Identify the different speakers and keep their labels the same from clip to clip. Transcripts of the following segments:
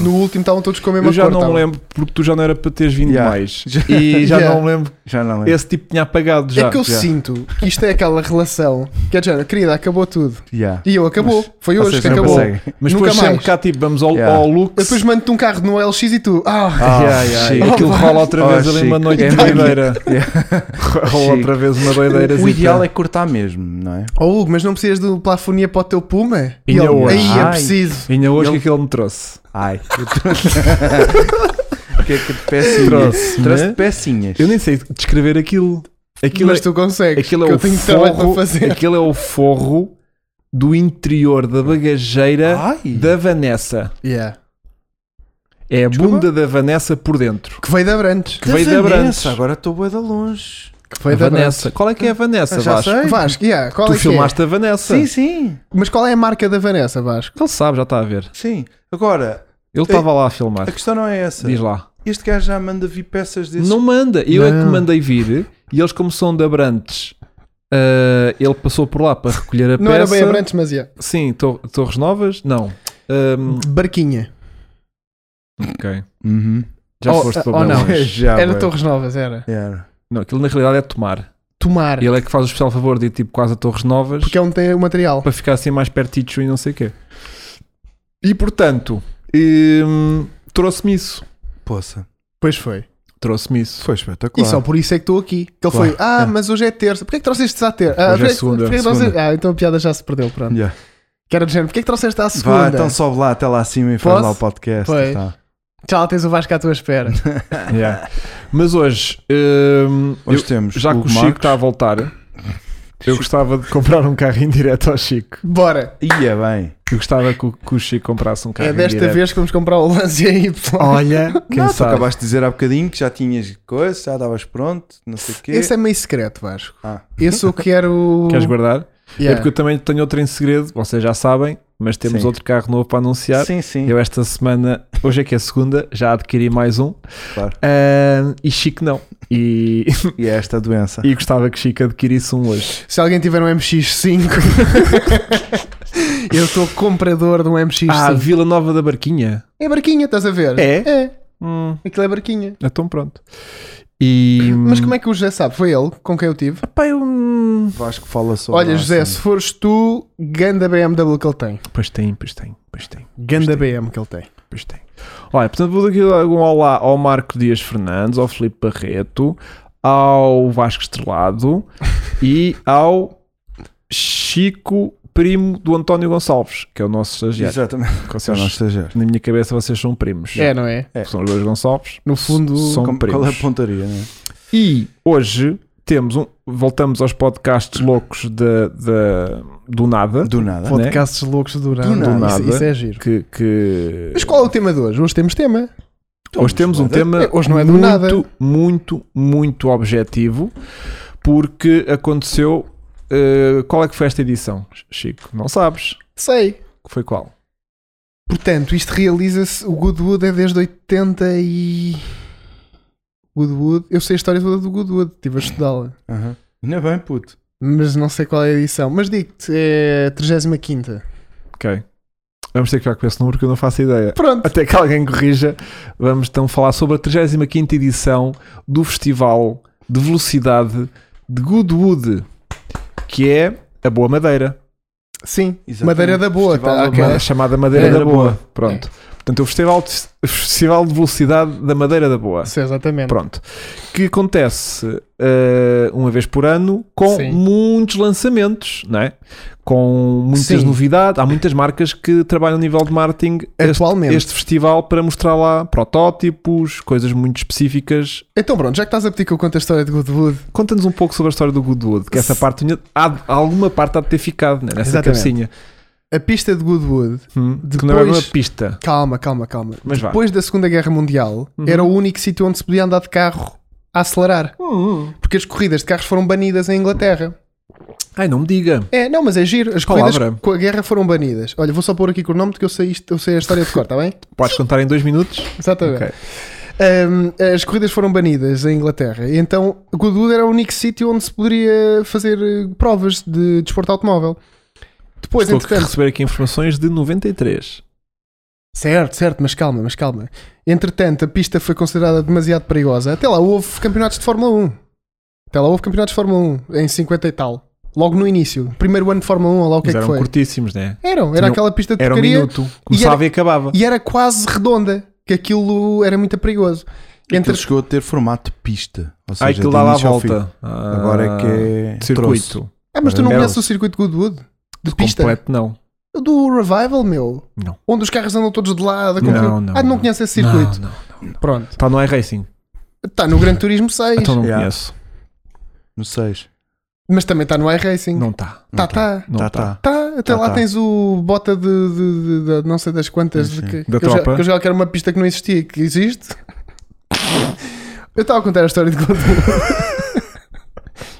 Speaker 1: no último estavam todos com a mesma
Speaker 2: Eu já
Speaker 1: cor.
Speaker 2: não me
Speaker 1: estavam.
Speaker 2: lembro porque tu já não era para teres vindo
Speaker 3: Yeah.
Speaker 2: mais.
Speaker 3: E já
Speaker 1: Yeah.
Speaker 3: não me lembro. Já não lembro.
Speaker 2: Esse tipo tinha apagado já.
Speaker 1: é que eu
Speaker 2: já.
Speaker 1: sinto que isto é aquela relação que é de género, querida, acabou tudo.
Speaker 3: Yeah.
Speaker 1: E eu, acabou. Foi hoje
Speaker 3: Vocês
Speaker 1: que
Speaker 3: não
Speaker 1: acabou.
Speaker 3: conseguem.
Speaker 2: Mas
Speaker 1: Nunca
Speaker 2: depois sempre
Speaker 1: mais.
Speaker 2: cá tipo, vamos ao,
Speaker 3: Yeah.
Speaker 2: ao Lux.
Speaker 1: Eu depois mando-te um carro no LX e tu, ah,
Speaker 3: Ah,
Speaker 2: Yeah, yeah,
Speaker 3: Chico.
Speaker 2: yeah. Aquilo
Speaker 1: Oh,
Speaker 2: rola outra vez
Speaker 3: oh,
Speaker 2: ali uma
Speaker 3: Chico,
Speaker 2: noite
Speaker 3: é
Speaker 2: de
Speaker 3: mesmo.
Speaker 2: doideira.
Speaker 3: Yeah.
Speaker 2: Rola outra vez uma doideira.
Speaker 3: O ideal é cortar mesmo, não é?
Speaker 1: oh, Hugo, mas não precisas de plafonia para o teu Puma?
Speaker 2: E ainda hoje.
Speaker 1: aí é
Speaker 3: Ai.
Speaker 1: preciso.
Speaker 2: Ainda hoje
Speaker 3: Ele-
Speaker 2: que aquilo me trouxe.
Speaker 3: Ai, eu trouxe. que é que de pecinhas?
Speaker 2: Trouxe,
Speaker 3: Trouxe
Speaker 2: né?
Speaker 3: de pecinhas.
Speaker 2: Eu nem sei descrever aquilo. Aquilo,
Speaker 1: mas tu consegues.
Speaker 2: aquilo é
Speaker 1: que
Speaker 2: o
Speaker 1: eu tenho trabalho para
Speaker 2: forro.
Speaker 1: fazer.
Speaker 2: Aquilo é o forro do interior da bagageira
Speaker 3: Ai.
Speaker 2: da Vanessa.
Speaker 1: Yeah.
Speaker 2: É a
Speaker 3: Desculpa?
Speaker 2: bunda da Vanessa por dentro.
Speaker 1: Que veio da Brantes.
Speaker 2: Que veio da Brantes.
Speaker 3: Agora estou bué de longe.
Speaker 1: Que
Speaker 2: A
Speaker 1: veio da
Speaker 2: Vanessa. Qual é que é a Vanessa,
Speaker 3: Ah, já
Speaker 2: Vasco?
Speaker 3: sei.
Speaker 1: Vasco, yeah, qual
Speaker 2: Tu
Speaker 1: é que
Speaker 2: filmaste a Vanessa.
Speaker 3: Sim, sim.
Speaker 1: é? Mas qual é a marca da Vanessa, Vasco?
Speaker 2: Ele sabe, já está a ver.
Speaker 3: Sim. Agora,
Speaker 2: Ele estava lá a filmar.
Speaker 3: a questão não é essa.
Speaker 2: Diz lá.
Speaker 3: Este gajo já manda vir peças desses.
Speaker 2: Não manda, eu é que
Speaker 1: Não.
Speaker 2: mandei vir e eles, como são de Abrantes, ah, ele passou por lá para recolher a
Speaker 1: Não era
Speaker 2: peça.
Speaker 1: bem a Brantes, mas yeah.
Speaker 2: Sim, Tor- Torres Novas? Não. Ehm, Ahm,
Speaker 1: Barquinha.
Speaker 2: ok.
Speaker 3: Uhum. É
Speaker 2: Já
Speaker 1: Oh,
Speaker 2: foste para
Speaker 1: oh, não.
Speaker 2: Belas.
Speaker 3: Já,
Speaker 1: era
Speaker 3: bué.
Speaker 1: Torres Novas, era.
Speaker 3: Era.
Speaker 2: Não, aquilo na realidade é tomar.
Speaker 1: Tomar.
Speaker 2: E ele é que faz o especial favor de ir tipo quase a Torres Novas
Speaker 1: Porque é onde tem o material.
Speaker 2: para ficar assim mais perticho e não sei o quê. E portanto, hum, trouxe-me isso.
Speaker 3: Poça.
Speaker 1: Pois foi.
Speaker 2: Trouxe-me isso.
Speaker 3: Foi espetacular.
Speaker 1: E só por isso é que estou aqui. Que ele
Speaker 3: Claro.
Speaker 1: foi, ah,
Speaker 3: É.
Speaker 1: mas hoje é terça. Porquê é que trouxeste à terça? Ah,
Speaker 2: Hoje é
Speaker 1: porquê-
Speaker 2: segunda,
Speaker 1: porquê que trouxeste-
Speaker 2: segunda.
Speaker 1: Ah, então a piada já se perdeu, pronto.
Speaker 3: Yeah.
Speaker 1: Que era do género, porquê é que trouxeste à
Speaker 3: Vá,
Speaker 1: segunda?
Speaker 3: então sobe lá até lá acima e faz
Speaker 1: Posso?
Speaker 3: lá o podcast.
Speaker 1: Pois.
Speaker 3: e tal.
Speaker 1: Já lá tens o Vasco à tua espera.
Speaker 2: Yeah. Mas hoje, hum,
Speaker 3: Hoje
Speaker 2: eu-
Speaker 3: temos
Speaker 2: já que o
Speaker 3: Hugo
Speaker 2: Chico
Speaker 3: Marcos.
Speaker 2: está a voltar, eu gostava de comprar um carro em direto ao Chico.
Speaker 1: Bora.
Speaker 3: Ia bem.
Speaker 2: Eu gostava que o, que o Chico comprasse um carro.
Speaker 1: é
Speaker 2: em
Speaker 1: desta
Speaker 2: direto. Oh,
Speaker 1: vez que vamos comprar o lance aí, pessoal.
Speaker 2: Olha, quem
Speaker 3: não, tu
Speaker 2: sabe?
Speaker 3: acabaste de dizer há bocadinho que já tinhas coisa, já estavas pronto, não sei o quê.
Speaker 1: Esse é meio secreto, Vasco.
Speaker 3: Ah.
Speaker 1: Esse eu quero.
Speaker 2: Queres guardar? É
Speaker 1: Yeah.
Speaker 2: porque eu também tenho outro em segredo, vocês já sabem, mas temos
Speaker 3: Sim.
Speaker 2: outro carro novo para anunciar.
Speaker 3: Sim, sim.
Speaker 2: Eu esta semana, hoje é que é segunda, já adquiri mais um.
Speaker 3: Claro.
Speaker 2: Ah, e Chico não. E,
Speaker 3: E é esta doença.
Speaker 2: e gostava que Chico adquirisse um hoje.
Speaker 1: Se alguém tiver um MX5, eu sou comprador de um MX5.
Speaker 2: Ah, Vila Nova da Barquinha.
Speaker 1: é barquinha, estás a ver?
Speaker 2: É?
Speaker 1: É,
Speaker 2: Hum,
Speaker 1: aquilo é barquinha.
Speaker 2: então pronto. E.
Speaker 1: Mas como é que o José sabe? Foi ele com quem eu tive.
Speaker 2: Pá, eu. hum,
Speaker 3: Vasco fala sobre.
Speaker 1: Olha,
Speaker 3: a
Speaker 1: José, se
Speaker 3: cena.
Speaker 1: fores tu, ganda BMW que ele tem.
Speaker 2: Pois tem, pois tem, pois tem.
Speaker 1: Ganda BM que ele tem.
Speaker 2: Pois tem. Olha, portanto, vou daqui dar um olá ao Marco Dias Fernandes, ao Filipe Barreto, ao Vasco Estrelado e ao Chico, primo do António Gonçalves, que é o nosso estagiário.
Speaker 3: Exatamente.
Speaker 2: Que
Speaker 3: Se eu
Speaker 2: vocês-
Speaker 3: não estagiário.
Speaker 2: na minha cabeça vocês são primos.
Speaker 1: É, não é?
Speaker 3: É.
Speaker 2: São os dois Gonçalves.
Speaker 1: No fundo,
Speaker 2: são
Speaker 3: Como-
Speaker 2: primos.
Speaker 3: Qual é a pontaria, né?
Speaker 2: E hoje temos um. Voltamos aos podcasts loucos da da- do nada.
Speaker 3: é? Do nada.
Speaker 2: Foda-
Speaker 1: podcasts loucos do nada.
Speaker 3: né? Do
Speaker 2: nada.
Speaker 1: Isso, isso é giro.
Speaker 2: Que, que-
Speaker 1: Mas qual é o tema de hoje? Hoje temos tema.
Speaker 2: Hoje temos um tema
Speaker 1: Então, É, hoje não é do
Speaker 2: muito,
Speaker 1: nada.
Speaker 2: muito, muito objetivo, porque aconteceu. eh, qual é que foi esta edição, Chico? Não sabes?
Speaker 1: Sei.
Speaker 2: Que foi qual?
Speaker 1: Portanto, isto realiza-se. O Goodwood é desde 80 e. Goodwood. Eu sei a história toda do Goodwood, estive a estudá-la.
Speaker 3: Aham. Ainda bem, puto.
Speaker 1: Mas não sei qual é a edição. Mas digo-te, é 35.
Speaker 2: Ok. Vamos ter que ficar com esse número que eu não faço ideia.
Speaker 1: Pronto.
Speaker 2: Até que alguém corrija, vamos então falar sobre a 35 edição do Festival de Velocidade de Goodwood, que é a Boa Madeira.
Speaker 1: Sim,
Speaker 3: Exatamente.
Speaker 1: Madeira da Boa.
Speaker 3: Festival
Speaker 1: Tá,
Speaker 3: da
Speaker 1: ok.
Speaker 2: Ma- chamada Madeira
Speaker 1: É.
Speaker 2: da Boa. Pronto. Portanto, é o Festival de, Festival de Velocidade da Madeira da Boa.
Speaker 1: Sim, exatamente.
Speaker 2: Pronto. Que acontece eh, uma vez por ano com
Speaker 1: Sim.
Speaker 2: muitos lançamentos, não é? Com muitas
Speaker 1: Sim.
Speaker 2: novidades. Há muitas marcas que trabalham a nível de marketing este,
Speaker 1: Atualmente.
Speaker 2: este festival para mostrar lá protótipos, coisas muito específicas.
Speaker 1: Então pronto, já que estás a pedir que eu conte a história de Goodwood,
Speaker 2: Conta-nos um pouco sobre a história do Goodwood, que essa
Speaker 1: Se-
Speaker 2: parte tinha- há, de- alguma parte há de ter ficado né? nessa
Speaker 1: Exatamente.
Speaker 2: cabecinha.
Speaker 1: a pista de Goodwood,
Speaker 2: Hum, Que não era uma
Speaker 1: Depois-
Speaker 2: pista.
Speaker 1: calma, calma, calma.
Speaker 2: Mas vá.
Speaker 1: Depois da Segunda Guerra Mundial,
Speaker 2: Uhum.
Speaker 1: era o único sítio onde se podia andar de carro a acelerar.
Speaker 2: Hum.
Speaker 1: Porque as corridas de carros foram banidas em Inglaterra.
Speaker 2: Ai, não me diga.
Speaker 1: É, não, mas é giro. As
Speaker 2: Palavra.
Speaker 1: corridas com a guerra foram banidas. Olha, vou só pôr aqui cronómetro que eu sei, isto, eu sei a história de cor, está bem?
Speaker 2: Podes contar em dois minutos?
Speaker 1: Exatamente.
Speaker 2: Ok.
Speaker 1: Um, as corridas foram banidas em Inglaterra. E então, Goodwood era o único sítio onde se poderia fazer eh, provas de desporto automóvel. Depois,
Speaker 2: Estou a
Speaker 1: entretanto, é
Speaker 2: receber aqui informações de 93.
Speaker 1: Certo, certo, mas calma, mas calma. Entretanto, a pista foi considerada demasiado perigosa. Até lá houve campeonatos de Fórmula 1. Até lá houve campeonatos de Fórmula 1 em 50 e tal. Logo no início, primeiro ano de Fórmula 1, ou lá o que
Speaker 2: Mas
Speaker 1: é que
Speaker 2: eram
Speaker 1: foi.
Speaker 2: curtíssimos, né?
Speaker 1: Eram, era
Speaker 2: Tinham-
Speaker 1: aquela pista de
Speaker 2: Era um
Speaker 1: porcaria
Speaker 2: minuto. Começava e, acabava.
Speaker 1: e era quase redonda, que aquilo era muito perigoso.
Speaker 3: Entre...
Speaker 1: Entre-
Speaker 3: chegou a ter formato de pista. Ou seja,
Speaker 2: Ai, Ah, aquilo
Speaker 3: de
Speaker 2: lá lá à
Speaker 3: início ao fim.
Speaker 2: volta. Ah,
Speaker 3: Agora é que é.
Speaker 2: de Circuito.
Speaker 1: Ah, mas tu não
Speaker 2: Era-
Speaker 1: conheces o circuito de Goodwood? De pista?
Speaker 2: Completo, não.
Speaker 1: Do Revival, meu.
Speaker 2: Não.
Speaker 1: Onde os carros andam todos de lado. a
Speaker 2: Não,
Speaker 1: correr.
Speaker 2: não,
Speaker 1: ah, não,
Speaker 2: não.
Speaker 1: conheces esse circuito?
Speaker 2: Não, não.
Speaker 1: Pronto.
Speaker 2: Está no iRacing.
Speaker 1: Está no Gran Turismo 6,
Speaker 2: Então não
Speaker 3: Yeah.
Speaker 2: conheço.
Speaker 3: Não sei.
Speaker 1: mas também está no iRacing.
Speaker 2: Não está.
Speaker 1: Tá, tá.
Speaker 2: Não
Speaker 3: tá,
Speaker 2: está.
Speaker 3: tá.
Speaker 1: Tá, até
Speaker 2: Ah,
Speaker 3: Tá,
Speaker 1: lá
Speaker 3: tá.
Speaker 1: tens o bota de, de- de- de- não sei das quantas
Speaker 3: Sim, sim.
Speaker 1: de que,
Speaker 2: Da
Speaker 1: que eu já,
Speaker 2: tropa.
Speaker 1: que eu já que era uma pista que não existia, que existe. eu estava a contar a história de quando.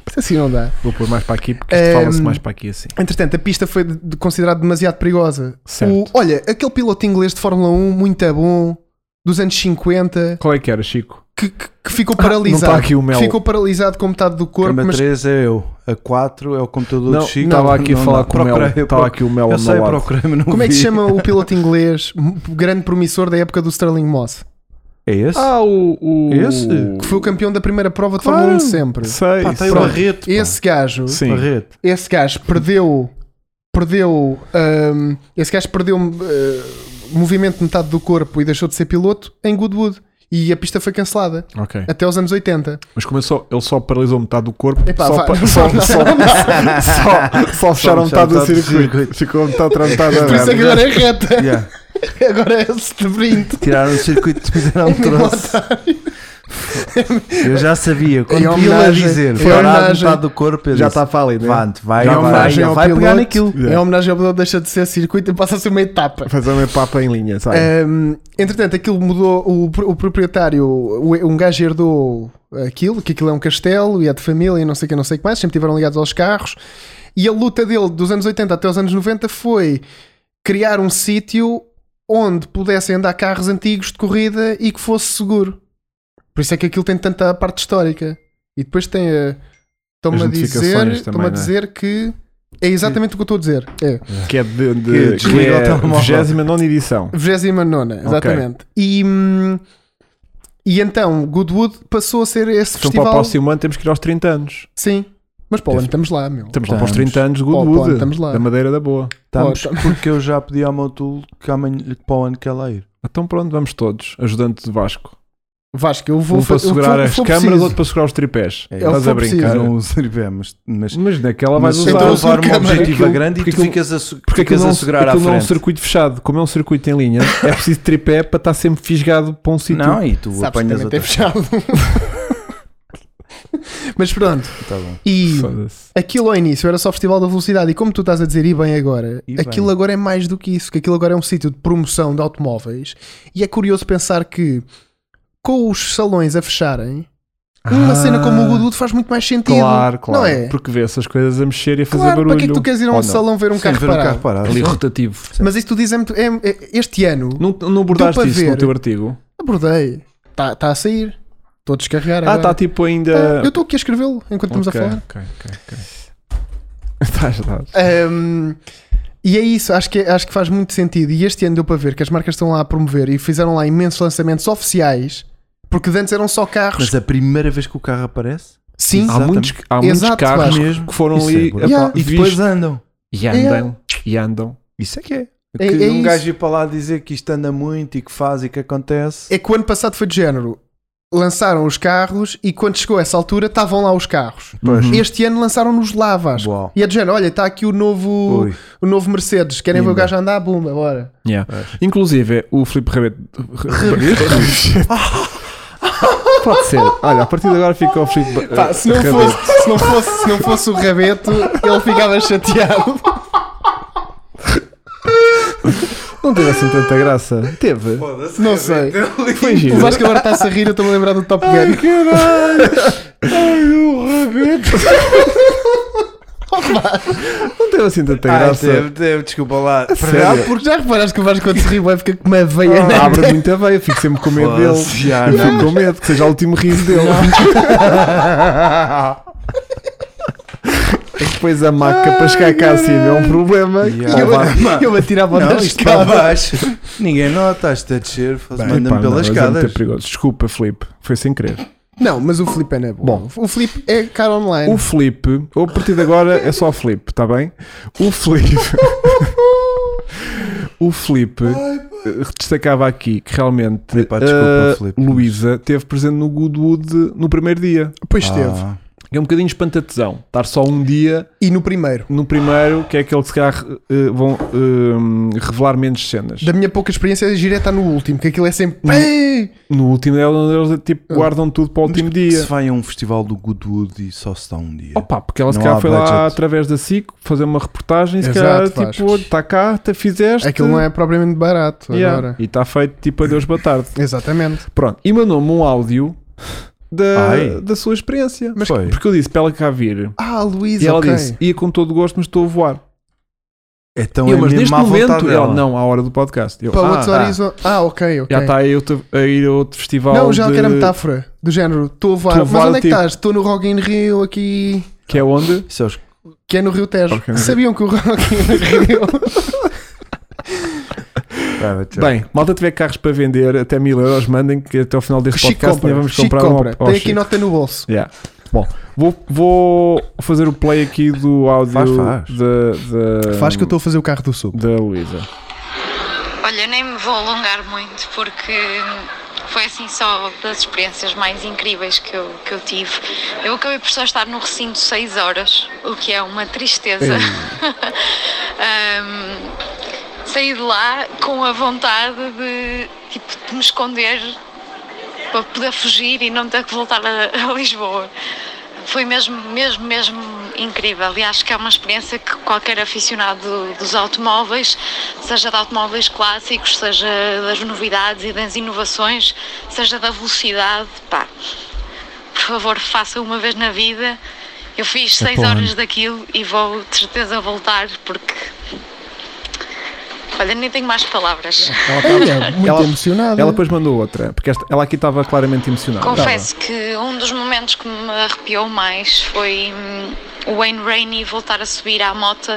Speaker 1: Isto assim não dá.
Speaker 2: Vou pôr mais para aqui porque isto
Speaker 1: Ehm,
Speaker 2: fala-se mais para aqui assim.
Speaker 1: Entretanto, a pista foi de- de- considerada demasiado perigosa.
Speaker 2: Certo.
Speaker 1: O- olha, aquele piloto inglês de Fórmula 1, muito é bom, dos anos 50,
Speaker 2: Qual é que era, Chico?
Speaker 1: que, que- que ficou
Speaker 2: Ah, não
Speaker 1: paralisado.
Speaker 2: está aqui o Mel.
Speaker 1: Ficou paralisado com metade do corpo,
Speaker 3: Câmara
Speaker 1: mas
Speaker 3: 3 é eu. A 4 é o computador
Speaker 2: Não,
Speaker 3: do Chico.
Speaker 2: estava aqui a
Speaker 3: Não, não,
Speaker 2: falar
Speaker 3: não.
Speaker 2: com o Mel.
Speaker 3: Procurei, eu
Speaker 2: Estava aqui o Mel
Speaker 3: Eu
Speaker 2: ao
Speaker 3: sei,
Speaker 2: meu lado.
Speaker 3: procurei, mas não
Speaker 1: como é que se
Speaker 3: vi.
Speaker 1: chama o piloto inglês, m- grande promissor da época do Sterling Moss?
Speaker 3: É esse?
Speaker 2: Ah, o. o...
Speaker 3: Esse?
Speaker 1: que foi o campeão da primeira prova de
Speaker 2: Claro.
Speaker 1: Fórmula 1 de sempre.
Speaker 2: Sei.
Speaker 3: Pá, tem o
Speaker 2: sei.
Speaker 3: Barreto. pá.
Speaker 1: Esse gajo,
Speaker 2: Sim.
Speaker 3: Barreto.
Speaker 1: esse gajo perdeu, perdeu, hum, esse gajo perdeu uh, movimento de metade do corpo e deixou de ser piloto em Goodwood e a pista foi cancelada
Speaker 2: Ok.
Speaker 1: até os anos 80.
Speaker 2: Mas como ele só, ele só paralisou metade do corpo,
Speaker 1: Epá,
Speaker 2: só,
Speaker 1: vai.
Speaker 2: pa- só, só, só, só fecharam
Speaker 3: fechar
Speaker 2: metade do
Speaker 3: metade do
Speaker 2: circuito.
Speaker 3: circuito.
Speaker 2: Ficou metade trancada.
Speaker 1: Por isso é que agora é reta,
Speaker 3: Yeah.
Speaker 1: agora é esse de brinde.
Speaker 3: Tiraram o circuito e fizeram
Speaker 2: É
Speaker 3: um troço. Eu já sabia. Quando
Speaker 1: É
Speaker 3: vi ele a
Speaker 1: homenagem.
Speaker 3: dizer,
Speaker 1: É
Speaker 3: parar
Speaker 1: homenagem.
Speaker 3: metade do corpo, eu
Speaker 2: Já
Speaker 3: disse,
Speaker 2: está válido, né?
Speaker 3: Vante, vai,
Speaker 2: Já
Speaker 3: vai,
Speaker 2: é
Speaker 3: vai,
Speaker 2: homenagem
Speaker 3: já
Speaker 1: ao
Speaker 3: vai pegar
Speaker 1: piloto.
Speaker 3: naquilo.
Speaker 1: É homenagem ao piloto, deixa de ser circuito e passa a ser uma etapa.
Speaker 2: Fazer uma papa em linha, sabe?
Speaker 1: Hum, entretanto, aquilo mudou. O, pro- o proprietário, o- um gajo herdou aquilo, que aquilo é um castelo e é de família e não sei o que, não sei o que mais. Sempre tiveram ligados aos carros. E a luta dele dos anos 80 até os anos 90 foi criar um sítio onde pudessem andar carros antigos de corrida e que fosse seguro. Por isso é que aquilo tem tanta parte histórica. E depois tem a. Estão-me a dizer,
Speaker 2: As notificações
Speaker 1: estão-me a
Speaker 2: também, né?
Speaker 1: dizer que. É exatamente o que eu estou a dizer. É.
Speaker 2: Que é de, de,
Speaker 3: Que
Speaker 2: que
Speaker 3: desliga o
Speaker 2: é
Speaker 3: telemóvel.
Speaker 2: 29 edição. Então,
Speaker 1: 29, exatamente. E, hum, e então Goodwood passou a ser esse
Speaker 2: Então para o
Speaker 1: festival.
Speaker 2: próximo ano temos que ir aos 30 anos.
Speaker 1: Sim, mas para o ano estamos lá, meu.
Speaker 2: Estamos lá para os
Speaker 3: Estamos.
Speaker 2: 30 anos de
Speaker 1: Para o ano
Speaker 2: Goodwood,
Speaker 1: estamos lá.
Speaker 2: da Madeira da Boa.
Speaker 3: Estamos,
Speaker 2: tá.
Speaker 1: Ótimo.
Speaker 3: porque eu já pedi ao meu tool que amanhã, para o ano que ela ir.
Speaker 2: Então pronto, vamos todos. Ajudante de Vasco.
Speaker 1: Vasco, eu vou
Speaker 2: um para
Speaker 1: fa- eu
Speaker 2: segurar
Speaker 1: vou-
Speaker 2: as
Speaker 1: vou
Speaker 2: câmaras,
Speaker 1: preciso.
Speaker 2: outro para segurar os tripés.
Speaker 3: É,
Speaker 2: Estás
Speaker 1: eu
Speaker 2: a
Speaker 1: for
Speaker 2: brincar.
Speaker 1: preciso.
Speaker 3: Não servia, mas, mas
Speaker 2: Mas naquela vais
Speaker 3: mas então, se
Speaker 1: eu dou-
Speaker 2: usar.
Speaker 3: tu
Speaker 1: usar
Speaker 3: levar uma
Speaker 1: câmara.
Speaker 3: objetiva
Speaker 2: Aquilo-
Speaker 3: grande e
Speaker 2: porque
Speaker 3: tu
Speaker 2: aquilo-
Speaker 3: ficas a, su-
Speaker 2: Porque
Speaker 3: ficas
Speaker 2: aquilo, não,
Speaker 3: a segurar à
Speaker 2: aquilo não é um
Speaker 3: frente.
Speaker 2: circuito fechado. Como é um circuito em linha, é preciso tripé para estar sempre fisgado para um sítio.
Speaker 3: Não, é e tu
Speaker 1: Sabes,
Speaker 3: apanhas
Speaker 1: também
Speaker 3: outra.
Speaker 1: tem fechado. mas pronto,
Speaker 3: Tá bom.
Speaker 1: e
Speaker 2: Foda-se.
Speaker 1: aquilo ao início era só Festival da Velocidade. E como tu estás a dizer, e bem agora,
Speaker 3: E bem.
Speaker 1: aquilo agora é mais do que isso. Que aquilo agora é um sítio de promoção de automóveis. E é curioso pensar que com os salões a fecharem. Uma
Speaker 2: Ah,
Speaker 1: cena como o Goodwood faz muito mais sentido.
Speaker 2: Claro, claro.
Speaker 1: Não é?
Speaker 2: Porque vê essas coisas a mexer e a fazer
Speaker 1: Claro,
Speaker 2: barulho.
Speaker 1: para que é que tu queres ir a um
Speaker 2: Ou não?
Speaker 1: salão ver um
Speaker 3: Sim,
Speaker 1: carro
Speaker 3: ver
Speaker 1: parado?
Speaker 3: o carro parado.
Speaker 2: Ali
Speaker 3: sim.
Speaker 2: rotativo.
Speaker 1: Mas isso tu dizes é muito- é- é- este ano
Speaker 2: Não, não abordaste
Speaker 1: Deu para
Speaker 2: isso no
Speaker 1: ver.
Speaker 2: teu artigo?
Speaker 1: abordei. Está a sair. Estou a descarregar
Speaker 2: Ah,
Speaker 1: agora.
Speaker 3: tá
Speaker 2: está tipo ainda.
Speaker 1: Ah, Eu estou aqui a escrevê-lo enquanto estamos
Speaker 2: Ok,
Speaker 1: a falar.
Speaker 2: Ok, ok, ok. Estás, estás.
Speaker 1: Ahm, e é isso, acho que, acho que faz muito sentido. E este ano deu para ver que as marcas estão lá a promover e fizeram lá imensos lançamentos oficiais, porque de antes eram só carros.
Speaker 3: Mas a primeira vez que o carro aparece,
Speaker 1: Sim,
Speaker 2: Há
Speaker 3: Exatamente.
Speaker 2: muitos, há muitos
Speaker 1: Exato,
Speaker 2: carros
Speaker 1: Vasco.
Speaker 3: mesmo.
Speaker 2: que foram
Speaker 3: Isso
Speaker 2: ali
Speaker 3: é
Speaker 2: epá,
Speaker 3: bonito.
Speaker 1: Yeah.
Speaker 3: e
Speaker 2: vistos
Speaker 3: depois andam.
Speaker 2: e andam. E andam.
Speaker 3: Isso é que é.
Speaker 1: É-
Speaker 3: que
Speaker 1: é
Speaker 3: um
Speaker 1: isso.
Speaker 3: gajo ir para lá dizer que isto anda muito e que faz e que acontece.
Speaker 1: é que o ano passado foi de género. Lançaram os carros e quando chegou a essa altura estavam lá os carros.
Speaker 3: Pois.
Speaker 1: Este ano lançaram-nos lá, Vasco.
Speaker 3: Uau.
Speaker 1: E é de género, olha, está aqui o novo,
Speaker 3: Ui.
Speaker 1: o novo Mercedes, querem ver o
Speaker 3: Linda.
Speaker 1: gajo andar? Bumba, bora.
Speaker 2: Yeah. Inclusive, o Filipe Rabet. Pode ser. Olha, a partir de agora fica o Filipe.
Speaker 3: É,
Speaker 1: Pá, se, não
Speaker 2: Rabet.
Speaker 1: fosse, se, não fosse, se não fosse o Rabeto, ele ficava chateado.
Speaker 2: Não teve assim tanta graça. Teve.
Speaker 1: Não sei.
Speaker 2: Foi
Speaker 1: O
Speaker 2: giro.
Speaker 1: Vasco agora está-se a rir, eu estou-me a lembrar do Top Gun.
Speaker 2: caralho! Ai, o rabito! Não teve assim tanta
Speaker 3: Ai,
Speaker 2: graça.
Speaker 3: teve, teve, desculpa lá. Para
Speaker 2: sério?
Speaker 1: Ah, porque já reparaste que o Vasco quando se ri vai ficar com uma veia
Speaker 2: Ah,
Speaker 1: na
Speaker 2: abre muita veia, fico sempre com medo dele.
Speaker 3: Foda-se, já,
Speaker 2: Eu
Speaker 3: não.
Speaker 2: fico com medo que seja o último riso dele. pões a maca para chegar cá acima, é um problema.
Speaker 3: Yeah.
Speaker 1: E eu,
Speaker 2: Vai,
Speaker 1: eu, eu atirava
Speaker 3: ah, Não,
Speaker 1: das
Speaker 3: isto para
Speaker 1: escadas.
Speaker 3: baixo. Ninguém nota, é está a descer, faz-
Speaker 2: Bem,
Speaker 3: manda-me
Speaker 2: pá, não, mas
Speaker 3: pelas
Speaker 2: é muito
Speaker 3: escadas.
Speaker 2: perigoso. Desculpa, Filipe, foi sem querer.
Speaker 1: Não, mas o Felipe é na boa.
Speaker 2: Bom.
Speaker 1: o Felipe é cara online.
Speaker 2: O Filipe, ou a partir de agora é só Filipe, está bem? O Filipe. o Filipe eh, destacava aqui que realmente
Speaker 3: Epá, desculpa,
Speaker 2: eh,
Speaker 3: Filipe, mas-
Speaker 2: Luísa teve presente no Goodwood no primeiro dia.
Speaker 1: Pois esteve.
Speaker 3: Ah,
Speaker 2: É um bocadinho espantatezão estar só um dia
Speaker 1: E no primeiro.
Speaker 2: no primeiro, que é aquele que se calhar eh, vão eh, revelar menos cenas.
Speaker 1: Da minha pouca experiência, a gira está no último, que aquilo é sempre. "Ei!"
Speaker 2: No último é onde eles tipo, guardam tudo para o último
Speaker 3: Ah. que se
Speaker 2: dia.
Speaker 3: vai a um festival do Goodwood e só se dá um dia.
Speaker 2: Opa, porque ela se
Speaker 3: Não
Speaker 2: calhar
Speaker 3: há
Speaker 2: foi lá
Speaker 3: budget.
Speaker 2: através da SIC fazer uma reportagem e se
Speaker 1: Exato,
Speaker 2: calhar
Speaker 1: Vasco.
Speaker 2: tipo, está cá, te fizeste.
Speaker 1: Aquilo não é propriamente barato
Speaker 2: Yeah.
Speaker 1: agora.
Speaker 2: E está feito tipo adeus, boa tarde.
Speaker 1: Exatamente.
Speaker 2: Pronto, e mandou-me um áudio da,
Speaker 3: Ai.
Speaker 2: da sua experiência.
Speaker 3: Mas foi.
Speaker 2: Porque eu disse para ela cá vir.
Speaker 1: Ah,
Speaker 2: E
Speaker 1: Luísa,
Speaker 2: ela
Speaker 1: ok.
Speaker 2: disse, ia com todo gosto, mas estou a voar.
Speaker 3: Então
Speaker 2: E eu,
Speaker 3: é
Speaker 2: mas
Speaker 3: mesmo
Speaker 2: neste
Speaker 3: à vontade
Speaker 2: momento,
Speaker 3: dela.
Speaker 2: ela, não, à hora do podcast. Eu,
Speaker 1: Para
Speaker 2: ah,
Speaker 1: outros
Speaker 2: ah,
Speaker 1: horizontes. Ah, ok, ok.
Speaker 2: já tá está a, ir outro- a ir a outro festival.
Speaker 1: Não, já
Speaker 2: de,
Speaker 1: que era metáfora. Do género, estou a voar.
Speaker 2: Estou a
Speaker 1: Mas
Speaker 2: voar,
Speaker 1: onde é que
Speaker 2: tipo-
Speaker 1: estás? Estou no Rock in Rio aqui.
Speaker 2: Que é onde?
Speaker 3: Isso é os-
Speaker 1: Que é no Rio Tejo.
Speaker 2: Rock in Rio.
Speaker 1: Sabiam que o Rock in Rio.
Speaker 2: Bem, malta tiver carros para vender até mil euros, mandem que até ao final deste
Speaker 1: Chico
Speaker 2: podcast ainda
Speaker 1: compra.
Speaker 2: vamos
Speaker 1: Chico
Speaker 2: comprar
Speaker 1: compra.
Speaker 2: um ao- ao
Speaker 1: Tem aqui
Speaker 2: Chico.
Speaker 1: nota no bolso.
Speaker 2: Yeah. Bom, vou, vou fazer o play aqui do áudio
Speaker 3: Faz, faz.
Speaker 2: da- da-
Speaker 1: Faz que eu estou a fazer o carro do sul.
Speaker 2: da Luísa.
Speaker 4: Olha, nem me vou alongar muito porque foi assim só das experiências mais incríveis que eu, que eu tive. Eu acabei por só estar no recinto 6 horas, o que é uma tristeza. Ahm, saí de lá com a vontade de, tipo, de me esconder para poder fugir e não ter que voltar a, a Lisboa. Foi mesmo, mesmo, mesmo incrível e acho que é uma experiência que qualquer aficionado dos automóveis, seja de automóveis clássicos, seja das novidades e das inovações, seja da velocidade, pá, por favor faça uma vez na vida. Eu fiz seis
Speaker 3: pá,
Speaker 4: horas daquilo e vou de certeza voltar porque. Olha, nem tenho mais palavras.
Speaker 1: Olha, é muito
Speaker 2: ela-
Speaker 1: emocionada.
Speaker 2: Ela depois mandou outra, porque esta- ela aqui estava claramente emocionada.
Speaker 4: Confesso que um dos momentos que me arrepiou mais foi hum, o Wayne Rainey voltar a subir à moto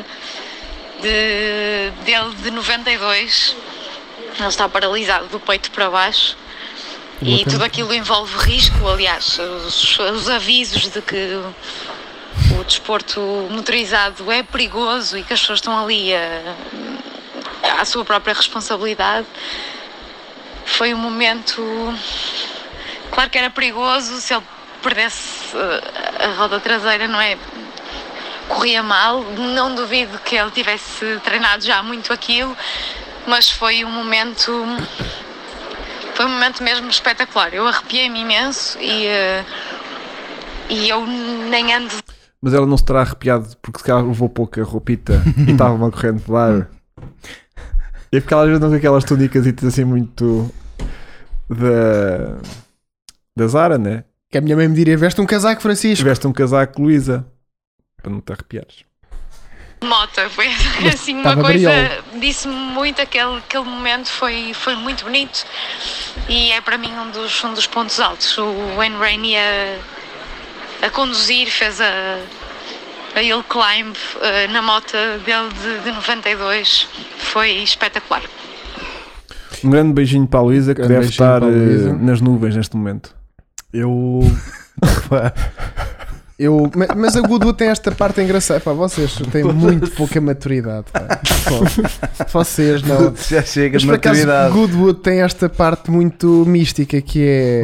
Speaker 4: de, dele de 92. Ele está paralisado do peito para baixo. E tudo aquilo envolve risco, aliás, os, os avisos de que o desporto motorizado é perigoso e que as pessoas estão ali a, à sua própria responsabilidade. Foi um momento Claro que era perigoso se ele perdesse eh, a roda traseira, não é? Corria mal. Não duvido que ele tivesse treinado já muito aquilo, mas foi um momento. Foi um momento mesmo espetacular. Eu arrepiei-me imenso e. eh, e eu nem ando
Speaker 2: Mas ela não se terá arrepiado porque se calhar levou pouca roupita e estava uma corrente de ar. E é porque ela às vezes não tem aquelas túnicas assim muito da, da Zara, né?
Speaker 1: Que a minha mãe me diria: veste um casaco, Francisco.
Speaker 2: Tiveste um casaco Luísa para não te arrepiares.
Speaker 4: Mota, foi assim uma
Speaker 1: estava
Speaker 4: coisa,
Speaker 1: brilhante.
Speaker 4: disse-me muito aquele, aquele momento, foi, foi muito bonito e é para mim um dos, um dos pontos altos. O Wayne Rainey a, a conduzir, fez a, a Hill Climb eh, na moto dele de, de 92, foi espetacular.
Speaker 2: Um grande beijinho para a Luísa que
Speaker 1: Grande
Speaker 2: deve
Speaker 1: beijinho
Speaker 2: estar
Speaker 1: para a Luísa.
Speaker 2: eh, nas nuvens neste momento.
Speaker 3: Eu.
Speaker 1: Eu, ma- mas a Goodwood tem esta parte engraçada. Pá, vocês têm muito pouca maturidade. Pá. Só. Vocês não.
Speaker 3: Já chega
Speaker 1: Mas
Speaker 3: de
Speaker 1: por acaso,
Speaker 3: maturidade.
Speaker 1: Goodwood tem esta parte muito mística que é.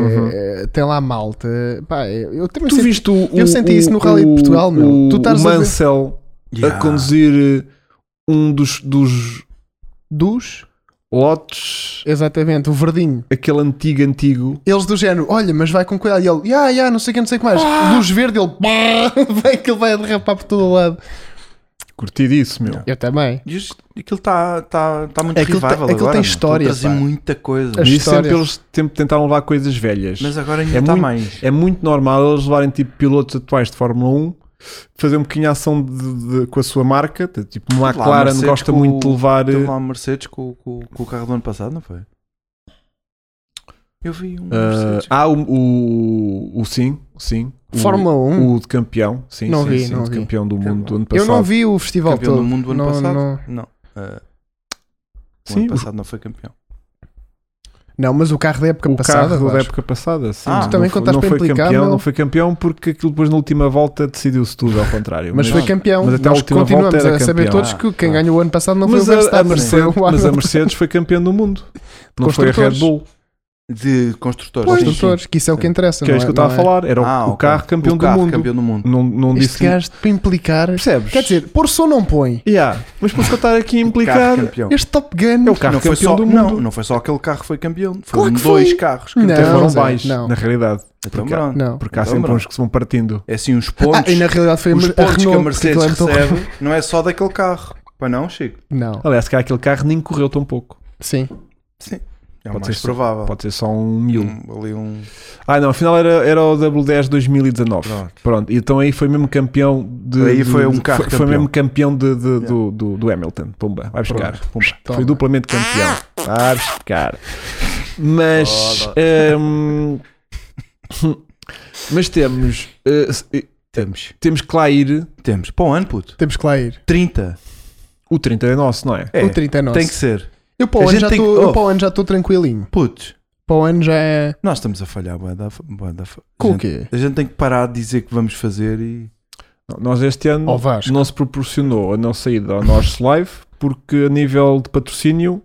Speaker 1: eh, Tem lá malta. Pá, eu eu também
Speaker 2: Uhum. Tu
Speaker 1: senti-
Speaker 2: viste o,
Speaker 1: eu
Speaker 2: o-
Speaker 1: senti
Speaker 2: o-
Speaker 1: isso no Rally de
Speaker 2: o-
Speaker 1: Portugal, meu.
Speaker 2: O,
Speaker 1: Tu estás
Speaker 2: o
Speaker 1: a ver-
Speaker 2: Mansell a
Speaker 3: Yeah.
Speaker 2: conduzir eh, um dos, dos
Speaker 1: dos.
Speaker 2: lotes,
Speaker 1: Exatamente, o verdinho.
Speaker 2: aquele antigo, antigo.
Speaker 1: Eles do género, olha, mas vai com cuidado. E ele, ya, ya, não sei o que, não sei o que mais.
Speaker 2: Ah!
Speaker 1: Luz verde, ele, vai que ele vai derrapar por todo o lado.
Speaker 2: Curti disso, meu.
Speaker 1: Eu também.
Speaker 3: E isto- Aquilo está tá, tá muito
Speaker 1: Aquilo
Speaker 3: revival
Speaker 1: tem- aquilo tem
Speaker 3: agora. meu. Estão a
Speaker 1: história,
Speaker 3: trazer
Speaker 1: pá.
Speaker 3: muita coisa.
Speaker 1: As-
Speaker 2: E
Speaker 1: histórias.
Speaker 2: sempre eles sempre tentaram levar coisas velhas.
Speaker 3: Mas agora ainda
Speaker 2: é,
Speaker 3: está
Speaker 2: muito,
Speaker 3: mais.
Speaker 2: é muito normal eles levarem tipo pilotos atuais de Fórmula 1 fazer um bocadinho a ação de- de- com a sua marca. T- Tipo, uma
Speaker 3: Lá,
Speaker 2: McLaren
Speaker 3: Mercedes
Speaker 2: gosta
Speaker 3: com
Speaker 2: muito de
Speaker 3: o-
Speaker 2: levar. eh,
Speaker 3: Teve lá a Mercedes com, com- com o carro do ano passado, não foi?
Speaker 2: Eu vi um.
Speaker 3: Mercedes.
Speaker 2: ah, o, o, o sim, sim. O-
Speaker 1: Fórmula 1.
Speaker 2: Uhum. O de campeão, sim,
Speaker 1: Não
Speaker 2: sim,
Speaker 1: vi,
Speaker 2: sim,
Speaker 1: não
Speaker 2: de
Speaker 1: vi.
Speaker 2: campeão do mundo do ano
Speaker 1: Eu
Speaker 2: passado.
Speaker 1: não vi o festival
Speaker 3: campeão
Speaker 1: todo.
Speaker 3: do mundo do ano
Speaker 1: Não-
Speaker 3: passado?
Speaker 1: Não,
Speaker 3: Não. Ah, o
Speaker 2: Sim,
Speaker 3: ano
Speaker 2: o-
Speaker 3: passado não foi campeão.
Speaker 1: não, mas o carro da época
Speaker 2: o
Speaker 1: passada.
Speaker 2: carro da
Speaker 1: Vasco.
Speaker 2: época passada, sim.
Speaker 3: Ah,
Speaker 2: não
Speaker 1: também
Speaker 2: foi,
Speaker 1: quando estás
Speaker 2: não
Speaker 1: para
Speaker 2: foi
Speaker 1: implicar,
Speaker 2: campeão,
Speaker 1: meu.
Speaker 2: não foi campeão porque aquilo depois na última volta decidiu-se tudo, ao contrário.
Speaker 1: Mas foi campeão.
Speaker 2: mas até a
Speaker 1: Nós
Speaker 2: última volta
Speaker 1: continuamos
Speaker 2: era
Speaker 1: a saber
Speaker 2: campeão.
Speaker 1: todos que quem
Speaker 3: Ah.
Speaker 1: ganhou o ano passado não é?
Speaker 2: Mas
Speaker 1: foi o
Speaker 2: a, a
Speaker 1: Verstappen.
Speaker 2: Mercedes,
Speaker 1: foi o
Speaker 2: mas a
Speaker 1: Hamilton.
Speaker 2: Mercedes foi campeã do mundo. Não foi a Red
Speaker 1: Construtores.
Speaker 2: Bull,
Speaker 3: De construtores.
Speaker 1: Pois,
Speaker 3: sim, sim.
Speaker 1: doutores, que isso é o que interessa.
Speaker 2: que é
Speaker 1: não
Speaker 2: isso que eu
Speaker 1: não
Speaker 2: estava a falar. Era o-
Speaker 3: Ah,
Speaker 2: o
Speaker 3: ok.
Speaker 2: carro campeão
Speaker 3: O
Speaker 2: do
Speaker 3: carro
Speaker 2: mundo.
Speaker 3: campeão do mundo.
Speaker 2: Não, não disse
Speaker 1: Este
Speaker 2: que-
Speaker 1: gajo para implicar.
Speaker 2: Percebes?
Speaker 1: Quer dizer, pôr som não põe.
Speaker 2: Yeah, Mas por isso que eu estar aqui a
Speaker 3: Carro
Speaker 2: implicar.
Speaker 3: campeão.
Speaker 1: Este Top Gun.
Speaker 2: É o carro
Speaker 3: não, foi
Speaker 2: campeão
Speaker 3: só,
Speaker 2: do
Speaker 3: não,
Speaker 2: mundo.
Speaker 3: não foi só aquele carro que foi campeão.
Speaker 1: Claro
Speaker 3: Foram
Speaker 1: que
Speaker 3: dois
Speaker 1: foi.
Speaker 3: carros.
Speaker 1: Não.
Speaker 2: Até foram
Speaker 1: Zé,
Speaker 2: baixos,
Speaker 1: não.
Speaker 2: na realidade.
Speaker 3: Então,
Speaker 2: Porque há-
Speaker 3: pronto.
Speaker 1: Não.
Speaker 2: Porque há
Speaker 3: Então,
Speaker 2: sempre
Speaker 3: pronto.
Speaker 2: uns que se vão partindo.
Speaker 3: É assim, os pontos,
Speaker 1: Ah, e na realidade foi a,
Speaker 3: os
Speaker 1: Mer- a
Speaker 3: pontos que a
Speaker 1: Renault
Speaker 3: Mercedes
Speaker 1: reclamou.
Speaker 3: recebe não é só daquele carro. Pois não, Chico?
Speaker 1: Não,
Speaker 2: Aliás, se calhar aquele carro nem correu tão pouco.
Speaker 1: sim.
Speaker 3: Sim. É o
Speaker 2: Pode
Speaker 3: mais
Speaker 2: ser só-
Speaker 3: provável.
Speaker 2: Pode ser só um mil.
Speaker 3: Um- ali um...
Speaker 2: Ah, não, afinal era, era o W10 2019. Pronto.
Speaker 3: Pronto.
Speaker 2: e Então aí foi mesmo campeão de.
Speaker 3: Aí
Speaker 2: de-
Speaker 3: foi um
Speaker 2: de-
Speaker 3: carro
Speaker 2: Foi, foi
Speaker 3: campeão.
Speaker 2: mesmo campeão de, de- do, do, do Hamilton. Pumba, vai buscar. Pumba. Foi
Speaker 1: Toma.
Speaker 2: duplamente campeão. Vai buscar. Mas. hum, mas temos. uh, se- eh,
Speaker 3: Temos.
Speaker 2: temos que lá ir.
Speaker 3: Temos. Para o ano, puto.
Speaker 1: Temos que lá ir.
Speaker 3: 30.
Speaker 2: O 30 é nosso, não é?
Speaker 3: É,
Speaker 1: O 30 é nosso.
Speaker 3: tem que ser.
Speaker 1: Eu
Speaker 3: A
Speaker 1: para o ano
Speaker 3: gente
Speaker 1: já
Speaker 3: tem que-
Speaker 1: estou- eu
Speaker 3: oh.
Speaker 1: para o ano já estou tranquilinho.
Speaker 3: Putos,
Speaker 1: Para o ano já é.
Speaker 3: nós estamos a falhar. bué da- bué da-
Speaker 1: Com
Speaker 3: a
Speaker 1: o
Speaker 3: gente-
Speaker 1: quê?
Speaker 3: A gente tem que parar de dizer que vamos fazer e...
Speaker 2: Não, Nós este ano
Speaker 1: Ao Vasco.
Speaker 2: não se proporcionou a nossa ida ao nosso live porque a nível de patrocínio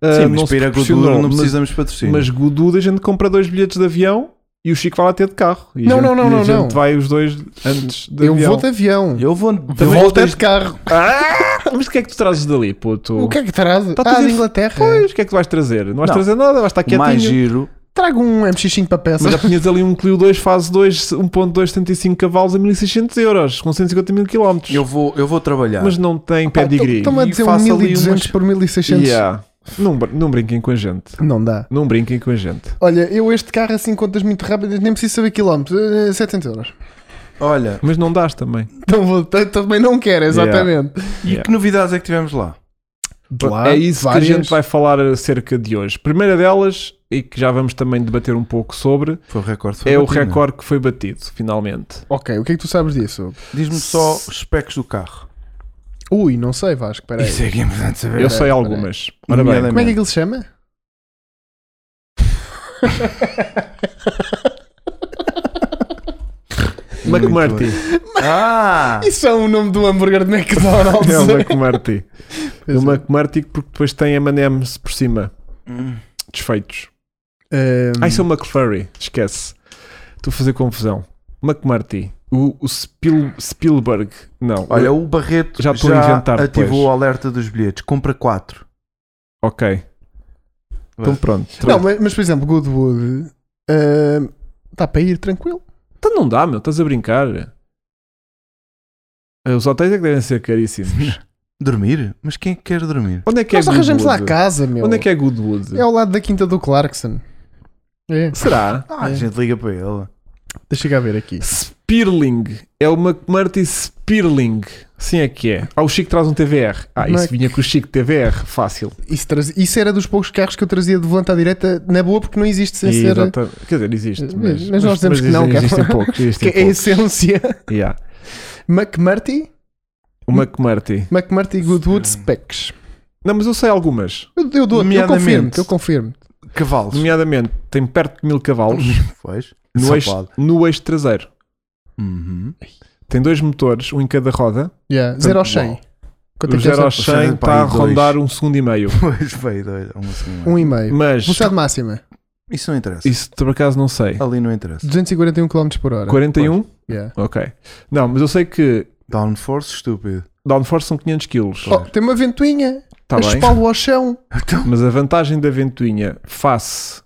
Speaker 2: ah,
Speaker 3: Sim, mas
Speaker 2: não se
Speaker 3: para ir a
Speaker 2: proporcionou.
Speaker 3: Gudura não
Speaker 2: mas,
Speaker 3: precisamos de patrocínio.
Speaker 2: mas Gududa a gente compra dois bilhetes de avião e o Chico vai lá ter de carro. E a
Speaker 1: Não,
Speaker 2: gente-
Speaker 1: não, não,
Speaker 2: e a
Speaker 1: não,
Speaker 2: gente
Speaker 1: não.
Speaker 2: vai os dois antes de
Speaker 1: eu
Speaker 2: avião.
Speaker 1: vou de avião.
Speaker 3: Eu vou...
Speaker 1: Eu
Speaker 3: eu
Speaker 1: vou
Speaker 3: vou
Speaker 1: até
Speaker 3: ter-
Speaker 1: de carro.
Speaker 2: Ah! Mas o que é que tu trazes dali, puto?
Speaker 1: O que é que traz?
Speaker 2: Tá
Speaker 1: ah,
Speaker 2: tudo
Speaker 1: de
Speaker 2: em-
Speaker 1: Inglaterra.
Speaker 2: Pois, o que é que tu vais trazer? Não vais
Speaker 3: Não.
Speaker 2: trazer nada, vais estar
Speaker 3: O mais
Speaker 2: quietinho.
Speaker 3: giro
Speaker 1: Trago um MX5 para peça.
Speaker 2: Mas já tinhas ali um Clio 2 fase um 2, 1.275 cavalos a 1600 euros, com 150 mil quilómetros.
Speaker 3: Eu vou, eu vou trabalhar.
Speaker 2: Mas não tem pedigree.
Speaker 1: Estão-me a
Speaker 3: E
Speaker 1: dizer um
Speaker 3: faço ali
Speaker 1: 1200
Speaker 3: umas-
Speaker 1: por 1600.
Speaker 2: Yeah. Não, br- não brinquem com a gente.
Speaker 1: Não dá.
Speaker 2: Não brinquem com a gente.
Speaker 1: Olha, eu este carro assim contas muito rápidas, nem preciso saber quilómetros. Eh, 70 euros.
Speaker 3: Olha,
Speaker 2: Mas não dás também.
Speaker 1: Então vou- t- também não quero, exatamente.
Speaker 3: e que novidades é que tivemos lá?
Speaker 1: De lá,
Speaker 2: é isso
Speaker 1: várias.
Speaker 2: que a gente vai falar acerca de hoje. Primeira delas, e que já vamos também debater um pouco sobre,
Speaker 3: Foi o recorde.
Speaker 2: é o recorde que foi batido, finalmente.
Speaker 1: Ok, o que é que tu sabes disso?
Speaker 3: Diz-me só os specs do carro.
Speaker 1: Ui, não sei, Vasco, peraí.
Speaker 3: Isso é que é importante saber.
Speaker 2: Eu sei
Speaker 1: peraí.
Speaker 2: algumas. Ora bem,
Speaker 1: Como é que aquilo se chama?
Speaker 3: Muito
Speaker 2: McMurty.
Speaker 3: Ah!
Speaker 1: Isso é o nome do hambúrguer de McDonald's.
Speaker 2: É o McMurty.
Speaker 1: Pois
Speaker 2: o
Speaker 1: é.
Speaker 2: McMurty porque depois tem M&M's por cima, desfeitos.
Speaker 3: Hum.
Speaker 1: Ahm,
Speaker 2: Ah, isso é o McFlurry. Esquece. Estou a fazer confusão. McMurty. O, o Spiel- Spielberg. Não.
Speaker 3: Olha, o Barreto
Speaker 2: Já
Speaker 3: já,
Speaker 2: estou a inventar
Speaker 3: ativou
Speaker 2: depois.
Speaker 3: o alerta dos bilhetes. Compra 4.
Speaker 2: Ok. Então pronto.
Speaker 1: Não, mas, mas, por exemplo, Goodwood ahm, está para ir tranquilo.
Speaker 2: Então não dá, meu. Estás a brincar. Os hotéis é que devem ser caríssimos.
Speaker 3: Dormir? Mas quem é que quer dormir?
Speaker 2: Onde é que
Speaker 1: Nós
Speaker 2: é
Speaker 1: arranjamos lá a
Speaker 2: Goodwood?
Speaker 1: casa, meu.
Speaker 2: Onde é que é Goodwood?
Speaker 1: é ao lado da quinta do Clarkson. É.
Speaker 2: Será?
Speaker 3: Ah, a
Speaker 1: É.
Speaker 3: gente liga para ele.
Speaker 1: Deixa eu cá ver aqui.
Speaker 2: Spearling. É o McMurty Spearling. Sim é que é. Ah, o Chico traz um TVR. Ah, isso
Speaker 1: Mac-
Speaker 2: vinha com o Chico TVR. Fácil.
Speaker 1: Isso, traz- isso era dos poucos carros que eu trazia de volante à direita, na boa, porque não existe sem ser.
Speaker 2: Exata- Quer dizer, existe.
Speaker 1: Mas-
Speaker 2: Mas,
Speaker 1: mas nós dizemos que não, que é-
Speaker 2: existem poucos.
Speaker 1: Que
Speaker 2: Existem
Speaker 1: é a
Speaker 2: poucos.
Speaker 1: essência.
Speaker 2: Yeah.
Speaker 1: McMurty,
Speaker 2: O McMurty.
Speaker 1: McMurty Goodwood Specs.
Speaker 2: Não, mas eu sei algumas.
Speaker 1: Eu, eu dou, eu
Speaker 3: Nomeadamente.
Speaker 1: confirmo, eu confirmo.
Speaker 3: Cavalos.
Speaker 2: Nomeadamente, tem perto de mil cavalos
Speaker 3: Pois.
Speaker 2: no eixo,
Speaker 3: Sapado.
Speaker 2: no eixo traseiro.
Speaker 3: Uhum.
Speaker 2: Tem dois motores, um em cada roda.
Speaker 1: Yeah. Zero ao
Speaker 2: Uau.
Speaker 1: 100. Quanto é
Speaker 2: O
Speaker 1: que é
Speaker 2: 0
Speaker 1: zero
Speaker 2: ao
Speaker 3: Ou seja,
Speaker 2: 100
Speaker 3: pá,
Speaker 2: está a
Speaker 3: aí dois.
Speaker 2: rondar um segundo e meio.
Speaker 3: Pois veio doido. Uma segunda.
Speaker 1: Um e meio.
Speaker 2: Mas
Speaker 1: Velocidade máxima,
Speaker 3: Isso não interessa.
Speaker 2: isso por acaso não sei.
Speaker 3: Ali não interessa.
Speaker 1: 241 km um por hora.
Speaker 2: 41?
Speaker 1: Yeah.
Speaker 2: Ok. Não, mas eu sei que
Speaker 3: Downforce, estúpido.
Speaker 2: downforce são 500 quilos.
Speaker 1: Oh, tem uma ventoinha,
Speaker 2: Está
Speaker 1: mas
Speaker 2: Tá bem.
Speaker 1: espalho ao chão.
Speaker 2: Mas a vantagem da ventoinha face.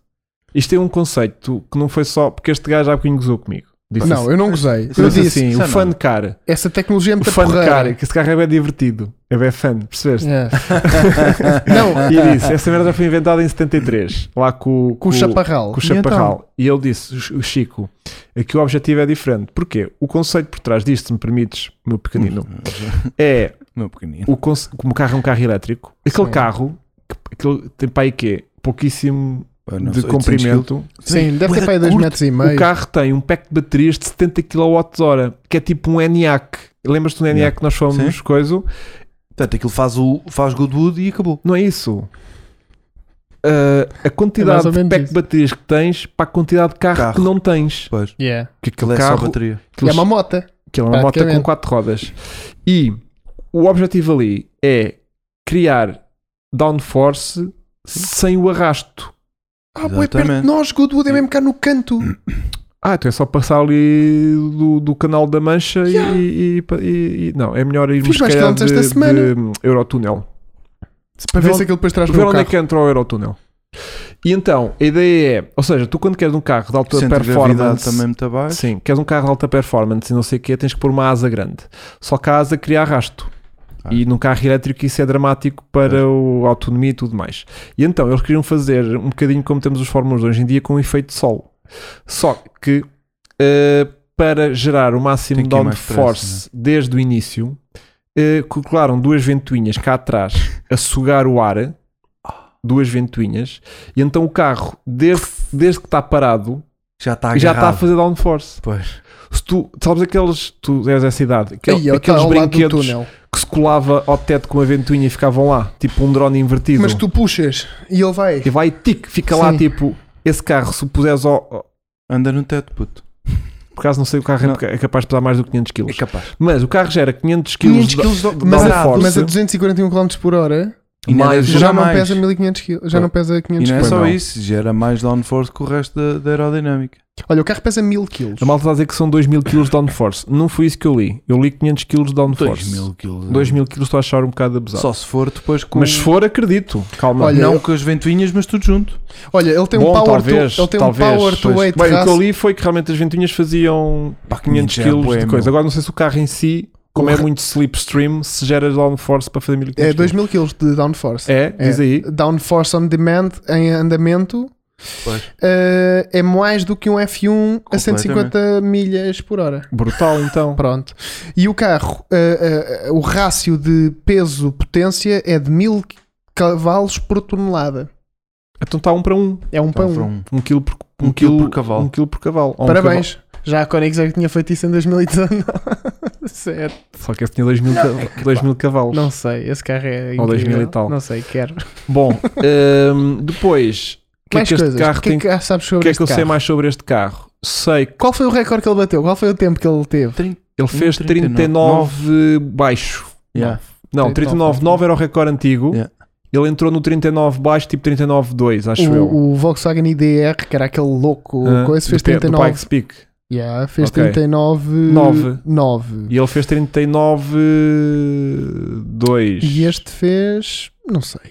Speaker 2: Isto é um conceito que não foi só. Porque este gajo há bocadinho gozou comigo. Disse
Speaker 1: Não, eu não gozei.
Speaker 3: Isso
Speaker 1: Eu
Speaker 2: Disse
Speaker 1: disse,
Speaker 2: assim,
Speaker 3: isso
Speaker 2: o
Speaker 3: é
Speaker 2: fun
Speaker 3: não.
Speaker 2: car.
Speaker 1: essa tecnologia é
Speaker 2: O
Speaker 1: muito
Speaker 2: fun
Speaker 1: porreira.
Speaker 2: car, que esse carro é bem divertido. É bem fun, percebeste?
Speaker 1: Yeah. não,
Speaker 2: E eu disse, essa merda foi inventada em 73, lá com,
Speaker 1: com o chaparral.
Speaker 2: com o Chaparral. E, ele disse, o Ch- o Chico, aqui o objetivo é diferente. Porquê? O conceito por trás disto, se me permites, meu pequenino,
Speaker 3: Uhum.
Speaker 2: é
Speaker 3: Meu pequenino.
Speaker 2: o conce- como o carro é um carro elétrico, aquele
Speaker 1: Sim.
Speaker 2: carro que aquele, tem para aí quê? Pouquíssimo
Speaker 3: Pá, não
Speaker 2: de
Speaker 3: sei, 800 quilos.
Speaker 2: comprimento.
Speaker 1: Sim, deve ter para aí 2
Speaker 2: curto,
Speaker 1: metros e
Speaker 2: O
Speaker 1: meio.
Speaker 2: carro tem um pack de baterias de 70 kWh, que é tipo um ENIAC. Lembras-te do ENIAC que nós fomos coisa?
Speaker 3: Portanto, aquilo faz, o, faz Goodwood e acabou.
Speaker 2: Não é isso. Ah, a
Speaker 1: mais
Speaker 2: quantidade
Speaker 1: ou
Speaker 2: de
Speaker 1: menos
Speaker 2: pack
Speaker 1: isso.
Speaker 2: de baterias que tens para a quantidade de carro,
Speaker 3: Carro.
Speaker 2: que não tens.
Speaker 3: Pois.
Speaker 1: Yeah.
Speaker 2: Que
Speaker 3: Aquilo
Speaker 2: aquele
Speaker 3: é
Speaker 2: carro,
Speaker 3: só bateria.
Speaker 1: E
Speaker 2: aqueles-
Speaker 1: é uma moto.
Speaker 2: aquilo é uma moto com
Speaker 1: praticamente.
Speaker 2: quatro rodas. E o objetivo ali é criar downforce sem o arrasto.
Speaker 1: Ah, boé, perto de
Speaker 3: Exatamente.
Speaker 1: nós, Goodwood é mesmo cá no canto.
Speaker 2: Ah, então é só passar ali do, do canal da Mancha e-
Speaker 1: Yeah.
Speaker 2: e, e- e- Não, é melhor irmos
Speaker 1: Fiz mais
Speaker 2: se calhar,
Speaker 1: quilómetros esta semana.
Speaker 2: de hum, Eurotúnel.
Speaker 1: Para
Speaker 2: Ver
Speaker 1: ver
Speaker 2: onde-
Speaker 1: se aquilo depois traz
Speaker 2: Ver
Speaker 1: para o
Speaker 2: onde é que
Speaker 1: carro.
Speaker 2: entra o Eurotúnel. E então, a ideia é, ou seja, tu quando queres um carro de alta
Speaker 3: Centro de gravidade
Speaker 2: performance,
Speaker 3: também muito baixo.
Speaker 2: sim, queres um carro de alta performance e não sei o quê, tens que pôr uma asa grande. Só que a asa cria arrasto.
Speaker 3: Ah.
Speaker 2: E num carro elétrico isso é dramático para o- a autonomia e tudo mais. E então, eles queriam fazer um bocadinho como temos os Fórmulas de hoje em dia com um efeito sol. Só que eh, para gerar o máximo
Speaker 3: Tem que ir mais
Speaker 2: downforce
Speaker 3: depressa, é?
Speaker 2: desde o início, eh, colocaram duas ventoinhas cá atrás a sugar o ar, duas ventoinhas, e então o carro, desde, desde que está parado,
Speaker 3: Já está
Speaker 2: já está a
Speaker 3: agarrado.
Speaker 2: fazer downforce.
Speaker 3: Pois.
Speaker 2: Se tu sabes aqueles, tu és essa idade, aquel-
Speaker 1: Aí, ó, tá
Speaker 2: é aqueles
Speaker 1: ao lado do
Speaker 2: brinquedos
Speaker 1: túnel.
Speaker 2: que se colava ao teto com a ventoinha e ficavam lá, tipo um drone invertido,
Speaker 1: Mas tu puxas e ele vai.
Speaker 2: e vai tic, fica lá
Speaker 1: Sim.
Speaker 2: tipo esse carro. Se o puseres ao, ao-
Speaker 3: Anda no teto, puto.
Speaker 2: por acaso não sei, o carro
Speaker 3: Não.
Speaker 2: é peca- é capaz de pesar mais do que 500 kg.
Speaker 1: É
Speaker 3: capaz.
Speaker 2: Mas o carro gera 500 kg de,
Speaker 3: 500 quilos de- de
Speaker 1: Mas
Speaker 2: mas,
Speaker 3: downforce.
Speaker 2: a,
Speaker 1: a,
Speaker 2: force.
Speaker 1: mas a 241 km um por hora
Speaker 3: E não é
Speaker 2: mais-
Speaker 1: já,
Speaker 3: já
Speaker 1: não
Speaker 3: mais.
Speaker 1: pesa 1500 kg. Já não pesa
Speaker 3: E
Speaker 1: 500
Speaker 3: não é
Speaker 1: kg.
Speaker 2: Pois
Speaker 3: só
Speaker 2: não.
Speaker 3: isso, gera mais downforce que o resto da, da aerodinâmica.
Speaker 1: Olha, o carro pesa 1000 kg.
Speaker 2: a malta está a dizer que são 2000 kg de downforce. Não foi isso que eu li. Eu li 500 kg de downforce.
Speaker 3: 2000 quilos.
Speaker 2: 2000 kg estou a achar um bocado abusado.
Speaker 3: Só se for depois com.
Speaker 2: Mas se for, acredito. Calma.
Speaker 1: Olha,
Speaker 3: não
Speaker 1: eu-
Speaker 3: com as ventoinhas, mas tudo junto.
Speaker 1: Olha, ele tem um
Speaker 2: Bom,
Speaker 1: power
Speaker 2: talvez,
Speaker 1: to, ele tem
Speaker 2: talvez,
Speaker 1: um power to
Speaker 2: pois.
Speaker 1: weight
Speaker 2: Bem, o que eu
Speaker 1: raço.
Speaker 2: li foi que realmente as ventoinhas faziam
Speaker 3: Pá,
Speaker 2: 500
Speaker 3: já é
Speaker 2: kg
Speaker 3: bué,
Speaker 2: de
Speaker 3: meu.
Speaker 2: coisa. Agora não sei se o carro em si, como
Speaker 1: O
Speaker 2: é
Speaker 1: ra-
Speaker 2: muito slipstream, se gera downforce para fazer 1500
Speaker 1: É 2000 kg de downforce.
Speaker 2: É, diz aí.
Speaker 1: Downforce on demand em andamento
Speaker 3: Pois.
Speaker 1: eh, é mais do que um F1 a 150 milhas por hora.
Speaker 2: Brutal então.
Speaker 1: Pronto. E o carro, eh, eh, o rácio de peso-potência é de 1000 cavalos por tonelada.
Speaker 2: Então está um para um.
Speaker 1: É um para um.
Speaker 3: Então, para um.
Speaker 2: Um quilo por,
Speaker 3: Um quilo por cavalo.
Speaker 2: Um quilo por cavalo. Ou um
Speaker 1: Parabéns. Já a Koenigsegg já tinha feito isso em 2019. certo.
Speaker 2: cavalo. Só que esse tinha 2000 ca- 2000 cavalos.
Speaker 1: Não sei, esse carro é incrível.
Speaker 2: 2000 e tal.
Speaker 1: Não sei, quero.
Speaker 2: Bom, hum, depois, o que é
Speaker 1: Mais
Speaker 2: que este
Speaker 1: coisas.
Speaker 2: carro
Speaker 1: o que
Speaker 2: tem.
Speaker 1: é que sabes
Speaker 2: O
Speaker 1: sobre
Speaker 2: que é
Speaker 1: este
Speaker 2: que eu sei
Speaker 1: carro?
Speaker 2: mais sobre este carro? Sei que
Speaker 1: Qual foi o recorde que ele bateu? Qual foi o tempo que ele teve? Um
Speaker 2: ele fez
Speaker 3: 39.
Speaker 2: 39 baixo.
Speaker 3: Yeah.
Speaker 2: Não,
Speaker 1: 39,
Speaker 2: 39.9 era o recorde antigo.
Speaker 3: Yeah.
Speaker 2: Ele entrou no 39 baixo, tipo 39.2, acho eu.
Speaker 1: O, o Volkswagen IDR, que era aquele louco,
Speaker 2: Ah,
Speaker 1: coisa, fez
Speaker 2: do, Pe- Do
Speaker 1: 39.
Speaker 2: Pikes Peak.
Speaker 1: Yeah, fez
Speaker 2: Ok.
Speaker 1: 39.
Speaker 2: Nove.
Speaker 1: 9.
Speaker 2: E ele fez 39.2.
Speaker 1: E este fez. Não sei.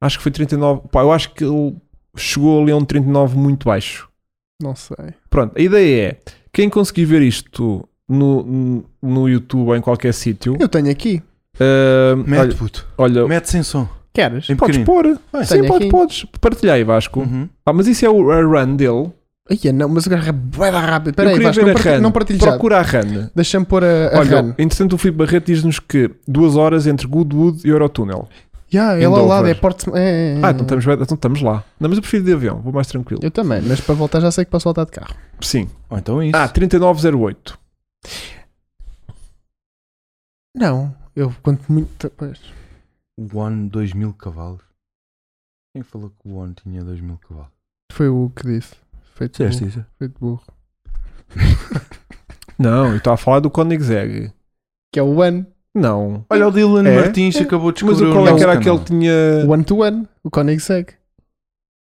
Speaker 2: Acho que foi 39. Pá, eu acho que ele chegou ali a um 39 muito baixo.
Speaker 1: Não sei.
Speaker 2: Pronto, a ideia é, quem conseguir ver isto no, no- no YouTube ou em qualquer sítio,
Speaker 1: Eu tenho aqui.
Speaker 2: ah,
Speaker 3: Mete, puto.
Speaker 2: olha, olha
Speaker 3: Mete sem som.
Speaker 1: Queres?
Speaker 3: Em
Speaker 2: podes
Speaker 3: pequenino.
Speaker 2: pôr.
Speaker 3: Vai.
Speaker 1: um
Speaker 2: Sim,
Speaker 1: Tenho
Speaker 2: pode,
Speaker 1: aqui.
Speaker 2: podes. Partilha aí, Vasco.
Speaker 3: Uhum.
Speaker 2: Ah, mas isso é o a run dele.
Speaker 1: Ai, não, mas o carro é bué da rápido.
Speaker 2: eu
Speaker 1: Espera aí,
Speaker 2: queria
Speaker 1: Vasco,
Speaker 2: ver
Speaker 1: não,
Speaker 2: a
Speaker 1: partilho,
Speaker 2: run.
Speaker 1: não partilho já.
Speaker 2: Procura a run.
Speaker 1: Deixa-me pôr a, a
Speaker 2: Olha,
Speaker 1: run.
Speaker 2: entretanto o Filipe Barreto diz-nos que duas horas entre Goodwood e Eurotúnel.
Speaker 1: Yeah,
Speaker 2: em
Speaker 1: ele ao lado
Speaker 2: Dover.
Speaker 1: é Portsmouth. É, é, é.
Speaker 2: Ah, então estamos, bem- então estamos lá. Não, mas eu prefiro de avião, vou mais tranquilo.
Speaker 1: Eu também, mas para voltar já sei que posso voltar de carro.
Speaker 2: Sim.
Speaker 3: Ou então isso.
Speaker 2: Ah, 3908.
Speaker 1: Não, eu quanto muito. pois.
Speaker 3: O One 2000 cavalos. Quem falou que o One tinha 2000 cavalos?
Speaker 1: Foi o que disse. Feito
Speaker 2: é assim.
Speaker 1: burro.
Speaker 3: isso?
Speaker 1: Feito burro.
Speaker 2: Não, eu estava a falar do Koenigsegg.
Speaker 1: Que é o One.
Speaker 2: Não.
Speaker 3: Olha o Dylan
Speaker 2: É?
Speaker 3: Martins que acabou de
Speaker 2: Mas
Speaker 3: descobrir
Speaker 2: o qual é
Speaker 3: nosso
Speaker 2: que era aquele
Speaker 3: canal.
Speaker 2: que tinha.
Speaker 1: One to One. O Koenigsegg.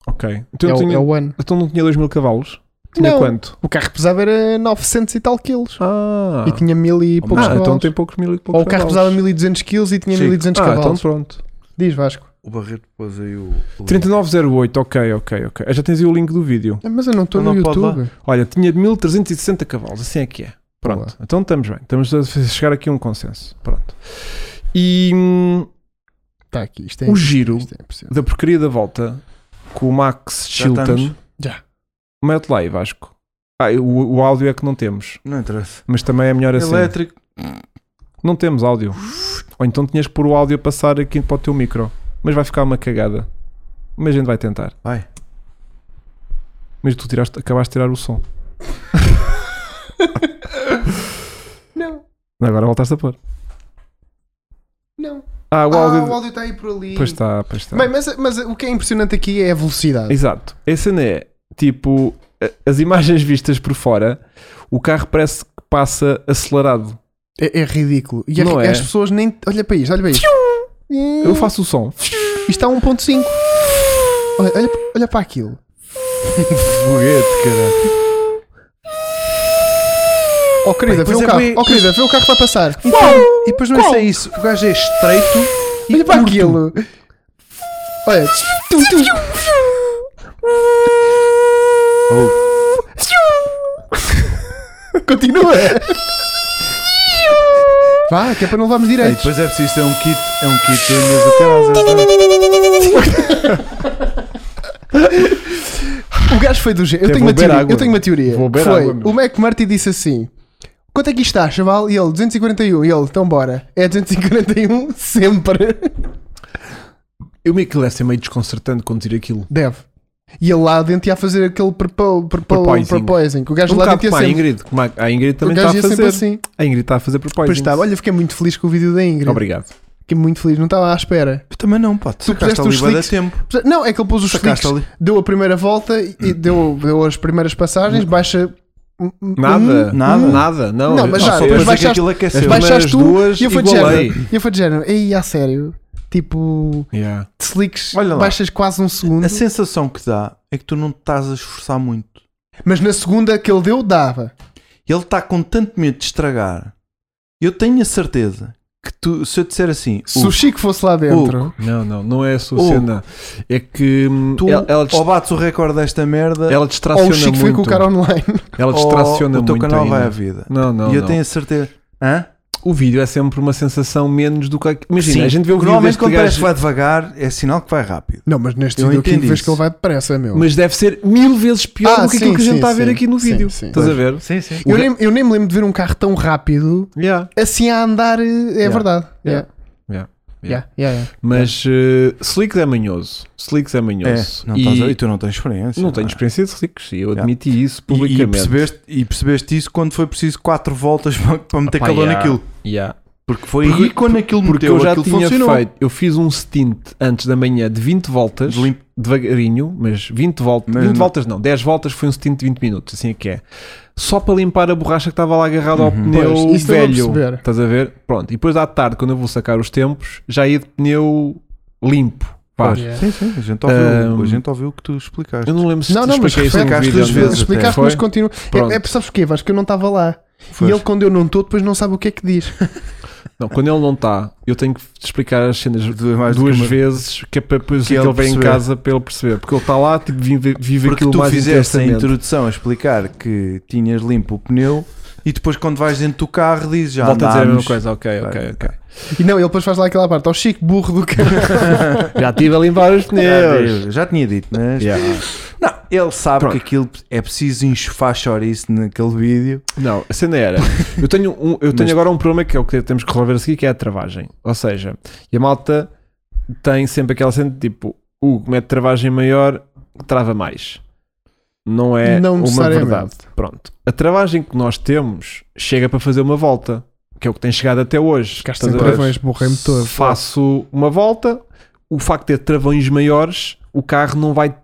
Speaker 2: Ok.
Speaker 1: É
Speaker 2: Então,
Speaker 1: o,
Speaker 2: tinha...
Speaker 1: é o One.
Speaker 2: então não tinha 2 mil cavalos? Tinha
Speaker 1: Não.
Speaker 2: quanto?
Speaker 1: O carro pesava era 900 e tal quilos.
Speaker 2: Ah,
Speaker 1: E tinha mil e poucos
Speaker 2: ah então
Speaker 1: cavalos.
Speaker 2: tem poucos mil e poucos
Speaker 1: Ou o carro pesava
Speaker 2: cavalos.
Speaker 1: 1200 quilos e tinha
Speaker 2: Chico.
Speaker 1: 1200
Speaker 2: ah,
Speaker 1: cavalos.
Speaker 2: então pronto.
Speaker 1: Diz Vasco.
Speaker 3: O Barreto pôs aí o. o-
Speaker 2: 3908, ok, ok, ok. Ah, Já tens aí o link do vídeo.
Speaker 1: Ah, Mas eu não estou
Speaker 3: Não
Speaker 1: no
Speaker 3: pode lá.
Speaker 1: YouTube.
Speaker 2: Olha, tinha 1360 cavalos, assim é que é. Pronto, então estamos bem. Estamos a chegar aqui a um consenso. Pronto. E hum,
Speaker 1: Está aqui. Isto é
Speaker 2: o giro
Speaker 1: Isto é impossível.
Speaker 2: da porcaria da volta com o Max
Speaker 3: Já tá estamos?
Speaker 2: Chilton.
Speaker 1: Já.
Speaker 2: Mete lá aí, Vasco. Ah, o, o áudio é que não temos,
Speaker 3: Não interessa.
Speaker 2: mas também é melhor assim.
Speaker 3: Elétrico.
Speaker 2: Não temos áudio. Ou então tinhas que pôr o áudio a passar aqui para o teu micro. Mas vai ficar uma cagada. Mas a gente vai tentar.
Speaker 3: Vai.
Speaker 2: Mas tu tiraste, acabaste de tirar o som.
Speaker 1: Não,
Speaker 2: Agora voltaste a pôr.
Speaker 1: não.
Speaker 2: Ah, o áudio.
Speaker 1: Ah, o áudio está aí por ali.
Speaker 2: Pois tá. está, pois está.
Speaker 1: Bem, mas, mas o que é impressionante aqui é a velocidade.
Speaker 2: Exato. A cena é tipo a- as imagens vistas por fora, o carro parece que passa acelerado.
Speaker 1: É, é ridículo. E a-
Speaker 2: Não é?
Speaker 1: as pessoas nem. Olha para isto, olha para isto.
Speaker 2: Eu faço o som.
Speaker 1: Isto tá está a 1.5. Olha, olha, olha para aquilo.
Speaker 2: Foguete, cara.
Speaker 1: Oh querida, vê
Speaker 3: pois
Speaker 1: o
Speaker 3: é,
Speaker 1: carro.
Speaker 3: bem-
Speaker 1: Oh querida, vê o carro que vai passar.
Speaker 3: E depois não é só isso. O gajo é estreito e
Speaker 1: Olha para
Speaker 3: curto.
Speaker 1: aquilo. Olha. Tu, tu. Continua. Vá, que é para não levarmos
Speaker 3: E
Speaker 1: direito.
Speaker 3: depois é preciso ter um kit. É um kit da mesa casa.
Speaker 1: O gajo foi do jeito. Eu,
Speaker 2: Até
Speaker 1: tenho
Speaker 2: vou
Speaker 1: uma
Speaker 2: beber
Speaker 1: teoria.
Speaker 2: água.
Speaker 1: Eu tenho uma teoria.
Speaker 2: Vou beber
Speaker 1: Foi.
Speaker 2: água, meu.
Speaker 1: o Mac Marty disse assim: Quanto é que isto está, chaval? E ele, 241. E ele, então bora. É 241 sempre.
Speaker 2: Eu me aquilo deve ser meio desconcertante conduzir aquilo.
Speaker 1: Deve. E ele lá dentro ia fazer aquele purpo- purpo-
Speaker 2: Porpoising.
Speaker 1: purpoising. que O gajo
Speaker 2: Um
Speaker 1: lá
Speaker 2: bocado
Speaker 1: dentro ia
Speaker 2: como a
Speaker 1: sempre.
Speaker 2: Ingrid. Como a, a Ingrid
Speaker 1: O
Speaker 2: também está a
Speaker 1: gajo ia
Speaker 2: fazer.
Speaker 1: sempre assim.
Speaker 2: A Ingrid está a fazer propósito.
Speaker 1: Pois estava. Olha, fiquei muito feliz com o vídeo da Ingrid.
Speaker 2: Obrigado.
Speaker 1: Fiquei muito feliz. Não estava à espera.
Speaker 3: Eu também não, pá. Tu
Speaker 1: puseste
Speaker 3: sacaste ali
Speaker 1: os
Speaker 3: bué da
Speaker 1: slicks.
Speaker 3: tempo.
Speaker 1: Não, é que ele pôs os
Speaker 3: Sacaste
Speaker 1: flicks,
Speaker 3: ali.
Speaker 1: deu a primeira volta e e deu, deu as primeiras passagens, baixa. um,
Speaker 2: Nada.
Speaker 3: nada.
Speaker 2: Nada. Não,
Speaker 1: Hum, Não, mas
Speaker 2: eu-
Speaker 1: já,
Speaker 2: só
Speaker 1: depois
Speaker 2: para
Speaker 3: Mas
Speaker 2: dizer
Speaker 3: é
Speaker 1: baixaste-
Speaker 3: que aquilo aqueceu.
Speaker 2: as
Speaker 1: baixaste
Speaker 2: primeiras
Speaker 1: tu
Speaker 2: duas
Speaker 1: e eu fui de
Speaker 2: igualei.
Speaker 1: género. E eu fui de género. Ei, a sério. Tipo,
Speaker 2: que- Yeah.
Speaker 1: de slicks,
Speaker 3: Olha lá.
Speaker 1: baixas quase um segundo.
Speaker 3: A sensação que dá é que tu não te estás a esforçar muito.
Speaker 1: Mas na segunda que ele deu, dava.
Speaker 3: E Ele está com tanto medo de estragar. Eu tenho a certeza que tu, se eu disser assim,
Speaker 1: Se o
Speaker 3: "Hugo,
Speaker 1: Chico fosse lá dentro.
Speaker 2: Não, não, não é a sua cena. É que hum,
Speaker 3: tu
Speaker 2: ela, ela, dist-
Speaker 3: ou bates o recorde desta merda,
Speaker 2: ela
Speaker 1: Ou
Speaker 2: distraciona
Speaker 1: o Chico foi
Speaker 2: muito.
Speaker 1: com o cara online.
Speaker 2: Ela
Speaker 3: ou
Speaker 2: distraciona
Speaker 3: o teu
Speaker 2: muito.
Speaker 3: canal
Speaker 2: ainda.
Speaker 3: vai à vida.
Speaker 2: Não, não.
Speaker 3: e eu
Speaker 2: não.
Speaker 3: tenho a certeza. Hã?
Speaker 2: O vídeo é sempre uma sensação menos do que. aqu- Imagina,
Speaker 3: Sim.
Speaker 2: a gente vê o vídeo
Speaker 3: Normalmente
Speaker 2: deste
Speaker 3: quando parece que
Speaker 2: gajo.
Speaker 3: vai devagar, é sinal que vai rápido.
Speaker 1: Não, mas neste
Speaker 3: Eu
Speaker 1: vídeo aqui
Speaker 3: entendo
Speaker 1: vês
Speaker 3: isso.
Speaker 1: que ele vai depressa, meu.
Speaker 2: Mas deve ser mil vezes pior
Speaker 1: Ah,
Speaker 2: do que aquilo
Speaker 1: sim,
Speaker 2: que a gente
Speaker 1: sim,
Speaker 2: está a ver
Speaker 1: sim.
Speaker 2: aqui no
Speaker 1: Sim,
Speaker 2: vídeo.
Speaker 1: sim.
Speaker 2: Estás a ver?
Speaker 3: Sim, sim.
Speaker 1: eu, nem, eu nem me lembro de ver um carro tão rápido
Speaker 2: Yeah.
Speaker 1: assim a andar. É verdade.
Speaker 2: Yeah.
Speaker 1: Yeah.
Speaker 2: Yeah.
Speaker 1: Yeah. Yeah. Yeah.
Speaker 2: Mas uh, Slicks é manhoso. Slicks é manhoso.
Speaker 3: não
Speaker 2: e
Speaker 3: estás a- e tu não tens experiência.
Speaker 2: não tenho
Speaker 3: é?
Speaker 2: experiência de Slicks. e Eu
Speaker 3: Yeah.
Speaker 2: admiti isso
Speaker 3: E,
Speaker 2: publicamente.
Speaker 3: e percebeste, e percebeste isso quando foi preciso quatro voltas para, para meter
Speaker 2: Pá,
Speaker 3: calor
Speaker 2: yeah.
Speaker 3: naquilo.
Speaker 2: Yeah.
Speaker 3: Porque foi
Speaker 2: Porque-
Speaker 3: aí quando aquilo
Speaker 2: Porque
Speaker 3: meteu,
Speaker 2: eu já
Speaker 3: aquilo
Speaker 2: tinha
Speaker 3: funcionou.
Speaker 2: feito. Eu fiz um stint antes da manhã de 20 voltas.
Speaker 3: De limpo.
Speaker 2: devagarinho, mas 20 voltas.
Speaker 3: Mas
Speaker 2: 20
Speaker 3: não-
Speaker 2: voltas não, 10 voltas foi um stint de 20 minutos, assim é que é. Só para limpar a borracha que estava lá agarrada
Speaker 3: Uhum.
Speaker 2: ao pneu
Speaker 1: Pois, isso eu vou
Speaker 2: velho.
Speaker 1: perceber.
Speaker 2: Estás a ver? Pronto. E depois à tarde, quando eu vou sacar os tempos, já ia de pneu limpo. Vá.
Speaker 1: Yeah.
Speaker 3: Sim, sim, a gente ouviu,
Speaker 2: Ahm.
Speaker 3: a gente ouviu o que tu explicaste.
Speaker 2: Eu não lembro se
Speaker 1: Não,
Speaker 2: te
Speaker 1: não, mas
Speaker 2: expliquei isso no
Speaker 1: explicaste
Speaker 2: vídeo
Speaker 1: duas
Speaker 2: ou
Speaker 3: vezes
Speaker 1: vezes.
Speaker 2: não. é?
Speaker 3: até.
Speaker 1: Explicaste,
Speaker 2: Foi?
Speaker 1: mas continua.
Speaker 2: Pronto.
Speaker 1: É, é, sabes porquê? Vasco, eu não estava lá.
Speaker 3: Foi.
Speaker 1: E ele, quando eu não estou, depois não sabe o que é que diz.
Speaker 2: Não, quando ele não está, eu tenho que te explicar as cenas
Speaker 3: Du- mais do
Speaker 2: duas
Speaker 3: que uma-
Speaker 2: vezes, que é para depois
Speaker 3: Que
Speaker 2: que ele
Speaker 3: ele
Speaker 2: vem em
Speaker 3: perceber.
Speaker 2: casa para ele perceber. Porque ele está lá, tipo, vive, vive
Speaker 3: Porque
Speaker 2: aquilo
Speaker 3: tu
Speaker 2: mais
Speaker 3: fizeste a
Speaker 2: intensamente.
Speaker 3: introdução a explicar que tinhas limpo o pneu e depois quando vais dentro do carro dizes já
Speaker 2: Volta a dizer a mesma
Speaker 3: andámos.
Speaker 2: coisa, ok, ok, ok.
Speaker 1: E não, ele depois faz lá aquela parte. Ó Chico, burro do cara.
Speaker 2: Já estive a limpar os
Speaker 3: Já,
Speaker 2: pneus.
Speaker 3: deu, já tinha dito, mas
Speaker 2: Yeah.
Speaker 3: não, ele sabe
Speaker 2: Pronto.
Speaker 3: que aquilo é preciso enxofar chouriço naquele vídeo.
Speaker 2: Não, a cena era. Eu tenho, um, eu tenho
Speaker 3: Mas-
Speaker 2: agora um problema que é o que temos que resolver a seguir, que é a travagem. Ou seja, e a malta tem sempre aquela cena de tipo, o que mete travagem maior, trava mais. Não é
Speaker 1: Não
Speaker 2: uma
Speaker 1: necessariamente.
Speaker 2: verdade. Pronto. A travagem que nós temos chega para fazer uma volta, que é o que tem chegado até hoje.
Speaker 1: Ficaste
Speaker 2: Estás
Speaker 1: sem
Speaker 2: a ver?
Speaker 1: travões, borrei-me todo.
Speaker 2: Faço uma volta, o facto de ter travões maiores, o carro não vai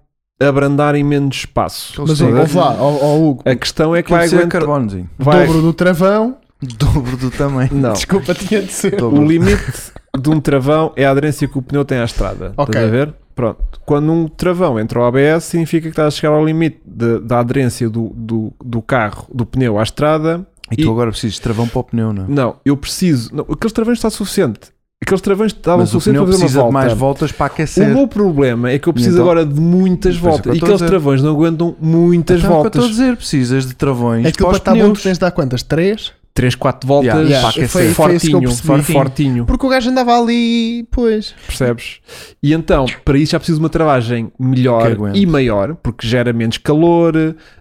Speaker 2: abrandar em menos espaço.
Speaker 1: Mas
Speaker 3: Sim.
Speaker 1: ouve lá, ó ó, Hugo,
Speaker 2: A questão é que
Speaker 3: Aquilo
Speaker 2: vai
Speaker 3: ser
Speaker 2: aguentar.
Speaker 3: carbonozinho.
Speaker 2: Vai...
Speaker 1: dobro do travão.
Speaker 3: Dobro do tamanho.
Speaker 2: Não.
Speaker 1: Desculpa, tinha de ser.
Speaker 2: O
Speaker 3: Dobro.
Speaker 2: limite de um travão é a aderência que o pneu tem à estrada.
Speaker 1: Ok.
Speaker 2: Estás a ver? Pronto. Quando um travão entra ao ABS, significa que estás a chegar ao limite de- da aderência do, do, do carro, do pneu à estrada.
Speaker 3: E tu agora precisas de travão para o pneu, não é?
Speaker 2: Não, eu preciso. Não, aqueles travões está suficiente. Aqueles travões estavam
Speaker 3: Mas o
Speaker 2: suficientes
Speaker 3: pneu
Speaker 2: para fazer
Speaker 3: precisa
Speaker 2: uma
Speaker 3: de mais
Speaker 2: volta.
Speaker 3: voltas para
Speaker 2: o
Speaker 3: aquecer.
Speaker 2: meu problema é que eu preciso
Speaker 3: Então-
Speaker 2: agora de muitas
Speaker 3: Por isso é que eu
Speaker 2: voltas. E
Speaker 3: estou a
Speaker 2: aqueles
Speaker 3: dizer.
Speaker 2: travões não aguentam muitas
Speaker 3: Então, é o que eu estou
Speaker 2: voltas.
Speaker 3: a
Speaker 2: É
Speaker 3: dizer, precisas de travões
Speaker 1: Aquilo
Speaker 3: para
Speaker 1: para
Speaker 3: os
Speaker 1: estar bom,
Speaker 3: pneus.
Speaker 1: tu tens de dar quantas? Três?
Speaker 2: 3, 4 voltas
Speaker 3: Yeah,
Speaker 1: yeah.
Speaker 2: Pá,
Speaker 1: Foi- foi isso que eu
Speaker 2: fortinho,
Speaker 1: percebi.
Speaker 2: fortinho, fortinho.
Speaker 1: Porque o gajo andava ali, pois.
Speaker 2: Percebes? E então, para isso já preciso de uma travagem
Speaker 3: Que
Speaker 2: melhor
Speaker 3: aguente.
Speaker 2: e maior, porque gera menos calor,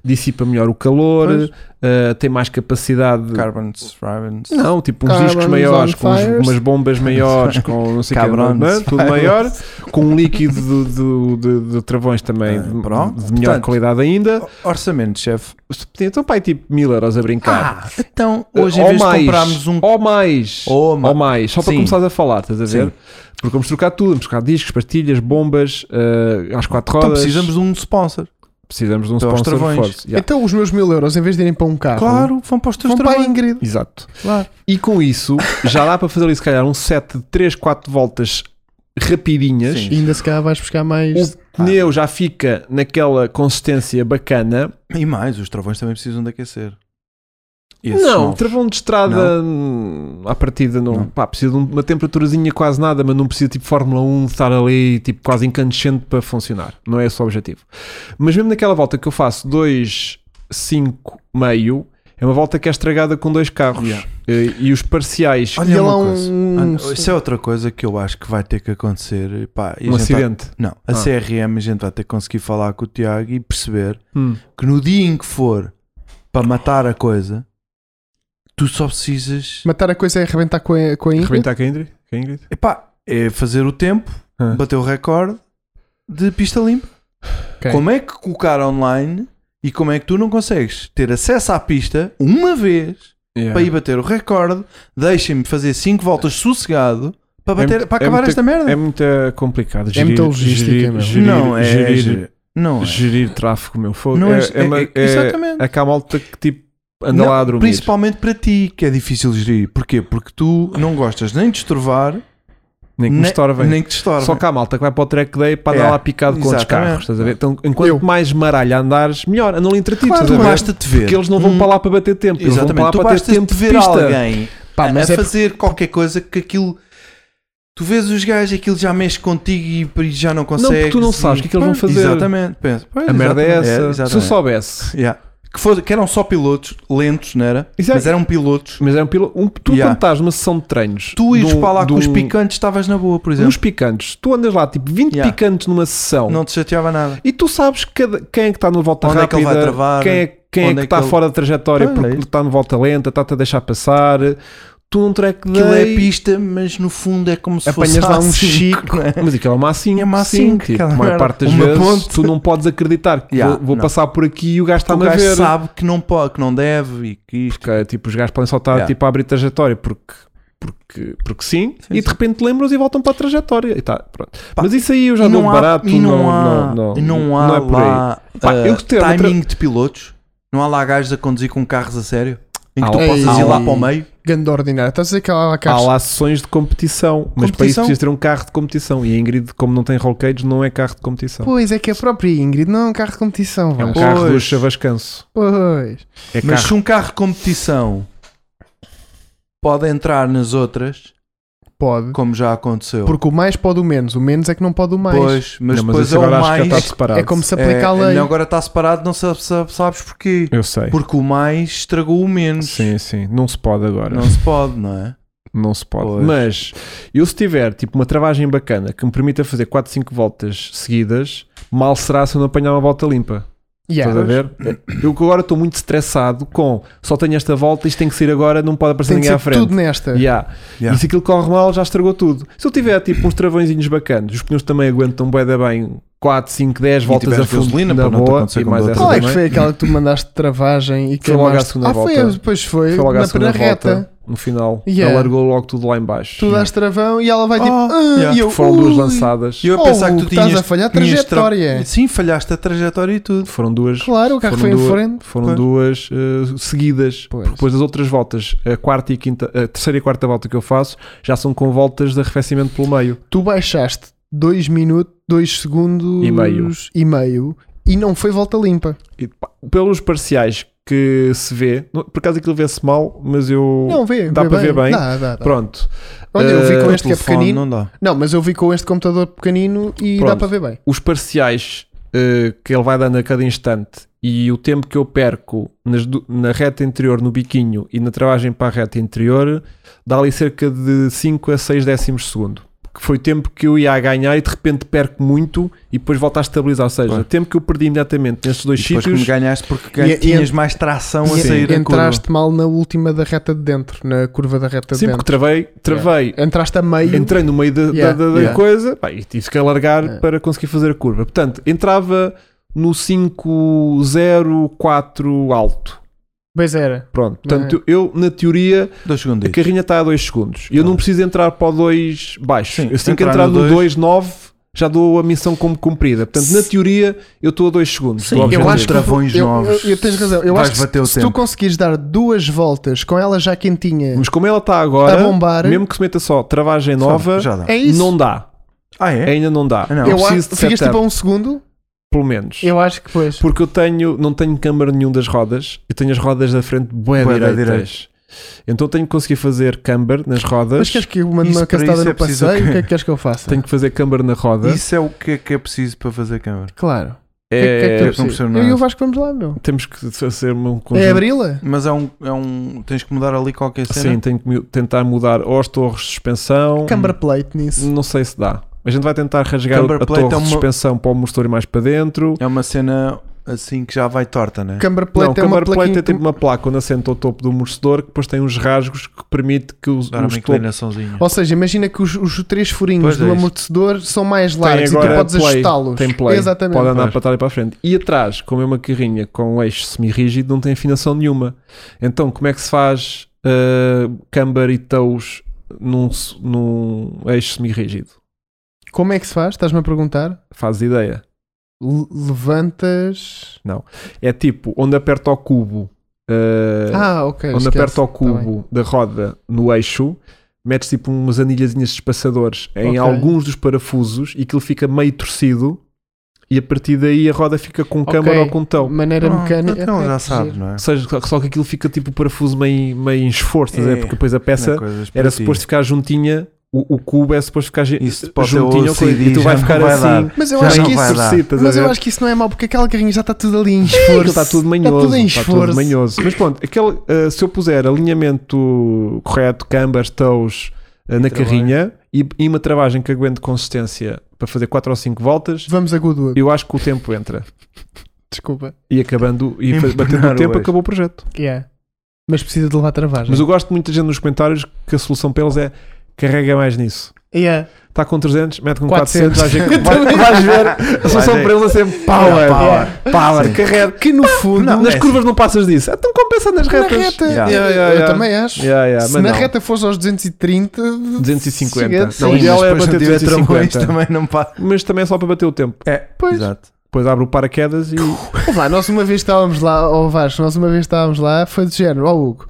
Speaker 2: dissipa melhor o calor, ah, tem mais capacidade. de-
Speaker 3: Carbon Strivens.
Speaker 2: Não, tipo uns
Speaker 1: Carbon
Speaker 2: discos maiores,
Speaker 1: on
Speaker 2: com uns-
Speaker 1: fires.
Speaker 2: umas bombas maiores, com não sei o que,
Speaker 3: Cabrones.
Speaker 2: tudo maior, com um líquido de, de- de- de travões também
Speaker 3: Ah,
Speaker 2: de-
Speaker 3: pronto.
Speaker 2: de, melhor
Speaker 3: Portanto,
Speaker 2: qualidade ainda.
Speaker 3: Orçamento, chefe.
Speaker 2: Então, pai, tipo mil euros a brincar.
Speaker 3: Ah, então hoje em
Speaker 2: eh, Ou
Speaker 3: vez de
Speaker 2: mais,
Speaker 3: comprarmos um.
Speaker 2: Ou mais,
Speaker 3: Ou
Speaker 2: ou
Speaker 3: ma-
Speaker 2: mais, só para
Speaker 3: Sim.
Speaker 2: começares a falar, estás a ver?
Speaker 3: Sim.
Speaker 2: Porque vamos trocar tudo, vamos trocar discos, pastilhas, bombas, ah, às quatro
Speaker 3: Então
Speaker 2: rodas.
Speaker 3: precisamos de um sponsor.
Speaker 2: precisamos de um
Speaker 3: Então, aos
Speaker 2: sponsor
Speaker 3: travões.
Speaker 2: forte. Yeah.
Speaker 1: Então os meus mil euros, em vez de irem para um
Speaker 2: Ah,
Speaker 1: carro,
Speaker 3: Claro, vão para os teus
Speaker 1: vão para a
Speaker 3: trabalhos.
Speaker 1: Ingrid.
Speaker 2: Exato.
Speaker 3: Claro.
Speaker 2: E com isso, já dá para fazer ali se calhar um set de 3, 4 voltas rapidinhas.
Speaker 3: Sim. Ah.
Speaker 1: E ainda se calhar vais buscar mais.
Speaker 2: O pneu já fica naquela consistência bacana.
Speaker 3: E mais, os travões também precisam de aquecer. Esses
Speaker 2: não,
Speaker 3: novos.
Speaker 2: travão de estrada hum, à partida não.
Speaker 3: Não.
Speaker 2: Pá, precisa de um- uma temperaturazinha quase nada, mas não precisa tipo Fórmula 1 estar ali tipo quase incandescente para funcionar. Não é esse o objetivo. Mas mesmo naquela volta que eu faço 2, 5, meio, é uma volta que é estragada com dois carros.
Speaker 3: Yeah.
Speaker 2: Eh, E, os parciais, Hum,
Speaker 3: Olha
Speaker 1: E ele
Speaker 3: uma
Speaker 1: é
Speaker 3: coisa.
Speaker 1: um.
Speaker 3: Ah, Isso é outra coisa que eu acho que vai ter que acontecer. Pá, e a
Speaker 2: um
Speaker 3: gente vai-
Speaker 2: acidente.
Speaker 3: Não, a
Speaker 2: Ah.
Speaker 3: CRM a gente vai ter que conseguir falar com o Tiago e perceber
Speaker 2: Hum.
Speaker 3: que no dia em que for para matar a coisa, tu só precisas
Speaker 1: Matar a coisa é arrebentar com a, com a Ingrid.
Speaker 2: Rebentar com a Ingrid? Com a Ingrid?
Speaker 3: epá, é fazer o tempo,
Speaker 2: Ah.
Speaker 3: bater o recorde de pista limpa.
Speaker 1: Ok.
Speaker 3: Como é que colocar online e como é que tu não consegues ter acesso à pista uma vez
Speaker 2: Yeah.
Speaker 3: para ir bater o recorde? Deixem-me fazer 5 voltas sossegado para,
Speaker 2: É
Speaker 3: bater,
Speaker 2: muito-
Speaker 3: para
Speaker 2: é
Speaker 3: acabar
Speaker 2: muito-
Speaker 3: esta merda.
Speaker 2: É muito eh, complicado. Gerir,
Speaker 1: É muita logística,
Speaker 2: gerir,
Speaker 1: meu.
Speaker 2: gerir-
Speaker 3: não, é,
Speaker 2: gerir,
Speaker 3: não é.
Speaker 2: gerir tráfego, meu fogo.
Speaker 3: Não,
Speaker 2: é,
Speaker 3: isto-
Speaker 2: é, uma-
Speaker 3: é- é- exatamente.
Speaker 2: é aquela malta que tipo anda
Speaker 3: Não,
Speaker 2: lá a dormir.
Speaker 3: Principalmente para ti, que é difícil gerir. Porquê? Porque tu não gostas nem de estorvar,
Speaker 2: nem que me estorvem.
Speaker 3: nem que te estorvem.
Speaker 2: Só que há malta que vai para o track day para
Speaker 3: É,
Speaker 2: andar lá picado com outros
Speaker 3: exatamente.
Speaker 2: carros. Estás a ver? Então, enquanto
Speaker 1: Eu.
Speaker 2: mais maralha andares, melhor. Andam ali entretidos.
Speaker 3: Claro,
Speaker 2: estás a ver?
Speaker 3: basta-te ver.
Speaker 2: Porque eles não vão
Speaker 3: Hum,
Speaker 2: para lá para bater tempo. Eles vão para lá
Speaker 3: Exatamente, tu
Speaker 2: para ter
Speaker 3: bastas
Speaker 2: tempo
Speaker 3: de
Speaker 2: de
Speaker 3: ver
Speaker 2: pista.
Speaker 3: alguém
Speaker 1: Pá,
Speaker 3: a-
Speaker 1: mas
Speaker 3: a
Speaker 1: é-
Speaker 3: fazer qualquer coisa que aquilo. Tu vês os gajos, aquilo já mexe contigo e, e já não
Speaker 2: porque tu
Speaker 3: consegues.
Speaker 2: não sabes
Speaker 3: e-
Speaker 2: o que é que eles vão
Speaker 3: Pois,
Speaker 2: fazer.
Speaker 3: Exatamente, penso. pois,
Speaker 2: A merda é
Speaker 3: exatamente,
Speaker 2: essa. Se eu
Speaker 3: exatamente.
Speaker 2: soubesse.
Speaker 3: Yeah. Que, fosse- que eram só pilotos lentos, não era?
Speaker 2: Isso é-
Speaker 3: Mas eram pilotos.
Speaker 2: Mas é um piloto. Um, tu,
Speaker 3: Yeah.
Speaker 2: quando estás numa sessão de treinos,
Speaker 3: Tu ires
Speaker 2: de um-
Speaker 3: para lá
Speaker 2: de
Speaker 3: com os
Speaker 2: um-
Speaker 3: picantes, estavas na boa, por
Speaker 2: Uns
Speaker 3: exemplo.
Speaker 2: picantes. Tu andas lá tipo 20
Speaker 3: Yeah.
Speaker 2: picantes numa sessão.
Speaker 3: Não te chateava nada.
Speaker 2: E tu sabes cada- quem é que está na volta
Speaker 3: Onde é que
Speaker 2: rápida,
Speaker 3: ele vai travar,
Speaker 2: quem é, quem é
Speaker 3: onde
Speaker 2: que
Speaker 3: é que
Speaker 2: está
Speaker 3: ele-
Speaker 2: fora da trajetória
Speaker 3: Ah, é
Speaker 2: porque
Speaker 3: isso.
Speaker 2: está na volta lenta, está-te a deixar passar. Tu num track day
Speaker 3: Aquilo é pista, mas no fundo é como se
Speaker 2: apanhas
Speaker 3: fosse
Speaker 2: lá um
Speaker 3: A5,
Speaker 2: chico.
Speaker 3: não é?
Speaker 2: Mas aquilo é uma assim,
Speaker 3: É uma A5,
Speaker 2: tipo, a
Speaker 3: aquela
Speaker 2: maior
Speaker 3: merda.
Speaker 2: parte das
Speaker 3: Uma
Speaker 2: vezes
Speaker 3: ponte.
Speaker 2: tu não podes acreditar que
Speaker 3: Yeah,
Speaker 2: vou, vou
Speaker 3: não.
Speaker 2: passar por aqui e o gajo
Speaker 3: O
Speaker 2: está-me a
Speaker 3: gajo
Speaker 2: ver.
Speaker 3: sabe que não pode, que não deve e que isto.
Speaker 2: Porque tipo, os gajos podem só estar
Speaker 3: Yeah.
Speaker 2: tipo, a abrir trajetória porque, porque, porque sim,
Speaker 3: Sim,
Speaker 2: e de
Speaker 3: sim.
Speaker 2: repente lembram-se e voltam para a trajetória. E tá, pronto.
Speaker 3: Pá,
Speaker 2: Mas isso aí eu já
Speaker 3: E
Speaker 2: dou
Speaker 3: não há-
Speaker 2: é barato,
Speaker 3: e não,
Speaker 2: não,
Speaker 3: há,
Speaker 2: não, não,
Speaker 3: e não há
Speaker 2: não é por aí.
Speaker 3: lá
Speaker 2: Pá,
Speaker 3: ah,
Speaker 2: eu gostei, outra-
Speaker 3: timing de pilotos. Não há lá gajos a conduzir com carros a sério em que
Speaker 2: Há um é
Speaker 3: tu
Speaker 2: lá-
Speaker 3: possas
Speaker 1: há
Speaker 3: ir lá
Speaker 1: lá-
Speaker 3: para o meio.
Speaker 1: Ganda ordinária. Estás a dizer que há lá
Speaker 2: Há
Speaker 1: carros.
Speaker 2: Ah, lá sessões de competição, mas para isso
Speaker 3: Competição?
Speaker 2: precisas ter um carro de competição. E a Ingrid, como não tem roll cage, não é carro de competição.
Speaker 1: Pois é que é a própria Ingrid, não é um carro de competição.
Speaker 2: é um
Speaker 1: Vasco.
Speaker 3: Pois.
Speaker 2: carro do chavascanço.
Speaker 1: Pois.
Speaker 2: É
Speaker 3: Mas
Speaker 2: carro.
Speaker 3: se um carro de competição pode entrar nas outras,
Speaker 1: Pode.
Speaker 3: como já aconteceu,
Speaker 1: Porque o mais pode o menos. O menos é que não pode o mais.
Speaker 3: pois, mas
Speaker 2: não, mas
Speaker 3: depois
Speaker 2: isso
Speaker 3: é o
Speaker 2: agora acho que
Speaker 3: mais.
Speaker 2: já está separado.
Speaker 1: É como se
Speaker 3: é,
Speaker 1: aplica a lei.
Speaker 3: não, agora está separado, não sabes, sabes, sabes porquê.
Speaker 2: Eu sei.
Speaker 3: Porque o mais estragou o menos.
Speaker 2: Sim, sim. Não se pode agora.
Speaker 3: Não
Speaker 2: Não,
Speaker 3: se pode, não é?
Speaker 2: se pode.
Speaker 3: Pois.
Speaker 2: Mas eu se tiver tipo uma travagem bacana que me permita fazer 4, 5 voltas seguidas, mal será se eu não apanhar uma volta limpa.
Speaker 1: Yeah.
Speaker 2: Estás a ver? Eu que agora estou muito estressado com só tenho esta volta, isto tem que sair agora, não pode aparecer
Speaker 1: Tem que
Speaker 2: ninguém à
Speaker 1: ser
Speaker 2: frente.
Speaker 1: tudo nesta.
Speaker 2: Yeah.
Speaker 3: É. Yeah.
Speaker 2: E se aquilo corre mal, já estragou tudo. Se eu tiver tipo uns travõezinhos bacanas, os pneus também aguentam bué da bem 4, 5, 10 voltas
Speaker 3: tiveres
Speaker 2: a fundo
Speaker 3: gasolina
Speaker 2: na
Speaker 3: para não te
Speaker 2: boa
Speaker 3: acontecer
Speaker 2: e
Speaker 3: com
Speaker 2: mais
Speaker 3: dor
Speaker 2: essa
Speaker 1: Qual é
Speaker 2: também.
Speaker 1: que foi aquela que tu mandaste de travagem e que
Speaker 2: Foi logo à segunda
Speaker 1: ah, foi,
Speaker 2: volta.
Speaker 1: Depois foi,
Speaker 2: Foi logo à
Speaker 1: na
Speaker 2: segunda
Speaker 1: primeira
Speaker 2: volta,
Speaker 1: reta.
Speaker 2: no final.
Speaker 1: Yeah.
Speaker 2: Ela largou logo tudo lá em baixo.
Speaker 1: Tu dás travão e ela vai tipo.
Speaker 3: Ah,
Speaker 1: "Ah",
Speaker 3: yeah.
Speaker 1: e eu,
Speaker 2: Foram duas
Speaker 1: "Ui".
Speaker 2: lançadas.
Speaker 3: E eu a
Speaker 1: Oh,
Speaker 3: pensar que tu
Speaker 1: estás
Speaker 3: tinhas.
Speaker 1: a falhar a
Speaker 3: tinhas tra-
Speaker 1: trajetória.
Speaker 3: Sim, falhaste a trajetória e tudo.
Speaker 2: Foram duas.
Speaker 1: Claro, o carro
Speaker 2: foram
Speaker 1: foi em
Speaker 2: duas-
Speaker 1: frente.
Speaker 2: Foram
Speaker 3: Pois.
Speaker 2: duas eh, seguidas.
Speaker 1: Pois.
Speaker 2: Depois das outras voltas, a quarta e quinta, a terceira e quarta volta que eu faço, já são com voltas de arrefecimento pelo meio.
Speaker 1: Tu baixaste 2 minutos, 2 segundos
Speaker 2: E meio.
Speaker 1: e meio e não foi volta limpa.
Speaker 2: E, pá, pelos parciais que se vê, não- por acaso aquilo vê-se mal, mas eu
Speaker 1: Não, vê.
Speaker 2: Dá
Speaker 1: vê
Speaker 2: para ver bem?
Speaker 1: Dá, dá, dá.
Speaker 2: Tá. Pronto.
Speaker 1: Olha, eu vi com
Speaker 2: Eh,
Speaker 1: este que é
Speaker 3: Telefone
Speaker 1: pequenino.
Speaker 3: Não dá.
Speaker 1: Não, mas eu vi com este computador pequenino e
Speaker 2: Pronto.
Speaker 1: dá para ver bem.
Speaker 2: Os parciais eh, que ele vai dando a cada instante e o tempo que eu perco nas du- na reta interior, no biquinho e na travagem para a reta interior, dá ali cerca de 5 a 6 décimos de segundo. que foi tempo que eu ia a ganhar e de repente perco muito e depois volto a estabilizar. Ou seja,
Speaker 3: Claro.
Speaker 2: tempo que eu perdi imediatamente nesses dois
Speaker 3: E depois que me
Speaker 2: sítios.
Speaker 3: ganhaste porque
Speaker 1: E- e-
Speaker 3: tinhas mais tração a
Speaker 1: E-
Speaker 3: sair da curva.
Speaker 1: entraste mal na última da reta de dentro, na curva da reta
Speaker 2: Sim,
Speaker 1: de dentro.
Speaker 2: porque travei, travei,
Speaker 1: Entraste a meio.
Speaker 2: entrei no meio da, da-
Speaker 1: Yeah,
Speaker 2: da- da
Speaker 1: yeah.
Speaker 2: coisa pá, e tive que alargar
Speaker 1: Yeah.
Speaker 2: para conseguir fazer a curva. Portanto, entrava no 504 alto.
Speaker 1: Pois era.
Speaker 2: Pronto,
Speaker 1: é?
Speaker 2: portanto, eu na teoria
Speaker 3: Dois segundos.
Speaker 2: a carrinha está a 2 segundos e eu não preciso entrar para o 2 baixo.
Speaker 3: Sim,
Speaker 2: eu tenho que
Speaker 3: entrar
Speaker 2: entrar
Speaker 3: no
Speaker 2: no
Speaker 3: dois-
Speaker 2: 2,9 já dou a missão como cumprida. Portanto, na teoria, eu estou a 2 segundos.
Speaker 3: Sim,
Speaker 2: do
Speaker 3: eu
Speaker 2: objetivo.
Speaker 3: acho que- Travões
Speaker 1: eu- eu-
Speaker 3: novos.
Speaker 1: Eu, tens razão. Eu
Speaker 3: Vais
Speaker 1: acho
Speaker 3: bater o
Speaker 1: que se tu
Speaker 3: tempo.
Speaker 1: conseguires dar duas voltas com ela já quentinha
Speaker 2: Mas como ela está agora,
Speaker 1: a bombar,
Speaker 2: mesmo que se meta só travagem nova,
Speaker 3: Já dá.
Speaker 1: é isso.
Speaker 2: não dá.
Speaker 3: Ah, é?
Speaker 2: Ainda não dá.
Speaker 3: Ah, não.
Speaker 2: Eu
Speaker 1: eu
Speaker 2: preciso
Speaker 1: acho
Speaker 2: de
Speaker 1: ficas
Speaker 2: setup,
Speaker 1: tipo a um segundo.
Speaker 2: pelo menos.
Speaker 1: Eu acho que pois.
Speaker 2: Porque eu tenho, não tenho câmara nenhum das rodas, eu tenho as rodas da frente bué
Speaker 3: Bué da
Speaker 2: direitas.
Speaker 3: direita.
Speaker 2: Então tenho que conseguir fazer câmara nas rodas,
Speaker 1: Mas queres que eu mande
Speaker 3: Isso
Speaker 1: uma
Speaker 3: para
Speaker 1: castada
Speaker 3: isso é
Speaker 1: no
Speaker 3: preciso
Speaker 1: passeio?
Speaker 3: que-
Speaker 1: O que é que queres que eu faça?
Speaker 2: tenho que fazer câmara na roda.
Speaker 3: Isso é o que é que é preciso para fazer câmara.
Speaker 1: Claro. O que é que é
Speaker 2: É-
Speaker 1: que tu
Speaker 3: eu não percebo
Speaker 1: precisas?
Speaker 3: nada.
Speaker 1: Eu e o Vasco vamos lá, meu.
Speaker 2: Temos que fazer um conjunto.
Speaker 1: É abri-la?
Speaker 3: Mas é um, é um. Tens que mudar ali qualquer cena.
Speaker 2: Sim, tenho que mu- tentar mudar ou as torres de suspensão.
Speaker 1: Câmara plate nisso.
Speaker 2: Não sei se dá. A gente vai tentar rasgar
Speaker 3: Câmara
Speaker 2: a
Speaker 3: plate
Speaker 2: torre
Speaker 3: é
Speaker 2: de
Speaker 3: uma-
Speaker 2: suspensão para o motor ir mais para dentro.
Speaker 3: É uma cena assim que já vai torta, né?
Speaker 1: Câmara
Speaker 2: Não,
Speaker 1: plate é uma
Speaker 2: câmara plate
Speaker 1: plaquinha.
Speaker 2: é tipo uma placa onde assenta o topo do amortecedor que depois tem uns rasgos que permite que os,
Speaker 3: Dar uma
Speaker 2: os topos
Speaker 3: inclinaçãozinha.
Speaker 1: Ou seja, imagina que os, os três furinhos
Speaker 3: Pois é
Speaker 1: do
Speaker 3: isso.
Speaker 1: amortecedor são mais
Speaker 2: Tem
Speaker 1: largos e tu
Speaker 2: agora
Speaker 1: tipo, podes
Speaker 2: play,
Speaker 1: ajustá-los.
Speaker 2: Tem play.
Speaker 1: Exatamente.
Speaker 2: Pode andar
Speaker 3: Pois.
Speaker 2: para trás e para a frente. E atrás, como é uma carrinha com eixo semi-rígido, não tem afinação nenhuma. Então, como é que se faz uh, câmbar e tows num, s- num eixo semi-rígido?
Speaker 1: Como é que se faz? Estás-me a perguntar?
Speaker 2: Faz ideia.
Speaker 1: Le- levantas.
Speaker 2: É tipo, onde aperta o cubo, uh,
Speaker 1: ah, ok.
Speaker 2: onde
Speaker 1: esquece.
Speaker 2: aperta o
Speaker 1: Tá bem.
Speaker 2: cubo da roda no eixo, metes tipo umas anilhazinhas de espaçadores
Speaker 1: Ok.
Speaker 2: em alguns dos parafusos e aquilo fica meio torcido. E a partir daí a roda fica com
Speaker 1: Ok.
Speaker 2: câmara ou com tow.
Speaker 1: Maneira
Speaker 3: Ah,
Speaker 1: mecânica.
Speaker 3: Então
Speaker 1: até
Speaker 3: já
Speaker 1: que
Speaker 3: sabe,
Speaker 1: giro.
Speaker 3: não é?
Speaker 2: Ou seja, só- só que aquilo fica tipo o parafuso meio, meio em esforço, estás a ver?
Speaker 3: É,
Speaker 2: porque depois a
Speaker 3: Não é
Speaker 2: peça
Speaker 3: coisas para
Speaker 2: era
Speaker 3: ti.
Speaker 2: suposto ficar juntinha, o, o cubo é suposto ficar gi-
Speaker 3: Isso pode ter
Speaker 2: juntinho
Speaker 3: o
Speaker 2: ao coisa, e
Speaker 3: CD,
Speaker 2: tu vai
Speaker 3: já
Speaker 2: ficar
Speaker 3: não vai
Speaker 2: assim.
Speaker 3: dar.
Speaker 1: Mas eu
Speaker 3: Já
Speaker 1: acho
Speaker 3: não
Speaker 1: que
Speaker 3: vai
Speaker 1: isso.
Speaker 3: dar.
Speaker 2: torcido, estás a
Speaker 1: Mas eu
Speaker 2: ver?
Speaker 1: acho que isso não é mau porque aquela carrinha já está tudo ali em esforço.
Speaker 2: Aquilo está tudo manhoso.
Speaker 1: Está tudo em
Speaker 2: está
Speaker 1: esforço.
Speaker 2: tudo manhoso. Mas pronto, aquele, ah, se eu puser alinhamento correto, câmbaras, tows ah, na
Speaker 3: travagem.
Speaker 2: carrinha e, e uma travagem que aguente consistência para fazer 4 ou 5 voltas,
Speaker 1: Vamos a Goodwood.
Speaker 2: eu acho que o tempo entra.
Speaker 1: Desculpa.
Speaker 2: E acabando, e
Speaker 3: Empenar
Speaker 2: batendo o
Speaker 3: o
Speaker 2: tempo,
Speaker 3: eixo.
Speaker 2: acabou o projeto.
Speaker 1: Yeah. Mas precisa de levar travagem.
Speaker 2: Mas eu gosto de muita gente nos comentários que a solução para eles é carrega mais nisso.
Speaker 1: Yeah.
Speaker 2: Está com 300, mete com 400,
Speaker 1: 400.
Speaker 2: vais ver, vais ver. A solução
Speaker 3: Vai ver.
Speaker 2: para eles é sempre power,
Speaker 3: Yeah,
Speaker 2: power, carrega.
Speaker 1: Que no fundo. assim.
Speaker 3: Não,
Speaker 2: Nas
Speaker 3: é
Speaker 2: curvas não passas disso. Então compensa nas
Speaker 1: na
Speaker 2: retas.
Speaker 1: reta. Eu,
Speaker 3: Yeah.
Speaker 2: Yeah, yeah,
Speaker 1: eu
Speaker 2: yeah.
Speaker 1: também acho.
Speaker 2: Yeah, yeah,
Speaker 1: Se
Speaker 2: mas
Speaker 1: na
Speaker 2: não.
Speaker 1: reta fosse aos 230.
Speaker 2: 250.
Speaker 1: Sim,
Speaker 2: Não, o
Speaker 1: mas
Speaker 2: ideal é
Speaker 3: depois
Speaker 2: bater
Speaker 3: não tiver travões
Speaker 2: 250.
Speaker 3: também não pá.
Speaker 2: Mas também é só para bater o tempo.
Speaker 3: É,
Speaker 1: Pois.
Speaker 3: Exato.
Speaker 2: Depois abre o paraquedas e.
Speaker 1: Ouve lá, nós uma vez estávamos lá, ó Vasco, nós uma vez estávamos lá, foi de género, ó Hugo,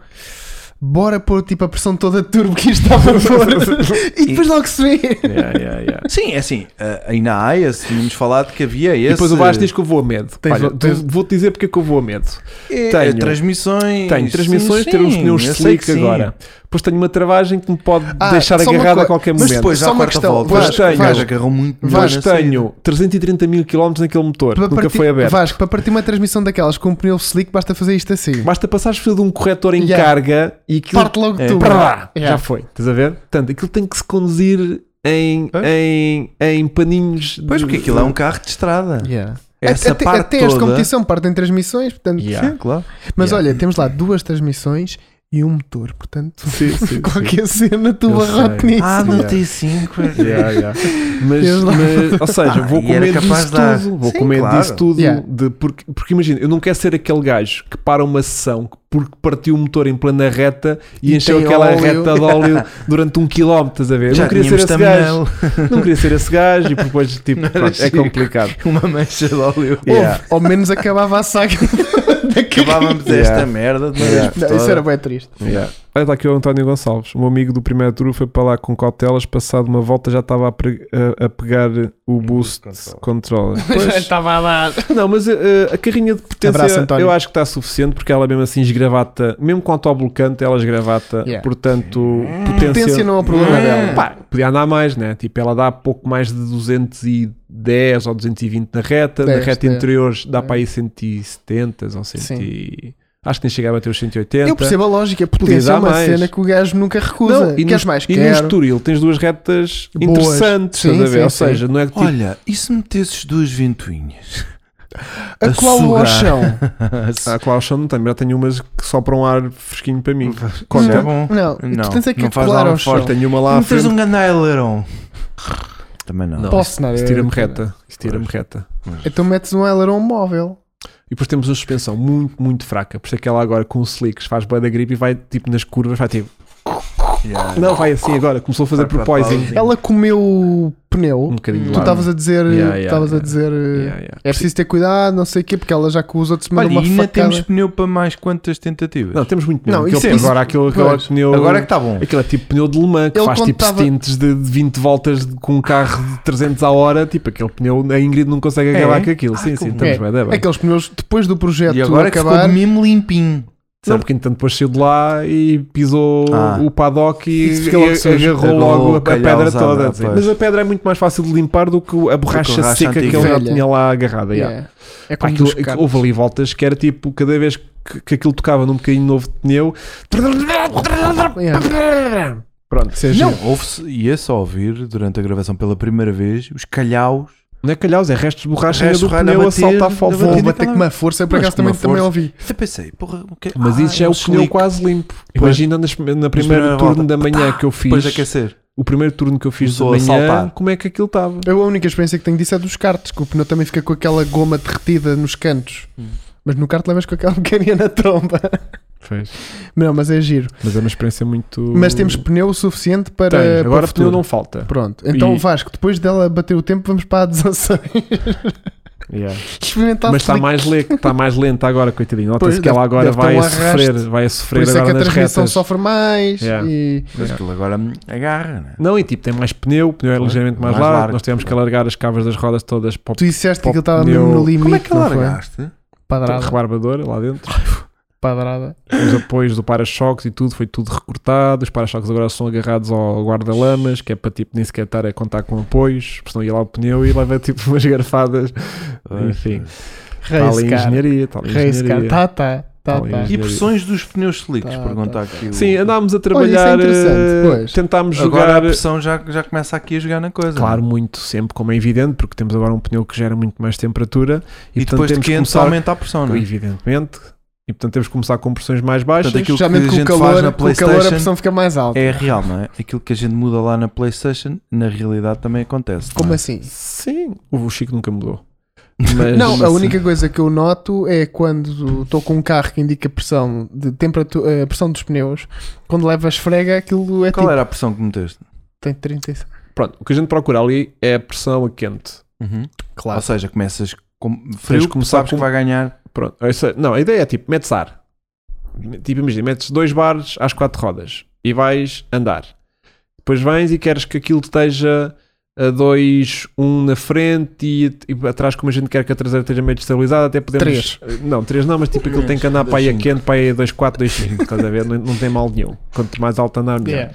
Speaker 1: bora pôr tipo a pressão toda de turbo que isto está a pôr e depois logo se vê.
Speaker 2: Yeah, yeah, yeah.
Speaker 3: Sim, é assim. ah, Aí na AIA, se tínhamos falado que havia esse.
Speaker 2: E depois o Vasco diz que eu vou a medo.
Speaker 1: Tens-
Speaker 2: Olha,
Speaker 1: tens-
Speaker 2: Vou-te dizer porque é que eu vou a medo.
Speaker 3: É,
Speaker 2: Tenho.
Speaker 3: transmissões.
Speaker 2: Tenho transmissões,
Speaker 3: Sim,
Speaker 2: ter uns
Speaker 3: sim,
Speaker 2: pneus
Speaker 3: eu sei
Speaker 2: slick
Speaker 3: que sim.
Speaker 2: agora. Depois tenho uma travagem que me pode
Speaker 1: Ah,
Speaker 2: deixar
Speaker 1: só uma
Speaker 2: agarrado
Speaker 1: coi-
Speaker 2: a qualquer
Speaker 1: mas
Speaker 2: momento.
Speaker 3: Mas depois
Speaker 1: Só
Speaker 3: já a
Speaker 1: uma
Speaker 3: quarta
Speaker 1: questão,
Speaker 3: volta.
Speaker 2: Vasco,
Speaker 3: o gajo
Speaker 2: tenho.
Speaker 3: agarrou muito melhor assim.
Speaker 2: Mas
Speaker 3: na
Speaker 2: tenho 330 mil km naquele motor, que nunca foi aberto.
Speaker 1: Vasco, para partir uma transmissão daquelas com um pneu slick basta fazer isto assim.
Speaker 2: Basta passares por de um corretor em
Speaker 1: Yeah.
Speaker 2: carga e aquilo.
Speaker 1: Parte logo
Speaker 3: É.
Speaker 1: tu.
Speaker 2: Para lá,
Speaker 1: Yeah.
Speaker 2: Já foi, estás a ver? Portanto, aquilo tem que se conduzir em,
Speaker 3: Hã?
Speaker 2: em, em paninhos. de-
Speaker 3: Pois, porque aquilo é um carro de estrada.
Speaker 1: Yeah.
Speaker 3: Essa
Speaker 1: até,
Speaker 3: parte
Speaker 1: até
Speaker 3: toda.
Speaker 1: as competição partem transmissões, portanto,
Speaker 2: Yeah.
Speaker 3: Sim, claro.
Speaker 1: mas
Speaker 2: Yeah.
Speaker 1: olha, temos lá duas transmissões e um motor, portanto,
Speaker 2: Sim, sim, sim.
Speaker 1: qualquer cena tu
Speaker 2: Eu
Speaker 1: barrote
Speaker 2: sei.
Speaker 1: nisso.
Speaker 3: Ah,
Speaker 2: não
Speaker 3: não
Speaker 2: Yeah.
Speaker 3: tem é. 5.
Speaker 2: Yeah, yeah. Mas,
Speaker 1: Eles lá-
Speaker 2: mas- ou seja,
Speaker 3: Ah,
Speaker 2: vou
Speaker 3: e
Speaker 2: com
Speaker 3: era
Speaker 2: medo
Speaker 3: capaz
Speaker 2: disso
Speaker 3: de dar.
Speaker 2: tudo. Vou
Speaker 3: Sim,
Speaker 2: com medo
Speaker 3: claro.
Speaker 2: disso tudo.
Speaker 1: Yeah.
Speaker 2: de- porque, porque imagina, eu não quero ser aquele gajo que para uma sessão que- porque partiu o motor em plana reta e,
Speaker 1: E
Speaker 2: encheu
Speaker 1: tem
Speaker 2: aquela
Speaker 1: óleo.
Speaker 2: reta de óleo durante um quilómetro, estás a ver? Eu
Speaker 3: Já
Speaker 2: não queria ser
Speaker 3: tínhamos
Speaker 2: esse gajo.
Speaker 3: thumbnail.
Speaker 2: Não queria ser esse gajo e depois, tipo, pronto, é
Speaker 3: chique.
Speaker 2: complicado.
Speaker 3: Uma mancha de óleo.
Speaker 2: Ah,
Speaker 1: Ouve,
Speaker 3: Yeah.
Speaker 1: ao menos acabava a saga da carrinha.
Speaker 3: Acabávamos esta merda de uma
Speaker 2: Yeah.
Speaker 3: vez por
Speaker 1: Não, isso
Speaker 3: todas.
Speaker 1: era bem triste.
Speaker 2: Olha, está aqui o António Gonçalves. O meu amigo do primeiro tour foi para lá com cautelas. Passado uma volta já estava a, pre- a- a pegar o boost
Speaker 3: boost
Speaker 2: controller. Pois,
Speaker 1: Estava a dar.
Speaker 2: não, mas eh, eh, a carrinha de potência
Speaker 1: Abraço, António.
Speaker 2: eu acho que está suficiente porque ela mesmo assim esgravata, mesmo quanto ao blocante, ela esgravata.
Speaker 1: Yeah.
Speaker 2: Portanto, potência,
Speaker 1: Potência não é o problema
Speaker 3: Hum.
Speaker 1: dela.
Speaker 2: Pá, podia andar mais, né? Tipo, ela dá pouco mais de 210 ou 220 na reta, na
Speaker 1: 10,
Speaker 2: reta
Speaker 1: é.
Speaker 2: interior dá
Speaker 1: É.
Speaker 2: para aí 170 ou
Speaker 1: Sim.
Speaker 2: 100. Acho que nem chegava a ter os 180.
Speaker 1: Eu percebo a lógica,
Speaker 2: Podia
Speaker 1: potência
Speaker 2: dar
Speaker 1: é uma
Speaker 2: mais.
Speaker 1: cena que o gajo nunca recusa.
Speaker 2: Não, e
Speaker 1: Queres
Speaker 2: no,
Speaker 1: mais?
Speaker 2: E no
Speaker 1: Quero.
Speaker 2: Estoril tens duas retas
Speaker 1: Boas.
Speaker 2: interessantes,
Speaker 1: Sim,
Speaker 2: estás a ver?
Speaker 1: sim,
Speaker 2: Ou
Speaker 1: sim.
Speaker 2: seja, não é que tipo,
Speaker 3: Olha, e se metesses duas ventoinhas?
Speaker 1: a
Speaker 3: a
Speaker 1: qual
Speaker 3: sugar.
Speaker 1: ao chão?
Speaker 2: a Clauchão não tem, já tenho umas que sopram ar fresquinho para mim.
Speaker 3: Isso é
Speaker 2: Conta.
Speaker 3: bom.
Speaker 1: Não,
Speaker 3: Não,
Speaker 1: tu tens é que
Speaker 3: não faz
Speaker 1: colar
Speaker 3: lá um
Speaker 1: ao chão.
Speaker 2: Mas tenho uma lá à
Speaker 3: Não fez
Speaker 2: frente.
Speaker 3: um grande aileron. Também não.
Speaker 2: Não.
Speaker 1: Posso não,
Speaker 2: Isso
Speaker 1: é-
Speaker 2: tira-me reta. Isso tira-me reta.
Speaker 1: Então metes um aileron móvel.
Speaker 2: E depois temos uma suspensão muito, muito fraca. Por isso é que ela agora com o slicks faz boa da gripe e vai tipo nas curvas, vai tipo.
Speaker 3: Yeah.
Speaker 2: Não, vai assim agora. Começou a fazer
Speaker 3: Vai para
Speaker 2: proposing.
Speaker 3: pausing.
Speaker 1: Ela comeu pneu.
Speaker 2: Um bocadinho
Speaker 1: tu
Speaker 2: lá.
Speaker 1: estavas a dizer.
Speaker 2: Yeah, yeah,
Speaker 1: estavas
Speaker 2: yeah.
Speaker 1: a dizer.
Speaker 2: Yeah, yeah.
Speaker 1: É preciso ter cuidado, não sei o quê, porque ela já com os outros mandou
Speaker 3: Olha, e
Speaker 1: uma
Speaker 3: ainda
Speaker 1: facada.
Speaker 3: temos pneu para mais quantas tentativas?
Speaker 2: Não, temos muito
Speaker 1: Não,
Speaker 2: pneu.
Speaker 1: isso
Speaker 2: Aquele-
Speaker 1: é- isso-
Speaker 2: agora aquele, aquele
Speaker 1: pois.
Speaker 2: pneu.
Speaker 3: Agora é que está bom.
Speaker 2: Aquele é tipo pneu de Le Mans que
Speaker 1: Ele
Speaker 2: faz
Speaker 1: quando
Speaker 2: tipo
Speaker 1: tava-
Speaker 2: stints de, de 20 voltas de- com um carro de 300 à hora. Tipo, aquele pneu, a Ingrid não consegue
Speaker 3: É?
Speaker 2: acabar com aquilo.
Speaker 1: Ah,
Speaker 3: Ai,
Speaker 2: sim, sim,
Speaker 3: como
Speaker 2: estamos bem, é bem.
Speaker 1: Aqueles pneus, depois do projeto
Speaker 3: E agora é que
Speaker 1: acabar.
Speaker 3: ficou mesmo limpinho.
Speaker 2: Não, porque então depois saiu de lá e pisou
Speaker 3: Ah.
Speaker 2: o paddock e,
Speaker 1: Isso
Speaker 2: e
Speaker 1: fica logo sujo.
Speaker 2: agarrou
Speaker 3: Agarrou
Speaker 2: logo a,
Speaker 3: o
Speaker 2: a
Speaker 3: calhau
Speaker 2: pedra
Speaker 3: usado,
Speaker 2: toda.
Speaker 3: pois.
Speaker 2: Mas a pedra é muito mais fácil de limpar do que a borracha
Speaker 3: borracha
Speaker 2: seca que ele já
Speaker 1: antiga.
Speaker 2: tinha lá agarrada. yeah.
Speaker 1: Yeah. É
Speaker 2: Pá,
Speaker 1: como
Speaker 2: aquilo-
Speaker 1: dos carros.
Speaker 2: houve ali voltas que era tipo, cada vez que, que aquilo tocava num bocadinho novo de pneu. Pronto,
Speaker 1: Seja-
Speaker 3: Não, ouve-se, e é só ouvir durante a gravação pela primeira vez os calhaus.
Speaker 2: não é calhaus, é restos de borracha ainda
Speaker 3: Restos
Speaker 2: do
Speaker 3: de borracha
Speaker 2: pneu a
Speaker 3: a bater,
Speaker 2: saltar
Speaker 3: a
Speaker 2: fora.
Speaker 3: bater
Speaker 1: Vou
Speaker 3: Aquilo
Speaker 1: bater com
Speaker 3: aquela-
Speaker 1: uma força, por
Speaker 3: Mas
Speaker 1: acaso
Speaker 3: com uma
Speaker 1: também, também
Speaker 3: força.
Speaker 1: ouvi.
Speaker 3: Eu pensei, porra, o que
Speaker 2: Mas isso
Speaker 3: ah,
Speaker 2: já é o
Speaker 3: um
Speaker 2: pneu
Speaker 3: slick.
Speaker 2: quase limpo.
Speaker 3: Pois.
Speaker 2: Imagina nas, na primeiro
Speaker 3: primeira
Speaker 2: turno
Speaker 3: volta,
Speaker 2: da manhã é que eu
Speaker 3: Depois de
Speaker 2: fiz.
Speaker 3: aquecer.
Speaker 2: O primeiro turno que eu fiz de
Speaker 3: Começou a
Speaker 2: manhã,
Speaker 3: saltar.
Speaker 2: como é que aquilo estava?
Speaker 1: Eu, a única experiência que tenho disso é dos karts, que o pneu também fica com aquela goma derretida nos cantos.
Speaker 2: Hum.
Speaker 1: Mas no kart levas com aquela mecânica na tromba. Não, mas é giro.
Speaker 2: Mas é uma experiência muito.
Speaker 1: Mas temos pneu suficiente para. para
Speaker 2: Tens.
Speaker 1: o
Speaker 2: Agora
Speaker 1: futuro.
Speaker 2: pneu não falta.
Speaker 1: Pronto, então
Speaker 2: E-
Speaker 1: Vasco, depois dela bater o tempo, vamos para a 16.
Speaker 2: Yeah.
Speaker 1: Experimentar
Speaker 2: Mas está
Speaker 1: slick.
Speaker 2: mais, le... tá mais lenta agora, coitadinho.
Speaker 1: Pois,
Speaker 2: Nota-se que ela
Speaker 1: deve-
Speaker 2: agora
Speaker 1: deve ter
Speaker 2: vai
Speaker 1: um
Speaker 2: a
Speaker 1: arraste.
Speaker 2: sofrer, vai a
Speaker 1: Por
Speaker 2: sofrer
Speaker 1: isso é que
Speaker 2: agora
Speaker 1: a
Speaker 2: nas
Speaker 1: transmissão
Speaker 2: retas.
Speaker 1: sofre mais.
Speaker 2: Yeah.
Speaker 1: E...
Speaker 3: Mas
Speaker 2: Yeah.
Speaker 3: aquilo agora agarra, né?
Speaker 2: Não, e tipo, tem mais pneu, o pneu é
Speaker 3: Claro,
Speaker 2: ligeiramente mais,
Speaker 3: mais
Speaker 2: largo.
Speaker 3: largo.
Speaker 2: Nós tivemos que alargar as cavas das rodas todas para o
Speaker 1: Tu disseste que
Speaker 2: Pop
Speaker 1: aquilo estava
Speaker 2: pneu.
Speaker 1: mesmo no limite.
Speaker 3: Como é que
Speaker 1: não foi?
Speaker 3: largaste?
Speaker 1: Padrada.
Speaker 2: rebarbador lá dentro.
Speaker 1: Padrada.
Speaker 2: Os apoios do para-choques e tudo, foi tudo recortado. Os para-choques agora são agarrados ao guarda-lamas, que é para tipo nem sequer estar a contar com apoios, porque senão ia lá o pneu e leva tipo umas garfadas. Enfim, está ali
Speaker 1: Race car.
Speaker 2: engenharia, está ali
Speaker 1: Race car.
Speaker 2: engenharia.
Speaker 1: Tá, tá. Tá,
Speaker 2: Tá
Speaker 1: tá.
Speaker 2: ali.
Speaker 3: E pressões dos pneus slicks,
Speaker 1: Tá,
Speaker 3: pergunta
Speaker 1: tá,
Speaker 3: aqui. o-
Speaker 2: Sim, andámos a
Speaker 1: Olha,
Speaker 2: trabalhar,
Speaker 1: isso é interessante,
Speaker 2: eh,
Speaker 1: pois.
Speaker 2: tentámos
Speaker 3: Agora a
Speaker 2: jogar. eh,
Speaker 3: pressão já, já começa aqui a jogar na coisa.
Speaker 2: Claro, muito sempre, como é evidente, porque temos agora um pneu que gera muito mais temperatura
Speaker 3: E,
Speaker 2: e, portanto,
Speaker 3: depois de
Speaker 2: temos que
Speaker 3: quente
Speaker 2: começar
Speaker 3: aumenta a pressão, não é?
Speaker 2: Evidentemente. E portanto temos que começar com pressões mais baixas.
Speaker 3: Portanto, aquilo que
Speaker 1: Geralmente
Speaker 3: a
Speaker 1: com o
Speaker 3: gente
Speaker 1: calor,
Speaker 3: faz
Speaker 1: com
Speaker 3: na
Speaker 1: o calor a
Speaker 3: PlayStation
Speaker 1: pressão fica mais alta.
Speaker 3: É real, não é? Aquilo que a gente muda lá na PlayStation, na realidade também acontece.
Speaker 1: Como
Speaker 3: não é?
Speaker 1: assim?
Speaker 2: Sim, o Chico nunca mudou. Mas,
Speaker 1: Não, a
Speaker 3: assim,
Speaker 1: única
Speaker 3: tipo,
Speaker 1: coisa que eu noto é quando estou com um carro que indica pressão de temperatura, a pressão dos pneus, quando leva a esfrega, aquilo é
Speaker 3: Qual
Speaker 1: tipo,
Speaker 3: era a pressão que meteste?
Speaker 1: tem 37.
Speaker 2: Pronto, o que a gente procura ali é a pressão a quente.
Speaker 3: Ou seja, começas com frio,
Speaker 2: que
Speaker 3: que
Speaker 2: começar
Speaker 3: sabes
Speaker 2: com-
Speaker 3: que vai ganhar.
Speaker 2: Pronto, essa- não, a ideia é tipo, metes ar. Tipo, imagina, metes dois bares às quatro rodas e vais andar. Depois vens e queres que aquilo esteja a 2, 1 um na frente e, e atrás, como a gente quer que a traseira esteja meio estabilizada, até podemos.
Speaker 1: Três.
Speaker 2: Não, 3 não, mas tipo aquilo tem que andar para aí a
Speaker 3: Dois,
Speaker 2: quente, para aí a 2, 4, 2, 5. Estás a ver? Não, não tem mal nenhum. Quanto mais alto andar, melhor.
Speaker 1: Yeah.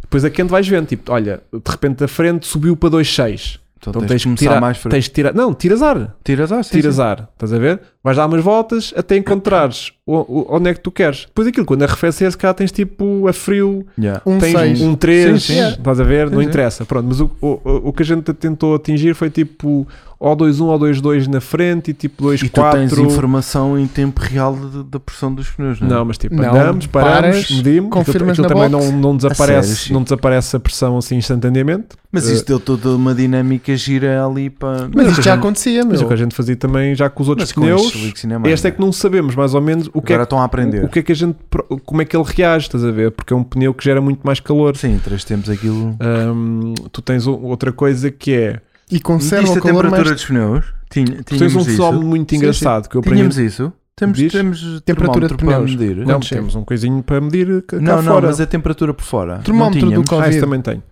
Speaker 2: Depois a quente vais vendo, tipo, olha, de repente a frente subiu para 2,6.
Speaker 3: Então,
Speaker 2: Então tens,
Speaker 3: tens, de
Speaker 2: que
Speaker 3: começar
Speaker 2: tirar,
Speaker 3: mais frio.
Speaker 2: tens de tirar. Não, tiras ar.
Speaker 3: Tiras ar, sim,
Speaker 2: tiras
Speaker 3: sim.
Speaker 2: ar. Estás a ver? Vais dar umas voltas até encontrares o- o- onde é que tu queres. Depois aquilo, quando arrefecer, se calhar tens tipo a frio,
Speaker 3: Yeah.
Speaker 1: Um
Speaker 2: tens
Speaker 1: 6.
Speaker 2: um 3.
Speaker 3: Sim, sim.
Speaker 2: Estás a ver? não
Speaker 3: sim.
Speaker 2: interessa. Pronto, mas o, o, o que a gente tentou atingir foi tipo ou 2-1 ou 2-2 na frente e tipo
Speaker 3: E tu tens
Speaker 2: 2-4.
Speaker 3: informação em tempo real de- da pressão dos pneus, não é?
Speaker 2: Não, mas tipo,
Speaker 1: Não,
Speaker 2: andamos, paramos,
Speaker 1: paras,
Speaker 2: medimos. Aquilo,
Speaker 1: confirmas
Speaker 2: aquilo
Speaker 1: na
Speaker 2: também
Speaker 1: box.
Speaker 2: não, não,
Speaker 3: sério,
Speaker 2: desaparece,
Speaker 3: Chico?
Speaker 2: não desaparece a pressão assim instantaneamente.
Speaker 3: Mas isso deu toda uma dinâmica gira ali
Speaker 1: Mas
Speaker 3: para.
Speaker 2: eh, Mas
Speaker 1: isto
Speaker 2: a
Speaker 1: já
Speaker 2: gente-
Speaker 1: acontecia,
Speaker 2: Mas o
Speaker 1: meu.
Speaker 2: que a gente fazia também já com os outros
Speaker 3: Mas com
Speaker 2: pneus.
Speaker 3: estes leaks ainda mais,
Speaker 2: Este é que
Speaker 3: né?
Speaker 2: não sabemos mais ou menos o que,
Speaker 3: Agora
Speaker 2: é, que-
Speaker 3: estão a aprender.
Speaker 2: o que é que a gente. pro- Como é que ele reage, estás a ver? Porque é um pneu é que gera muito mais calor.
Speaker 3: Sim, três tempos aquilo.
Speaker 2: Hum, tu tens o- outra coisa que é.
Speaker 1: E conserva o
Speaker 3: Mediste a
Speaker 1: calor
Speaker 3: temperatura
Speaker 1: mais.
Speaker 3: dos pneus? Tinha,
Speaker 2: Tu tens um
Speaker 3: tínhamos isso?
Speaker 2: fenómeno muito
Speaker 1: Sim,
Speaker 2: engraçado que eu aprendi.
Speaker 3: Tínhamos isso? Temos,
Speaker 2: Diz?
Speaker 3: temos
Speaker 1: Temperatura de
Speaker 3: termómetro para
Speaker 1: pneus.
Speaker 3: medir?
Speaker 2: Não,
Speaker 1: Quando chega.
Speaker 2: temos um coisinho para medir cá
Speaker 3: não,
Speaker 2: cá
Speaker 3: não,
Speaker 2: fora.
Speaker 3: mas é a temperatura por fora.
Speaker 1: Termómetro
Speaker 3: não
Speaker 1: do
Speaker 3: tínhamos.
Speaker 2: ah,
Speaker 1: Covid.
Speaker 2: isso também tem.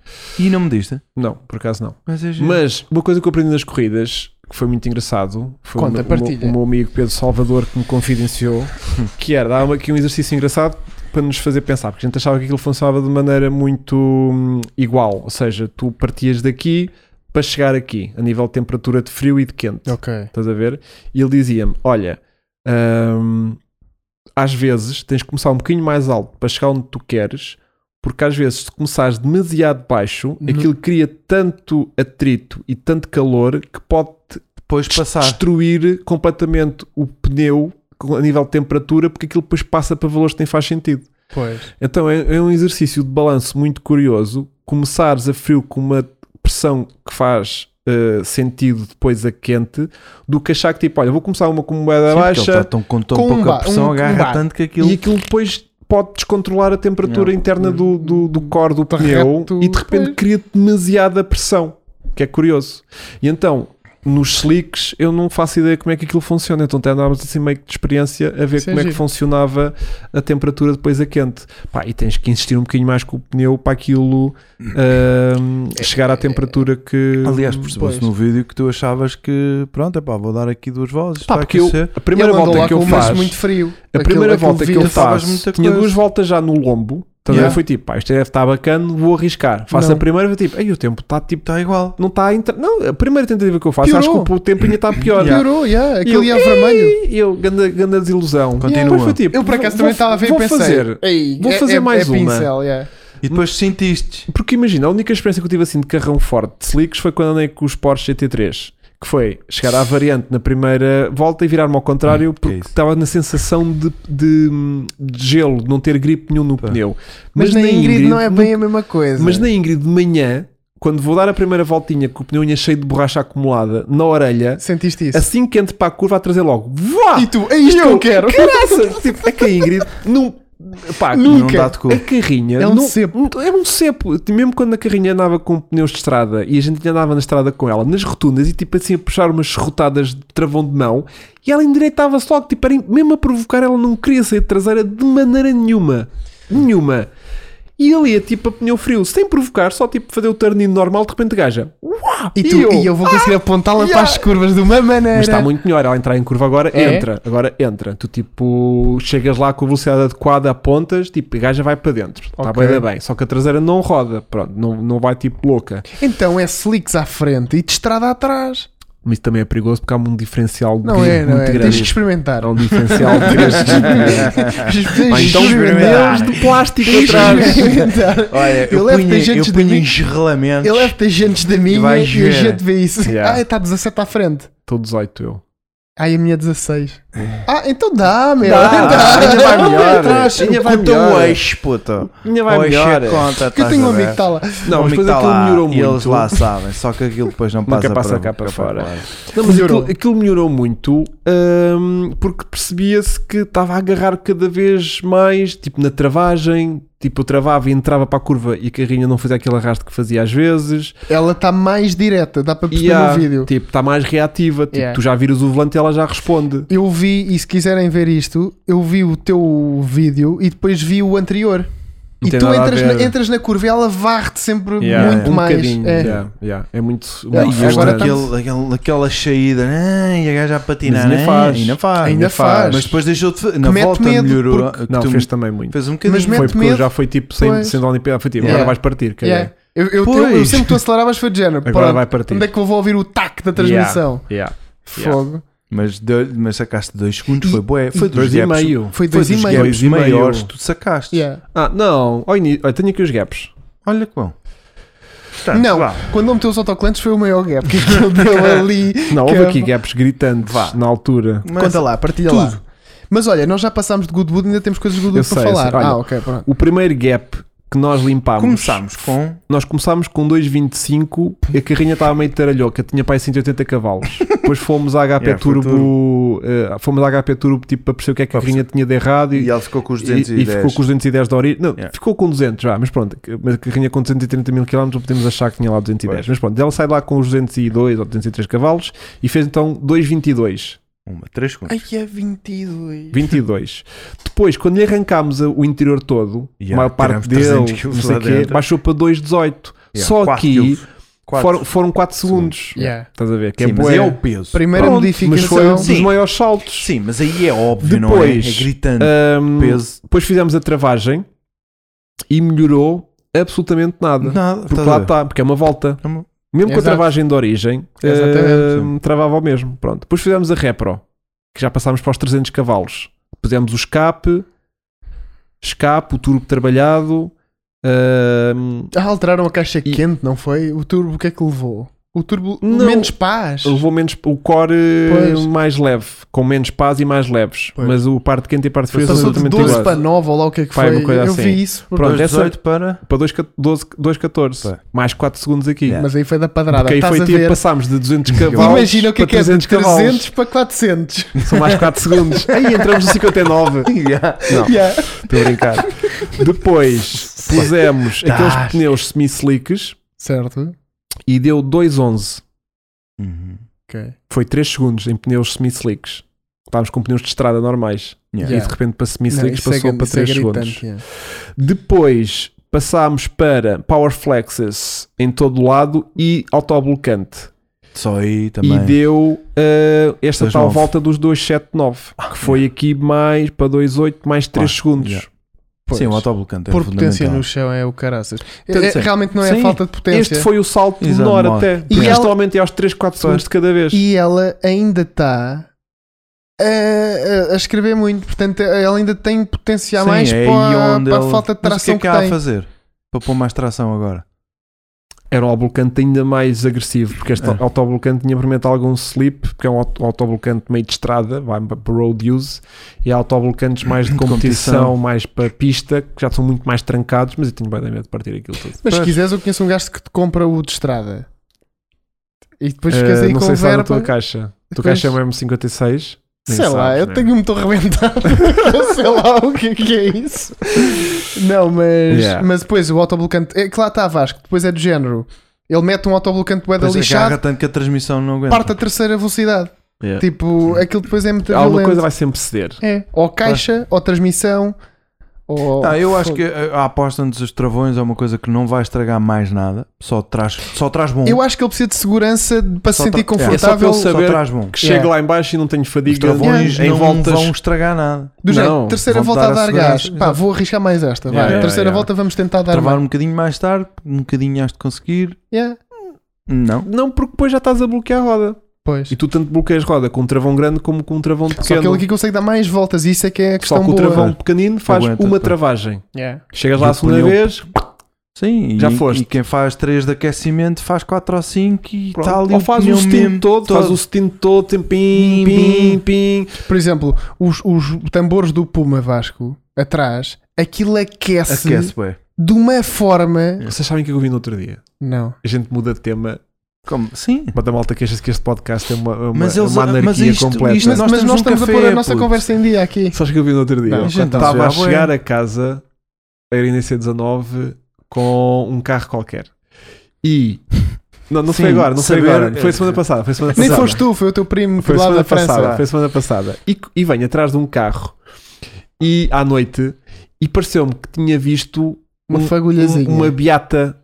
Speaker 3: E não mediste?
Speaker 2: Não, por acaso não.
Speaker 3: Mas é giro.
Speaker 2: Mas uma coisa que eu aprendi nas corridas, que foi muito engraçado, foi
Speaker 1: Conta,
Speaker 2: o, meu- o meu-
Speaker 1: partilha.
Speaker 2: o meu amigo Pedro Salvador que me confidenciou, que era dar aqui um exercício engraçado para nos fazer pensar, porque a gente achava que aquilo funcionava de maneira muito hum, igual, ou seja, tu partias daqui para chegar aqui, a nível de temperatura de frio e de quente.
Speaker 1: Ok.
Speaker 2: Estás a ver? E ele dizia-me: Olha, hum, às vezes, tens de começar um bocadinho mais alto para chegar onde tu queres, porque às vezes, se começares demasiado baixo,
Speaker 3: No-
Speaker 2: aquilo cria tanto atrito e tanto calor que pode
Speaker 3: Depois
Speaker 2: des-
Speaker 3: passar.
Speaker 2: destruir completamente o pneu a nível de temperatura, porque aquilo depois passa para valores que nem faz sentido.
Speaker 1: Pois.
Speaker 2: Então é, é um exercício de balanço muito curioso. Começares a frio com uma pressão que faz eh, sentido depois a quente, do que achar que tipo, olha, vou começar uma com moeda
Speaker 3: Sim, porque ele
Speaker 2: baixa
Speaker 3: tá tão, com tão
Speaker 1: com um
Speaker 3: pouca
Speaker 1: ba-
Speaker 3: pressão,
Speaker 1: um- um
Speaker 3: agarra
Speaker 1: ba-
Speaker 3: tanto que aquilo.
Speaker 2: e aquilo depois pode descontrolar a temperatura
Speaker 3: Não.
Speaker 2: interna do, do, do core do
Speaker 1: Tá
Speaker 2: pneu
Speaker 1: reto,
Speaker 2: e de repente
Speaker 1: pois.
Speaker 2: cria demasiada pressão, que é curioso. E então. Nos slicks eu não faço ideia como é que aquilo funciona, então até andávamos assim meio que de experiência a ver
Speaker 1: Isso é
Speaker 2: como é que
Speaker 1: giro.
Speaker 2: funcionava a temperatura depois a quente. Pá, e tens que insistir um bocadinho mais com o pneu para aquilo
Speaker 1: Hum.
Speaker 2: ahm, chegar à temperatura que.
Speaker 3: Aliás, percebeu-se
Speaker 1: Pois.
Speaker 3: no vídeo que tu achavas que, pronto, é pá, vou dar aqui duas vozes.
Speaker 2: Pá,
Speaker 3: vai
Speaker 2: porque eu,
Speaker 3: aquecer.
Speaker 2: a primeira
Speaker 1: ele andou
Speaker 2: volta
Speaker 1: lá
Speaker 2: que
Speaker 1: com
Speaker 2: eu
Speaker 1: o maço
Speaker 2: faço.
Speaker 1: muito frio.
Speaker 2: A
Speaker 1: Aquele-
Speaker 2: primeira
Speaker 1: aquele
Speaker 2: volta que eu
Speaker 1: vídeo.
Speaker 3: Tentavas
Speaker 2: faço,
Speaker 3: muita
Speaker 2: tinha
Speaker 3: coisa.
Speaker 2: duas voltas já no lombo. Então
Speaker 1: Yeah.
Speaker 2: eu fui tipo, pá, isto deve estar bacana, vou arriscar. Faço
Speaker 1: Não.
Speaker 2: a primeira, fui tipo, aí o tempo está tipo,
Speaker 3: Está igual.
Speaker 2: não está a entrar. Não, a primeira tentativa que eu faço,
Speaker 1: Piorou.
Speaker 2: acho que o tempo ainda está pior.
Speaker 1: Piorou, yeah.
Speaker 2: E
Speaker 1: aquilo
Speaker 2: eu,
Speaker 1: ia a vermelho.
Speaker 2: "Ih", E eu, ganda, ganda desilusão.
Speaker 3: Continua.
Speaker 2: Depois fui tipo,
Speaker 1: Eu por acaso
Speaker 2: vou-
Speaker 1: também estava a ver e
Speaker 2: vou
Speaker 1: pensei.
Speaker 2: fazer.
Speaker 1: "Ei,
Speaker 2: vou
Speaker 1: é-
Speaker 2: fazer
Speaker 1: é-
Speaker 2: mais
Speaker 1: é
Speaker 2: uma."
Speaker 1: pincel, yeah.
Speaker 3: E depois sentiste.
Speaker 2: Porque imagina, a única experiência que eu tive assim de carrão forte de slicks foi quando andei com os Porsche GT3. Que foi chegar à variante na primeira volta e virar-me ao contrário
Speaker 3: que é
Speaker 2: porque
Speaker 3: isso.
Speaker 2: estava na sensação de, de- de gelo, de não ter gripe nenhum no pneu.
Speaker 1: Mas, na Ingrid, não é
Speaker 2: nunca-
Speaker 1: bem a mesma coisa.
Speaker 2: Mas na Ingrid, de manhã, quando vou dar a primeira voltinha com o pneu ainda cheio de borracha acumulada na orelha,
Speaker 1: Sentiste isso?
Speaker 2: assim que entro para a curva, a trazer logo. Vá!
Speaker 1: E tu, é isto que eu quero.
Speaker 2: Caraças! tipo, é que a Ingrid não. Pá,
Speaker 1: Nunca.
Speaker 3: Não dá de cu.
Speaker 2: a carrinha
Speaker 1: É um
Speaker 2: não-
Speaker 1: cepo.
Speaker 2: É um cepo. Mesmo quando a carrinha andava com pneus de estrada e a gente andava na estrada com ela, nas rotundas e tipo assim a puxar umas serrotadas de travão de mão e ela endireitava-se logo. Tipo, era, mesmo a provocar, ela não queria sair de traseira de maneira nenhuma. Nenhuma. E ali é tipo a pneu frio, sem provocar, só tipo fazer o turninho normal, de repente gaja. Uá!
Speaker 1: E tu, e eu, Ah, vou conseguir apontá-la
Speaker 2: yeah.
Speaker 1: para as curvas né? de uma maneira.
Speaker 2: Mas está muito melhor. Ela entrar em curva agora,
Speaker 1: É?
Speaker 2: entra. Agora entra. Tu, tipo, chegas lá com a velocidade adequada, apontas, tipo, a gaja vai para dentro. Está
Speaker 1: Ok.
Speaker 2: bem, da bem. Só que a traseira não roda. Pronto, não, não vai tipo louca.
Speaker 1: Então é slicks à frente e de estrada atrás.
Speaker 2: Mas isso também é perigoso porque há um diferencial
Speaker 1: Não
Speaker 2: gri-
Speaker 1: é, não
Speaker 2: muito
Speaker 1: é? Tens
Speaker 2: grande.
Speaker 1: que experimentar.
Speaker 2: Há um diferencial de grande.
Speaker 1: Tens que
Speaker 2: então pneus
Speaker 1: experimentar.
Speaker 2: de plástico
Speaker 1: Tens que
Speaker 2: atrás.
Speaker 1: experimentar.
Speaker 3: Olha,
Speaker 1: Eu
Speaker 3: eu,
Speaker 1: levo
Speaker 3: punha, eu
Speaker 1: tangentes de
Speaker 3: punha
Speaker 1: mim.
Speaker 3: engerramentos.
Speaker 1: Eu levo-te agentes da minha né? e,
Speaker 3: vais
Speaker 1: a
Speaker 3: ver.
Speaker 1: gente vê isso.
Speaker 2: Yeah.
Speaker 1: Ah, está 17 à frente.
Speaker 2: Estou 18 eu.
Speaker 1: Ai, a minha é 16.
Speaker 2: É.
Speaker 1: Ah, então dá, meu.
Speaker 2: ainda vai melhor.
Speaker 3: Atrás,
Speaker 2: Ainda
Speaker 3: o
Speaker 2: vai
Speaker 3: puto é um
Speaker 2: melhor.
Speaker 3: eixo, puta.
Speaker 2: Ainha vai
Speaker 3: O eixo é
Speaker 2: melhor.
Speaker 1: Porque
Speaker 3: conta,
Speaker 1: eu
Speaker 3: estás
Speaker 1: tenho um
Speaker 3: a ver?
Speaker 1: amigo que está lá.
Speaker 2: Não,
Speaker 3: O
Speaker 2: mas
Speaker 3: amigo
Speaker 2: depois
Speaker 3: tá
Speaker 2: aquilo
Speaker 3: lá,
Speaker 2: melhorou
Speaker 3: e
Speaker 2: muito.
Speaker 3: Eles lá sabem, só que aquilo depois não
Speaker 2: Nunca
Speaker 3: passa,
Speaker 2: passa
Speaker 3: para,
Speaker 2: cá para fora.
Speaker 3: fora.
Speaker 2: Não, mas
Speaker 1: Melhorou.
Speaker 2: aquilo, aquilo melhorou muito hum, porque percebia-se que estava a agarrar cada vez mais, tipo na travagem, tipo eu travava e entrava para a curva e a carrinha não fazia aquele arrasto que fazia às vezes.
Speaker 1: Ela está mais direta, dá para perceber
Speaker 2: e há,
Speaker 1: no vídeo.
Speaker 2: tipo, está mais reativa, tipo,
Speaker 1: Yeah.
Speaker 2: tu já viras o volante e ela já responde.
Speaker 1: Eu vi, e se quiserem ver isto, eu vi o teu vídeo e depois vi o anterior.
Speaker 2: Não
Speaker 1: e
Speaker 2: tem
Speaker 1: tu
Speaker 2: nada a
Speaker 1: entras
Speaker 2: ver.
Speaker 1: na, entras na curva e ela varre-te sempre
Speaker 2: Yeah,
Speaker 1: muito
Speaker 2: um
Speaker 1: mais.
Speaker 2: bocadinho,
Speaker 1: É.
Speaker 2: yeah, yeah. é muito, muito
Speaker 1: Ah,
Speaker 2: frustrante.
Speaker 1: agora tá-
Speaker 3: aquele, aquele, aquela saída, né? e a gaja a patinar,
Speaker 2: Mas ainda
Speaker 3: né?
Speaker 2: faz.
Speaker 3: ainda faz,
Speaker 1: Ainda faz.
Speaker 3: mas depois deixou de na
Speaker 1: mete
Speaker 3: volta
Speaker 1: medo,
Speaker 3: melhorou, que
Speaker 2: não,
Speaker 3: tu-
Speaker 2: fez também muito.
Speaker 3: fez um bocadinho,
Speaker 1: Mas mete
Speaker 2: Foi porque
Speaker 1: medo.
Speaker 2: eu já foi tipo sem,
Speaker 1: Pois.
Speaker 2: sem dar Olimpíada, foi tipo,
Speaker 1: Yeah.
Speaker 2: agora vais partir, cara.
Speaker 1: Yeah. Eu, eu,
Speaker 3: Pois.
Speaker 1: eu sempre que tu aceleravas foi de género.
Speaker 2: Agora
Speaker 1: pronto,
Speaker 2: vai partir.
Speaker 1: Onde é que eu vou ouvir o tac da transmissão?
Speaker 2: Yeah. Yeah.
Speaker 1: Fogo.
Speaker 3: mas, deu, mas sacaste dois segundos,
Speaker 1: E-
Speaker 3: foi bué, foi
Speaker 1: e-
Speaker 3: dos
Speaker 2: Dois e
Speaker 3: gaps,
Speaker 2: meio.
Speaker 1: Foi
Speaker 3: foi
Speaker 1: dois
Speaker 3: dos
Speaker 1: e meio.
Speaker 3: gaps
Speaker 2: Dois e meio.
Speaker 3: maiores que tu sacaste.
Speaker 1: Yeah.
Speaker 2: Ah, não, ao ini- olha, tenho aqui os gaps.
Speaker 3: Olha que bom.
Speaker 2: Ah,
Speaker 3: Portanto,
Speaker 1: Não,
Speaker 3: vá.
Speaker 1: quando não meteu os autocolantes foi o maior gap que ele deu ali.
Speaker 2: Não, houve
Speaker 1: Cava.
Speaker 2: aqui gaps gritantes
Speaker 3: Vá.
Speaker 2: na altura.
Speaker 3: Mas-
Speaker 1: Conta lá, partilha lá. Mas olha, nós já passámos de Goodwood e ainda temos coisas de Goodwood
Speaker 2: Eu
Speaker 1: para
Speaker 2: sei, eu
Speaker 1: falar.
Speaker 2: sei. Olha,
Speaker 1: ah, ok, pronto.
Speaker 2: O primeiro gap que nós limpámos,
Speaker 3: Começámos com.
Speaker 2: nós começámos com 2.25, é a carrinha estava meio taralhoca, tinha para aí 180 cavalos. Depois fomos à HP
Speaker 3: Yeah, foi
Speaker 2: Turbo, eh, fomos à HP Turbo tipo, para perceber o que é que a
Speaker 3: Para
Speaker 2: carrinha tinha de errado
Speaker 3: E
Speaker 2: e,
Speaker 3: ele ficou com os
Speaker 2: e- e
Speaker 3: 210.
Speaker 2: ficou com os 210 da origem. Não,
Speaker 3: Yeah.
Speaker 2: ficou com 200 já, mas pronto, mas a carrinha com 230 mil km podemos achar que tinha lá 210.
Speaker 3: Pois.
Speaker 2: Mas pronto, ela sai lá com os 202 ou 203 cavalos e fez então 2.22.
Speaker 3: Uma, três segundos.
Speaker 1: Ai, é 22.
Speaker 2: 22. Depois, quando lhe arrancámos a- o interior todo, a
Speaker 3: Yeah,
Speaker 2: maior parte
Speaker 3: tiramos
Speaker 2: dele,
Speaker 3: 300
Speaker 2: não
Speaker 3: quilos
Speaker 2: sei
Speaker 3: lá
Speaker 2: quê,
Speaker 3: dentro.
Speaker 2: baixou para 2,18.
Speaker 3: Yeah,
Speaker 2: Só
Speaker 3: quatro
Speaker 2: aqui
Speaker 3: quilos. Quatro.
Speaker 2: foram, foram 4 segundos.
Speaker 1: Yeah.
Speaker 2: Estás a ver? Que
Speaker 3: Sim,
Speaker 2: é
Speaker 3: mas
Speaker 2: bué.
Speaker 3: é o peso.
Speaker 1: Primeira
Speaker 2: Pronto, Mas foi um
Speaker 1: modificação.
Speaker 2: dos
Speaker 3: Sim.
Speaker 2: maiores saltos.
Speaker 3: Sim, mas aí é óbvio,
Speaker 2: Depois,
Speaker 3: não é? É gritante.
Speaker 1: ah,
Speaker 2: Ahm,
Speaker 3: peso.
Speaker 2: depois fizemos a travagem e melhorou absolutamente nada.
Speaker 3: Nada,
Speaker 2: porque
Speaker 3: estás a
Speaker 2: lá
Speaker 3: ver?
Speaker 2: está, porque é uma volta.
Speaker 3: É uma-
Speaker 2: Mesmo com a
Speaker 1: Tá Exato.
Speaker 2: travagem de origem, ehm,
Speaker 1: Exatamente,
Speaker 2: ahm, travava o mesmo. Pronto. Depois fizemos a repro, que já passámos para os 300 cavalos. pusemos o escape, escape, o turbo trabalhado. ehm, ahm,
Speaker 1: Ah, alteraram a caixa
Speaker 2: E-
Speaker 1: quente, não foi? O turbo, o que é que levou? O turbo,
Speaker 2: Não.
Speaker 1: menos paz.
Speaker 2: levou menos o core eh,
Speaker 1: Pois.
Speaker 2: mais leve, com menos pás e mais leves.
Speaker 1: Pois.
Speaker 2: Mas o parte quente e parte fria são
Speaker 1: Passou de
Speaker 2: exatamente
Speaker 1: 12
Speaker 2: iguais.
Speaker 1: para 9 ou lá o que é que
Speaker 2: Vai,
Speaker 1: foi.
Speaker 2: uma coisa
Speaker 1: Eu
Speaker 2: assim.
Speaker 1: vi isso.
Speaker 2: Pronto,
Speaker 3: Dois
Speaker 2: essa-
Speaker 3: 18 para.
Speaker 2: Para 2,14.
Speaker 3: Pois.
Speaker 2: Mais 4 segundos aqui.
Speaker 3: Yeah.
Speaker 1: Mas é. aí foi assim, da padrada.
Speaker 2: Porque aí
Speaker 1: Estás
Speaker 2: foi
Speaker 1: a
Speaker 2: tipo,
Speaker 1: ver?
Speaker 2: passámos de 200 cavalos
Speaker 1: Imagina o que é
Speaker 2: para
Speaker 1: que é de
Speaker 2: 300 cavalos.
Speaker 1: 300 para 400.
Speaker 2: São mais 4 segundos. Aí entramos no 59. Não,
Speaker 1: Yeah.
Speaker 2: estou a brincar. Depois pusemos
Speaker 1: Tá.
Speaker 2: aqueles pneus semi-slicks
Speaker 1: Certo?
Speaker 2: e deu 2,11.
Speaker 3: Uhum.
Speaker 1: Ok.
Speaker 2: Foi 3 segundos em pneus semi-slicks. Estávamos com pneus de estrada normais.
Speaker 3: Yeah.
Speaker 2: E de repente para
Speaker 1: É. Não,
Speaker 2: semi-slicks
Speaker 1: isso é
Speaker 2: passou
Speaker 1: grande-
Speaker 2: para
Speaker 1: isso é
Speaker 2: 3 segundos.
Speaker 1: gritante, yeah.
Speaker 2: Depois passámos para Power Flexes em todo lado e autoblocante.
Speaker 3: Só aí também.
Speaker 2: E deu uh, esta tal
Speaker 3: 2,9.
Speaker 2: volta dos 279,
Speaker 3: Ah,
Speaker 2: que foi aqui mais para 28, mais 3
Speaker 3: Claro,
Speaker 2: segundos.
Speaker 3: yeah.
Speaker 1: Pois.
Speaker 3: Sim, o autoblocante é
Speaker 1: Por potência
Speaker 3: fundamental.
Speaker 1: no chão é o caraças. É-
Speaker 3: Tanto
Speaker 1: é-
Speaker 3: sim.
Speaker 1: realmente não é
Speaker 3: Sim.
Speaker 1: falta de potência.
Speaker 2: Este foi o salto
Speaker 3: Exato,
Speaker 2: menor
Speaker 3: maior.
Speaker 2: até.
Speaker 1: E
Speaker 2: Porque
Speaker 1: ela-
Speaker 2: este normalmente é aos 3, 4 segundos de cada vez.
Speaker 1: E ela ainda está a, a- a escrever muito. Portanto, ela ainda tem potência a
Speaker 3: Sim,
Speaker 1: mais
Speaker 3: é aí
Speaker 1: para,
Speaker 3: onde
Speaker 1: para
Speaker 3: ele-
Speaker 1: a falta de
Speaker 3: Mas o que
Speaker 1: tração
Speaker 3: é
Speaker 1: que,
Speaker 3: que há a
Speaker 1: tem.
Speaker 3: fazer? Para pôr mais tração agora.
Speaker 2: Era um autoblocante ainda mais agressivo, porque este
Speaker 3: É.
Speaker 2: autoblocante tinha provavelmente algum slip, porque é um auto- autoblocante meio de estrada, vai para road use, e há autoblocantes mais de
Speaker 3: De competição.
Speaker 2: competição, mais para pista, que já são muito mais trancados, mas eu tenho bem medo de partir aquilo tudo.
Speaker 1: Mas se
Speaker 3: Pois.
Speaker 1: quiseres, eu conheço um gajo que te compra o de estrada. E depois
Speaker 2: Eh,
Speaker 1: ficas aí
Speaker 2: não
Speaker 1: com
Speaker 2: sei se há na
Speaker 1: verba.
Speaker 2: tua caixa. A tua
Speaker 1: Depois-
Speaker 2: caixa é uma M56. Nem
Speaker 1: sei lá,
Speaker 2: sabes,
Speaker 1: eu
Speaker 2: né?
Speaker 1: tenho-me estou arrebentado. Eu sei lá o que é, que é isso. Não, mas,
Speaker 2: Yeah.
Speaker 1: mas depois o autoblocante. É que lá está Vasco, depois é do género. Ele mete um autoblocante boeda
Speaker 3: Depois agarra
Speaker 1: lixado,
Speaker 3: tanto é, que a transmissão não aguenta.
Speaker 1: parte a terceira velocidade.
Speaker 3: Yeah.
Speaker 1: Tipo, aquilo depois é muito
Speaker 2: Alguma
Speaker 1: violento.
Speaker 2: coisa vai sempre ceder.
Speaker 1: É, ou caixa, ou transmissão, ou.
Speaker 3: Ah, eu acho que a a aposta antes dos travões é uma coisa que não vai estragar mais nada, só traz, só traz bom.
Speaker 1: Eu acho que ele precisa de segurança de- para se
Speaker 3: Só
Speaker 1: sentir
Speaker 2: é
Speaker 3: tra- é,
Speaker 2: só para
Speaker 1: confortável.
Speaker 2: ele saber-
Speaker 3: só traz bom.
Speaker 2: Que
Speaker 1: Yeah.
Speaker 2: chega lá em baixo e não tenho
Speaker 3: Os
Speaker 2: fadiga
Speaker 3: travões
Speaker 2: em
Speaker 3: não
Speaker 2: voltas.
Speaker 3: vão estragar nada.
Speaker 1: Do
Speaker 2: Não,
Speaker 1: género, terceira
Speaker 3: vão-te
Speaker 1: volta
Speaker 3: dar
Speaker 1: a
Speaker 3: a
Speaker 1: dar gás.
Speaker 3: segurança,
Speaker 1: Pá,
Speaker 3: exato.
Speaker 1: vou arriscar mais esta. vai.
Speaker 2: Yeah, yeah,
Speaker 1: terceira
Speaker 2: yeah.
Speaker 1: volta vamos tentar
Speaker 2: Tá
Speaker 1: dar
Speaker 3: Travar
Speaker 1: mais.
Speaker 3: um bocadinho mais tarde, um bocadinho has de conseguir.
Speaker 1: Yeah,
Speaker 3: Não.
Speaker 2: Não, porque depois já estás a bloquear a roda.
Speaker 1: pois.
Speaker 2: E tu tanto bloqueias roda com um travão grande como com um travão pequeno.
Speaker 1: Só que ele aqui consegue dar mais voltas e isso é que é a
Speaker 2: Só
Speaker 1: questão
Speaker 2: que o
Speaker 1: boa.
Speaker 2: travão pequenino faz
Speaker 3: Aguenta,
Speaker 2: uma
Speaker 3: tá.
Speaker 2: travagem.
Speaker 1: Yeah.
Speaker 2: Chegas
Speaker 3: E
Speaker 2: lá
Speaker 3: o
Speaker 2: a segunda
Speaker 3: pneu- tá
Speaker 2: vez,
Speaker 3: Sim,
Speaker 2: Já
Speaker 3: e,
Speaker 2: foste.
Speaker 3: e quem faz 3 de aquecimento faz 4 ou 5 e
Speaker 2: pronto.
Speaker 3: está ali
Speaker 2: ou
Speaker 3: o
Speaker 2: faz o
Speaker 3: pneu
Speaker 2: steam
Speaker 3: mesmo
Speaker 2: todo, faz o steam todo, tem pim, pim, pim.
Speaker 1: Por exemplo, os, os tambores do Puma Vasco atrás, aquilo aquece,
Speaker 3: Aquece, ué.
Speaker 1: de uma
Speaker 3: É.
Speaker 1: forma.
Speaker 2: Vocês sabem o que eu vi no outro dia?
Speaker 1: Não.
Speaker 2: A gente muda de tema,
Speaker 3: Como? Sim.
Speaker 2: bota a malta queixa-se que este podcast é uma, é uma,
Speaker 3: Mas
Speaker 2: é
Speaker 3: eles-
Speaker 2: uma
Speaker 3: mas
Speaker 2: anarquia
Speaker 3: isto-
Speaker 2: completa.
Speaker 3: isto
Speaker 1: Mas, mas nós
Speaker 3: nós temos um
Speaker 1: estamos a pôr a
Speaker 3: café,
Speaker 1: nossa
Speaker 3: puto.
Speaker 1: conversa em dia aqui.
Speaker 2: Sabes o que eu vi no outro dia?
Speaker 1: Não,
Speaker 2: Eu
Speaker 3: gente,
Speaker 2: Estava
Speaker 3: então, já
Speaker 2: a
Speaker 3: vou,
Speaker 2: chegar
Speaker 3: é.
Speaker 2: a casa, era NC19, com um carro qualquer. E. Não, não foi
Speaker 3: Sim,
Speaker 2: agora, não foi
Speaker 3: saber- é
Speaker 2: agora. Foi semana passada. Foi semana
Speaker 1: Nem
Speaker 2: passada.
Speaker 1: foste tu, foi o teu primo
Speaker 2: Foi
Speaker 1: foi lá
Speaker 2: semana
Speaker 1: da França.
Speaker 2: passada. Foi semana passada. E, e venho atrás de um carro e à noite e pareceu-me que tinha visto
Speaker 1: Uma
Speaker 2: um-
Speaker 1: fagulhazinha.
Speaker 2: um- uma beata.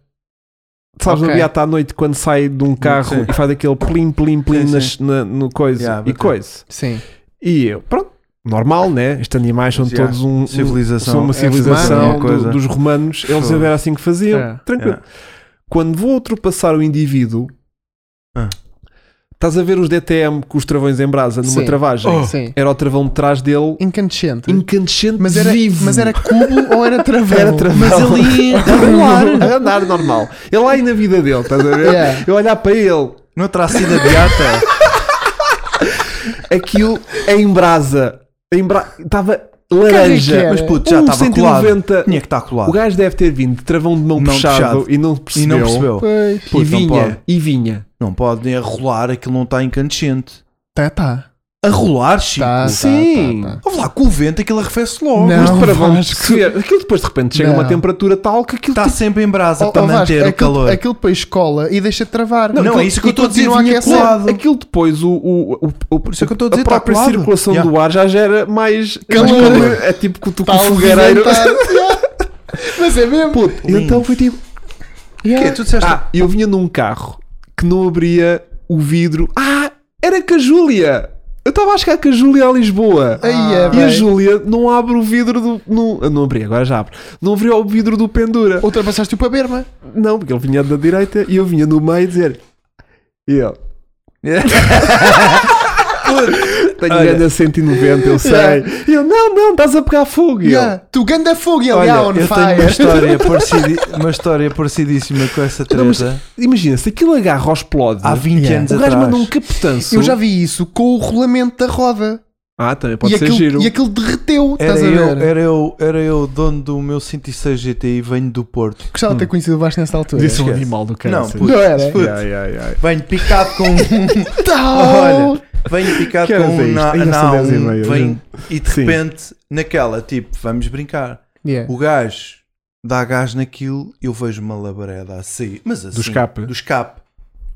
Speaker 2: Sabes, uma
Speaker 1: Ok.
Speaker 2: beata à noite quando sai de um carro
Speaker 3: Sim.
Speaker 2: e faz aquele plim, plim, plim
Speaker 3: Sim,
Speaker 2: nas- na- no coisa
Speaker 3: Yeah,
Speaker 2: e
Speaker 3: bateu.
Speaker 2: coisa.
Speaker 1: Sim.
Speaker 2: E eu, pronto, normal, né? Estes animais são
Speaker 3: Já.
Speaker 2: todos um, um-
Speaker 3: Civilização.
Speaker 2: são uma
Speaker 3: É
Speaker 2: civilização
Speaker 3: romana,
Speaker 2: do-
Speaker 3: coisa.
Speaker 2: dos romanos. Eles
Speaker 3: Fogo.
Speaker 2: era assim que faziam,
Speaker 1: É.
Speaker 2: tranquilo.
Speaker 3: É.
Speaker 2: Quando vou ultrapassar o indivíduo,
Speaker 3: Ah.
Speaker 2: estás a ver os DTM com os travões em brasa numa
Speaker 1: Sim.
Speaker 2: travagem.
Speaker 3: Oh.
Speaker 1: Sim.
Speaker 2: Era o travão de trás dele,
Speaker 1: Incandescente.
Speaker 2: incandescente,
Speaker 1: Mas era,
Speaker 2: vivo.
Speaker 1: mas era cubo ou era travão?
Speaker 2: Era travão.
Speaker 1: Mas ele ia
Speaker 2: a rolar,
Speaker 1: rolar.
Speaker 2: a andar normal. Ele lá aí na vida dele, estás a ver?
Speaker 1: Yeah.
Speaker 2: Eu olhar para ele,
Speaker 3: Não terá sido a beata.
Speaker 2: aquilo em brasa, em bra- estava laranja,
Speaker 1: é era?
Speaker 3: Mas puto, já
Speaker 2: Um
Speaker 3: estava colado.
Speaker 2: 190.
Speaker 3: Tinha que estar
Speaker 2: O
Speaker 3: colado.
Speaker 2: gajo deve ter vindo de travão de mão
Speaker 3: Mão
Speaker 2: puxado,
Speaker 3: puxado.
Speaker 2: e não
Speaker 3: E
Speaker 2: percebeu.
Speaker 3: não percebeu.
Speaker 1: Pois.
Speaker 2: E
Speaker 3: Puto, não
Speaker 2: vinha,
Speaker 3: pode.
Speaker 2: e vinha.
Speaker 3: Não pode nem a rolar, aquilo não está incandescente.
Speaker 1: Tá, tá.
Speaker 3: A rolar, Chico?
Speaker 1: Tá, tá,
Speaker 2: Sim.
Speaker 1: tá, tá.
Speaker 3: Ouve lá, com o vento aquilo arrefece logo.
Speaker 1: Não.
Speaker 2: Mas para vão,
Speaker 1: Vasco.
Speaker 2: se vier- aquilo depois de repente chega a uma
Speaker 1: Não.
Speaker 2: temperatura tal que aquilo tipo,
Speaker 3: Está Tá sempre em brasa
Speaker 1: Oh, oh,
Speaker 3: para
Speaker 1: Vasco,
Speaker 3: manter o
Speaker 2: é
Speaker 1: aquilo,
Speaker 3: calor.
Speaker 1: Aquilo depois escola e deixa de travar.
Speaker 3: Não, é isso que
Speaker 1: e
Speaker 3: eu estou a dizer,
Speaker 1: continua
Speaker 3: vinha
Speaker 1: aquecer.
Speaker 3: colado.
Speaker 2: Aquilo depois, o, o, o, o-
Speaker 3: isso é que eu estou a dizer, tá
Speaker 2: própria
Speaker 3: colado.
Speaker 2: circulação
Speaker 3: Yeah.
Speaker 2: do ar já gera mais
Speaker 1: Calor.
Speaker 2: mais calor. É tipo que tu com
Speaker 1: Tá
Speaker 2: o
Speaker 1: a
Speaker 2: fogareiro.
Speaker 1: levantar. Mas é mesmo.
Speaker 2: Puto,
Speaker 3: Lindo.
Speaker 2: então foi tipo.
Speaker 3: O quê? é, Tu disseste
Speaker 2: Ah, eu vinha num carro que não abria o vidro. Ah, era com a Júlia! Eu estava a chegar com a Júlia a Lisboa.
Speaker 1: Aí é,
Speaker 2: E a
Speaker 1: bem.
Speaker 2: Júlia não abre o vidro do. Não, não abri, agora já abre. Não abriu o vidro do pendura.
Speaker 1: Ultrapassaste-o para Berma.
Speaker 2: Não, porque ele vinha da direita e eu vinha no meio dizer. E ele. Tenho
Speaker 3: Olha.
Speaker 2: ganho a 190, eu sei.
Speaker 1: Yeah.
Speaker 2: E eu, não, não, estás a pegar fogo. E eu,
Speaker 1: Yeah, Tu ganda fogo e ele
Speaker 2: Olha,
Speaker 1: "Ah, on
Speaker 3: Eu tenho uma
Speaker 1: fire.
Speaker 3: história, parecidi- uma história parecidíssima com essa
Speaker 2: Não, mas
Speaker 3: treta
Speaker 2: imagina, se aquilo agarra ao explode,
Speaker 3: há 20
Speaker 1: Yeah.
Speaker 3: anos
Speaker 2: o gajo
Speaker 3: atrás.
Speaker 2: manda um capetanço.
Speaker 1: Eu já vi isso com o rolamento da roda.
Speaker 2: Ah, também pode
Speaker 1: e,
Speaker 2: ser
Speaker 1: aquilo,
Speaker 2: giro.
Speaker 1: e aquilo derreteu,
Speaker 3: Era
Speaker 1: estás a
Speaker 3: eu,
Speaker 1: ver?
Speaker 3: era, eu, era eu dono do meu 106 GTI, venho do Porto.
Speaker 1: Gostava de ter conhecido o Vasco nessa altura.
Speaker 2: Disse um
Speaker 3: Esquece.
Speaker 2: animal do cara.
Speaker 3: Não,
Speaker 2: assim.
Speaker 3: puto,
Speaker 1: Não era?
Speaker 3: puto,
Speaker 2: Yeah, yeah, yeah.
Speaker 3: Venho picado com um.
Speaker 1: Tal!
Speaker 3: Olha, venho picado
Speaker 2: Que horas
Speaker 3: com
Speaker 2: é
Speaker 3: um.
Speaker 2: isto?
Speaker 3: Na,
Speaker 2: Ainda
Speaker 3: na-
Speaker 2: são dez e
Speaker 3: um-
Speaker 2: meia,
Speaker 3: venho- e de
Speaker 2: Sim.
Speaker 3: repente, naquela, tipo, vamos brincar.
Speaker 1: Yeah.
Speaker 3: O gajo dá gás naquilo, eu vejo uma labareda a sair. Mas assim,
Speaker 2: escape?
Speaker 3: Do escape. é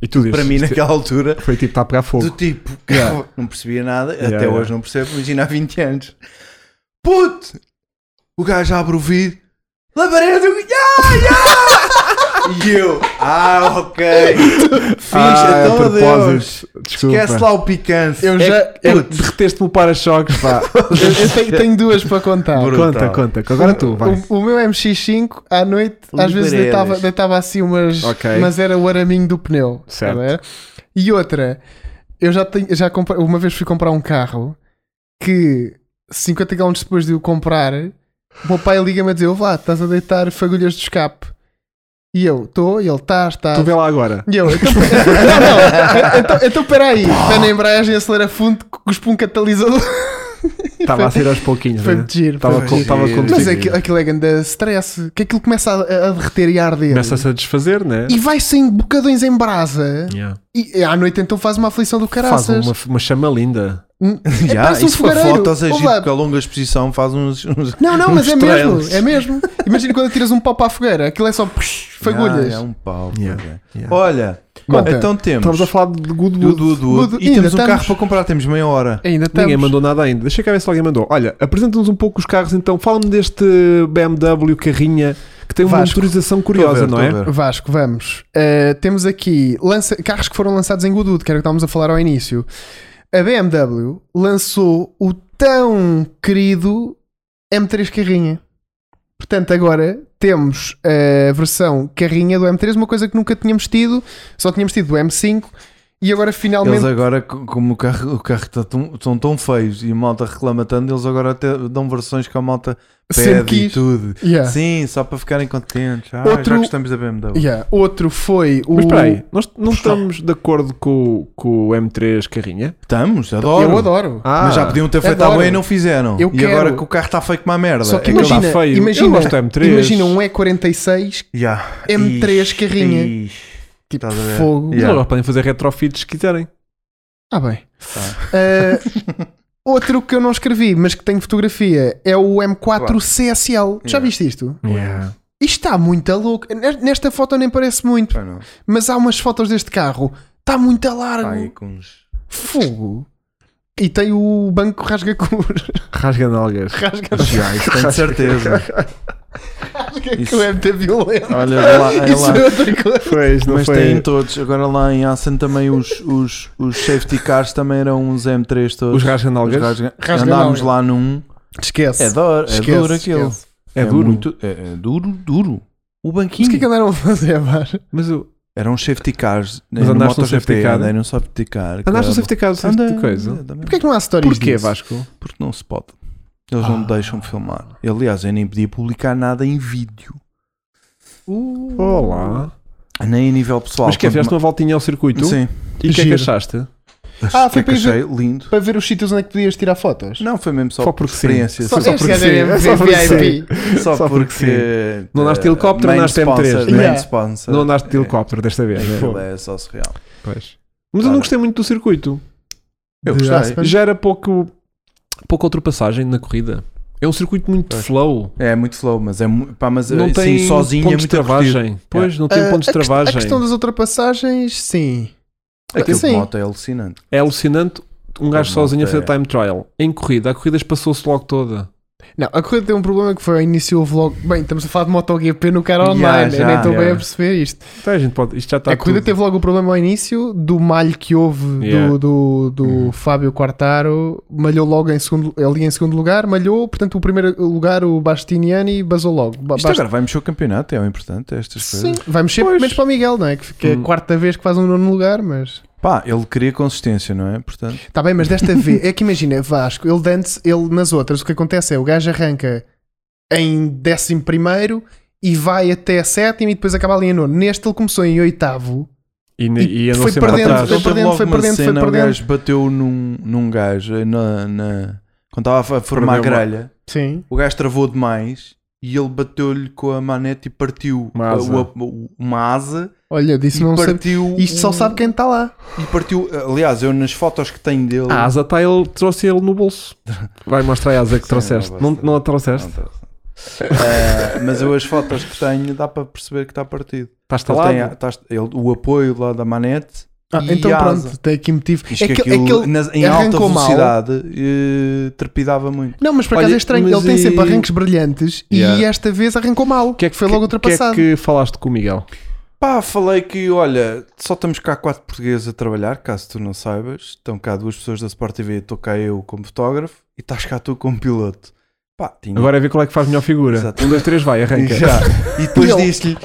Speaker 2: E tu dizes,
Speaker 3: Para mim,
Speaker 2: isto
Speaker 3: naquela altura,
Speaker 2: foi tipo, está a pegar fogo.
Speaker 3: do tipo, não percebia nada,
Speaker 2: Yeah,
Speaker 3: até
Speaker 2: yeah.
Speaker 3: hoje não percebo, imagina há 20 anos. Puto! O gajo abre o vidro, labareda, eu, "Ya, ya!" e eu, ah, ok, ficha,
Speaker 2: ah, a
Speaker 3: então adeus.
Speaker 2: propósito, desculpa.
Speaker 3: Esquece lá o picância.
Speaker 1: Eu
Speaker 2: É
Speaker 1: já.
Speaker 2: que- é que
Speaker 3: Putz.
Speaker 2: derreteste-me o para-choques, pá.
Speaker 1: eu- eu tenho, tenho duas para contar.
Speaker 3: Brutal. Um
Speaker 2: conta, conta. Agora tu, vai.
Speaker 1: O, o meu MX5 à noite às vezes
Speaker 3: Libereiras.
Speaker 1: deitava, deitava assim umas.
Speaker 2: Ok.
Speaker 1: Mas era o araminho do pneu.
Speaker 2: Certo.
Speaker 1: tá a ver? E outra, eu já tenho. Já compre- uma vez fui comprar um carro que 50 km depois de o comprar, o meu pai liga-me a dizer: "Ouve lá, estás a deitar fagulhas de escape. E eu, estou, e ele está, está.
Speaker 2: Tu vê lá agora.
Speaker 1: E eu, então, não, não, então, então peraí, pé na embreagem, acelera fundo, cuspo um catalisador.
Speaker 2: Estava a sair aos pouquinhos,
Speaker 1: Foi
Speaker 2: né?
Speaker 1: muito giro. foi
Speaker 2: Estava
Speaker 1: muito
Speaker 2: com,
Speaker 1: giro.
Speaker 2: estava
Speaker 3: giro.
Speaker 2: com
Speaker 1: Mas
Speaker 2: decidido.
Speaker 1: aquilo, aquilo é grande stress, que aquilo começa a, a derreter e a arder.
Speaker 2: Começa a se desfazer, né?
Speaker 1: E vai-se em bocadões em brasa.
Speaker 2: Yeah.
Speaker 1: E à noite então faz uma aflição do caraças.
Speaker 2: Faz uma, uma chama linda.
Speaker 1: É,
Speaker 3: Já,
Speaker 1: parece um
Speaker 3: isso para
Speaker 1: fogareiro.
Speaker 3: fotos é
Speaker 1: Ouve
Speaker 3: giro,
Speaker 1: lá.
Speaker 3: porque a longa exposição faz uns. uns
Speaker 1: Não, não, mas
Speaker 3: uns
Speaker 1: é mesmo,
Speaker 3: trailers.
Speaker 1: é mesmo. Imagina quando tiras um pau para a fogueira, aquilo é só psh, fagulhas.
Speaker 3: Ah, é um pau.
Speaker 2: Yeah,
Speaker 3: pois é.
Speaker 2: yeah.
Speaker 3: Olha,
Speaker 1: Conta.
Speaker 3: então temos.
Speaker 2: Estamos a falar de Good
Speaker 3: do,
Speaker 2: Wood.
Speaker 3: do, do,
Speaker 1: Good-
Speaker 3: e
Speaker 1: ainda
Speaker 3: temos um carro
Speaker 1: estamos-
Speaker 3: para comprar, temos meia hora.
Speaker 1: Ainda
Speaker 2: Ninguém
Speaker 1: estamos.
Speaker 2: mandou nada ainda. Deixa cá ver se alguém mandou. Olha, apresenta-nos um pouco os carros então. Fala-me deste BMW carrinha que tem uma
Speaker 1: Vasco.
Speaker 2: motorização
Speaker 3: Estou a ver,
Speaker 2: curiosa, não
Speaker 3: estou a
Speaker 2: é?
Speaker 3: ver.
Speaker 1: Vasco, vamos. Uh, temos aqui lança- carros que foram lançados em Goodwood, que era o que estávamos a falar ao início. A BMW lançou o tão querido M3 Carrinha. Portanto, agora temos a versão carrinha do M3, uma coisa que nunca tínhamos tido, só tínhamos tido o M5, e agora finalmente.
Speaker 3: Eles agora, co- como o carro, o carro está tão, são tão feios e a malta reclama tanto, eles agora até dão versões que a malta
Speaker 1: Sempre
Speaker 3: pede e
Speaker 1: quis.
Speaker 3: tudo.
Speaker 1: Yeah,
Speaker 3: Sim, só para ficarem contentes. Ah,
Speaker 1: Outro-
Speaker 3: já gostamos da BMW.
Speaker 1: yeah. Outro foi o.
Speaker 2: Mas espera aí, nós não estamos de acordo com, com o M3 carrinha?
Speaker 3: Estamos, adoro.
Speaker 1: Eu adoro.
Speaker 2: Ah,
Speaker 3: Mas já podiam ter feito
Speaker 1: adoro.
Speaker 3: à bem e não fizeram.
Speaker 1: Eu
Speaker 3: e
Speaker 1: quero.
Speaker 3: agora que o carro está feio como uma merda.
Speaker 1: Só que
Speaker 3: É que eu-
Speaker 1: imagina,
Speaker 2: está feio. Eu
Speaker 1: imagina,
Speaker 2: gosto do M3.
Speaker 1: imagina um E46
Speaker 3: Yeah.
Speaker 1: M3
Speaker 3: Ixi,
Speaker 1: carrinha.
Speaker 3: ixi.
Speaker 1: tipo
Speaker 3: Estás a ver?
Speaker 1: fogo.
Speaker 2: Eles
Speaker 3: Yeah.
Speaker 2: É. agora podem fazer retrofits se quiserem.
Speaker 1: Ah, bem.
Speaker 3: Tá.
Speaker 1: Uh, outro que eu não escrevi, mas que tem fotografia, é o M4
Speaker 3: Claro.
Speaker 1: CSL. Já
Speaker 3: Yeah.
Speaker 1: viste isto?
Speaker 2: é?
Speaker 1: Isto está muito louco. Nes- Nesta foto nem parece muito,
Speaker 3: Ah, não.
Speaker 1: mas há umas fotos deste carro. Está muito largo.
Speaker 3: Está aí com uns-
Speaker 1: Fogo. E tem o banco rasga-cor.
Speaker 2: Rasga nalgas.
Speaker 1: rasga
Speaker 3: Já, isso tenho certeza.
Speaker 1: que o M tem é violento.
Speaker 3: Olha, é lá, é
Speaker 1: Isso
Speaker 3: lá.
Speaker 1: é outra coisa.
Speaker 2: Pois, não
Speaker 3: Mas
Speaker 2: foi.
Speaker 3: têm todos. Agora lá em Assen também os, os, os safety cars também eram uns M3 todos.
Speaker 2: Os rasga
Speaker 3: Os
Speaker 2: nalgas.
Speaker 3: rasga-
Speaker 1: Rasga
Speaker 3: Andámos
Speaker 1: nalgas.
Speaker 3: lá num.
Speaker 1: Esquece.
Speaker 3: É, dor, é
Speaker 1: Esquece,
Speaker 3: duro aquilo.
Speaker 1: esquece.
Speaker 2: É, duro.
Speaker 3: muito- é, é duro, duro. O
Speaker 1: Mas
Speaker 3: banquinho.
Speaker 1: o que é que andaram a fazer, Mar?
Speaker 2: Mas eu...
Speaker 3: Eram safety cars. né?
Speaker 2: Mas
Speaker 3: no
Speaker 2: andaste num
Speaker 3: MotoGP,
Speaker 2: safety car?
Speaker 3: Andei num né? um safety car.
Speaker 2: Andaste no
Speaker 3: caramba.
Speaker 2: safety car, safety
Speaker 3: Andei,
Speaker 2: assim coisa.
Speaker 3: andei, andei.
Speaker 1: Porquê que não há stories
Speaker 2: Porquê,
Speaker 1: disso?
Speaker 2: Vasco?
Speaker 3: Porque não se pode. Eles
Speaker 2: Ah.
Speaker 3: não me deixam filmar. Aliás, eu nem podia publicar nada em vídeo.
Speaker 1: Uh.
Speaker 3: Oh,
Speaker 2: Olá.
Speaker 3: Nem a nível pessoal.
Speaker 2: Mas que é,
Speaker 3: Quanto
Speaker 2: fizeste uma voltinha ao circuito?
Speaker 3: ma- Sim.
Speaker 2: E o que é que
Speaker 1: Giro.
Speaker 2: achaste?
Speaker 1: Ah,
Speaker 3: O que
Speaker 1: foi
Speaker 3: é que
Speaker 1: para, ir ver,
Speaker 3: achei lindo.
Speaker 1: para ver os sítios onde é que podias tirar fotos?
Speaker 3: Não, foi mesmo só,
Speaker 2: Só
Speaker 3: por
Speaker 2: porque sim.
Speaker 3: experiência.
Speaker 1: Só,
Speaker 3: Só,
Speaker 1: este
Speaker 2: porque
Speaker 1: gajo era
Speaker 2: sim, é só porque
Speaker 1: VIP.
Speaker 3: só
Speaker 2: só porque
Speaker 3: porque. eh,
Speaker 2: sim. Não andaste de helicóptero,
Speaker 3: main
Speaker 2: andaste de M3,
Speaker 3: sponsor,
Speaker 1: né?
Speaker 3: main
Speaker 1: Yeah.
Speaker 3: sponsor.
Speaker 2: Não andaste de helicóptero desta vez. né?
Speaker 3: Aquilo é só surreal.
Speaker 2: Pois. Mas eu não gostei muito do circuito.
Speaker 3: Eu
Speaker 1: De
Speaker 3: gostei.
Speaker 1: Aspen.
Speaker 2: Já era pouco, pouca ultrapassagem na corrida. É um circuito muito
Speaker 3: Pois.
Speaker 2: flow.
Speaker 3: É muito slow, mas é mu- pá, mas
Speaker 2: Não
Speaker 3: assim,
Speaker 2: tem
Speaker 3: sozinho é
Speaker 2: pontos de
Speaker 3: muito
Speaker 2: travagem.
Speaker 3: travagem.
Speaker 2: Pois, não tem
Speaker 1: Ah,
Speaker 2: pontos
Speaker 1: a
Speaker 2: de
Speaker 1: quest-
Speaker 2: travagem.
Speaker 1: A questão das ultrapassagens, sim.
Speaker 3: Aquilo
Speaker 1: Sim.
Speaker 3: de moto é alucinante.
Speaker 2: É alucinante um gajo
Speaker 3: A
Speaker 2: sozinho a
Speaker 3: malta
Speaker 2: fazer time trial. Em corrida, a corrida espaçou-se logo toda.
Speaker 1: Não, a corrida tem um problema que foi ao início houve logo. Bem, estamos a falar de MotoGP no cara
Speaker 3: Yeah,
Speaker 1: online, eu
Speaker 3: já,
Speaker 1: nem estou bem a
Speaker 3: yeah.
Speaker 1: perceber isto.
Speaker 2: Então a gente pode. Isto já está.
Speaker 1: a corrida
Speaker 2: tudo.
Speaker 1: teve logo o problema ao início do malho que houve
Speaker 2: Yeah.
Speaker 1: do, do, do
Speaker 3: Uhum.
Speaker 1: Fábio Quartaro, malhou logo em segundo, ali em segundo lugar, malhou, portanto, o primeiro lugar, o Bastiniani, basou logo. Ba-
Speaker 3: Isto
Speaker 1: Bast-
Speaker 3: agora vai mexer o campeonato, é o importante, estas
Speaker 1: Sim,
Speaker 3: coisas.
Speaker 1: vai mexer,
Speaker 2: Pois.
Speaker 1: menos para o Miguel, não é? Que, que é a
Speaker 2: Hum.
Speaker 1: quarta vez que faz um nono lugar, mas.
Speaker 3: Pá, ele queria consistência, não é? Portanto,
Speaker 1: Está bem, mas desta vez, é que imagina, Vasco, ele antes, ele nas outras, o que acontece é o gajo arranca em décimo primeiro e vai até sétimo e depois acaba ali em nono. Neste ele começou em oitavo.
Speaker 2: E, ne-
Speaker 1: E
Speaker 2: e andou
Speaker 1: foi
Speaker 2: sempre
Speaker 1: perdendo,
Speaker 2: atrás.
Speaker 1: foi perdendo,
Speaker 3: logo
Speaker 1: foi
Speaker 3: uma
Speaker 1: perdendo, foi
Speaker 3: cena, o
Speaker 1: perdendo.
Speaker 3: gajo bateu num, num gajo eh, na, na- quando estava a formar a
Speaker 2: Perdeu uma-
Speaker 3: grelha.
Speaker 1: Sim.
Speaker 3: O gajo travou demais e ele bateu-lhe com a manete e partiu
Speaker 2: Uma
Speaker 3: a-
Speaker 2: asa.
Speaker 3: o- o- uma asa
Speaker 1: Olha, disse
Speaker 3: e
Speaker 1: não sei.
Speaker 3: partiu. um
Speaker 1: Isto
Speaker 2: Hum.
Speaker 1: só
Speaker 3: o-
Speaker 1: sabe quem está lá.
Speaker 3: E partiu. Aliás, eu nas fotos que tenho dele.
Speaker 2: A asa está, ele trouxe ele no bolso. Vai mostrar a asa Ah, que trouxeste.
Speaker 3: não
Speaker 2: Não,
Speaker 3: basta.
Speaker 2: não a trouxeste?
Speaker 3: Não, tá- Eh, mas eu as fotos que tenho dá para perceber que está partido.
Speaker 2: Estás
Speaker 3: Ele
Speaker 2: talado?
Speaker 3: tem a- tá- ele- o apoio lá da manete.
Speaker 1: Ah,
Speaker 3: E
Speaker 1: então
Speaker 3: a
Speaker 1: pronto,
Speaker 3: asa.
Speaker 1: tem aqui motivo.
Speaker 3: Diz que
Speaker 1: É que- é
Speaker 3: aquilo,
Speaker 1: que ele
Speaker 3: nas- em alta
Speaker 1: arrancou mal.
Speaker 3: velocidade eh, trepidava muito.
Speaker 1: Não, mas por acaso
Speaker 2: Olha,
Speaker 1: é estranho.
Speaker 2: mas
Speaker 1: Ele tem
Speaker 2: e-
Speaker 1: sempre arranques brilhantes e
Speaker 3: Yeah.
Speaker 1: esta vez arrancou mal.
Speaker 2: O que é que
Speaker 1: foi logo ultrapassado?
Speaker 2: O que é que falaste com o Miguel?
Speaker 3: Pá, falei que, olha, só estamos cá quatro portugueses a trabalhar, caso tu não saibas. Estão cá duas pessoas da Sport TV, estou cá eu como fotógrafo e estás cá tu como piloto. Pá, tinha.
Speaker 2: Agora é ver qual é que faz melhor figura.
Speaker 3: Exato.
Speaker 2: Um, dois, três, vai,
Speaker 3: e,
Speaker 2: arranca.
Speaker 3: já. E depois
Speaker 1: Ele.
Speaker 3: disse-lhe,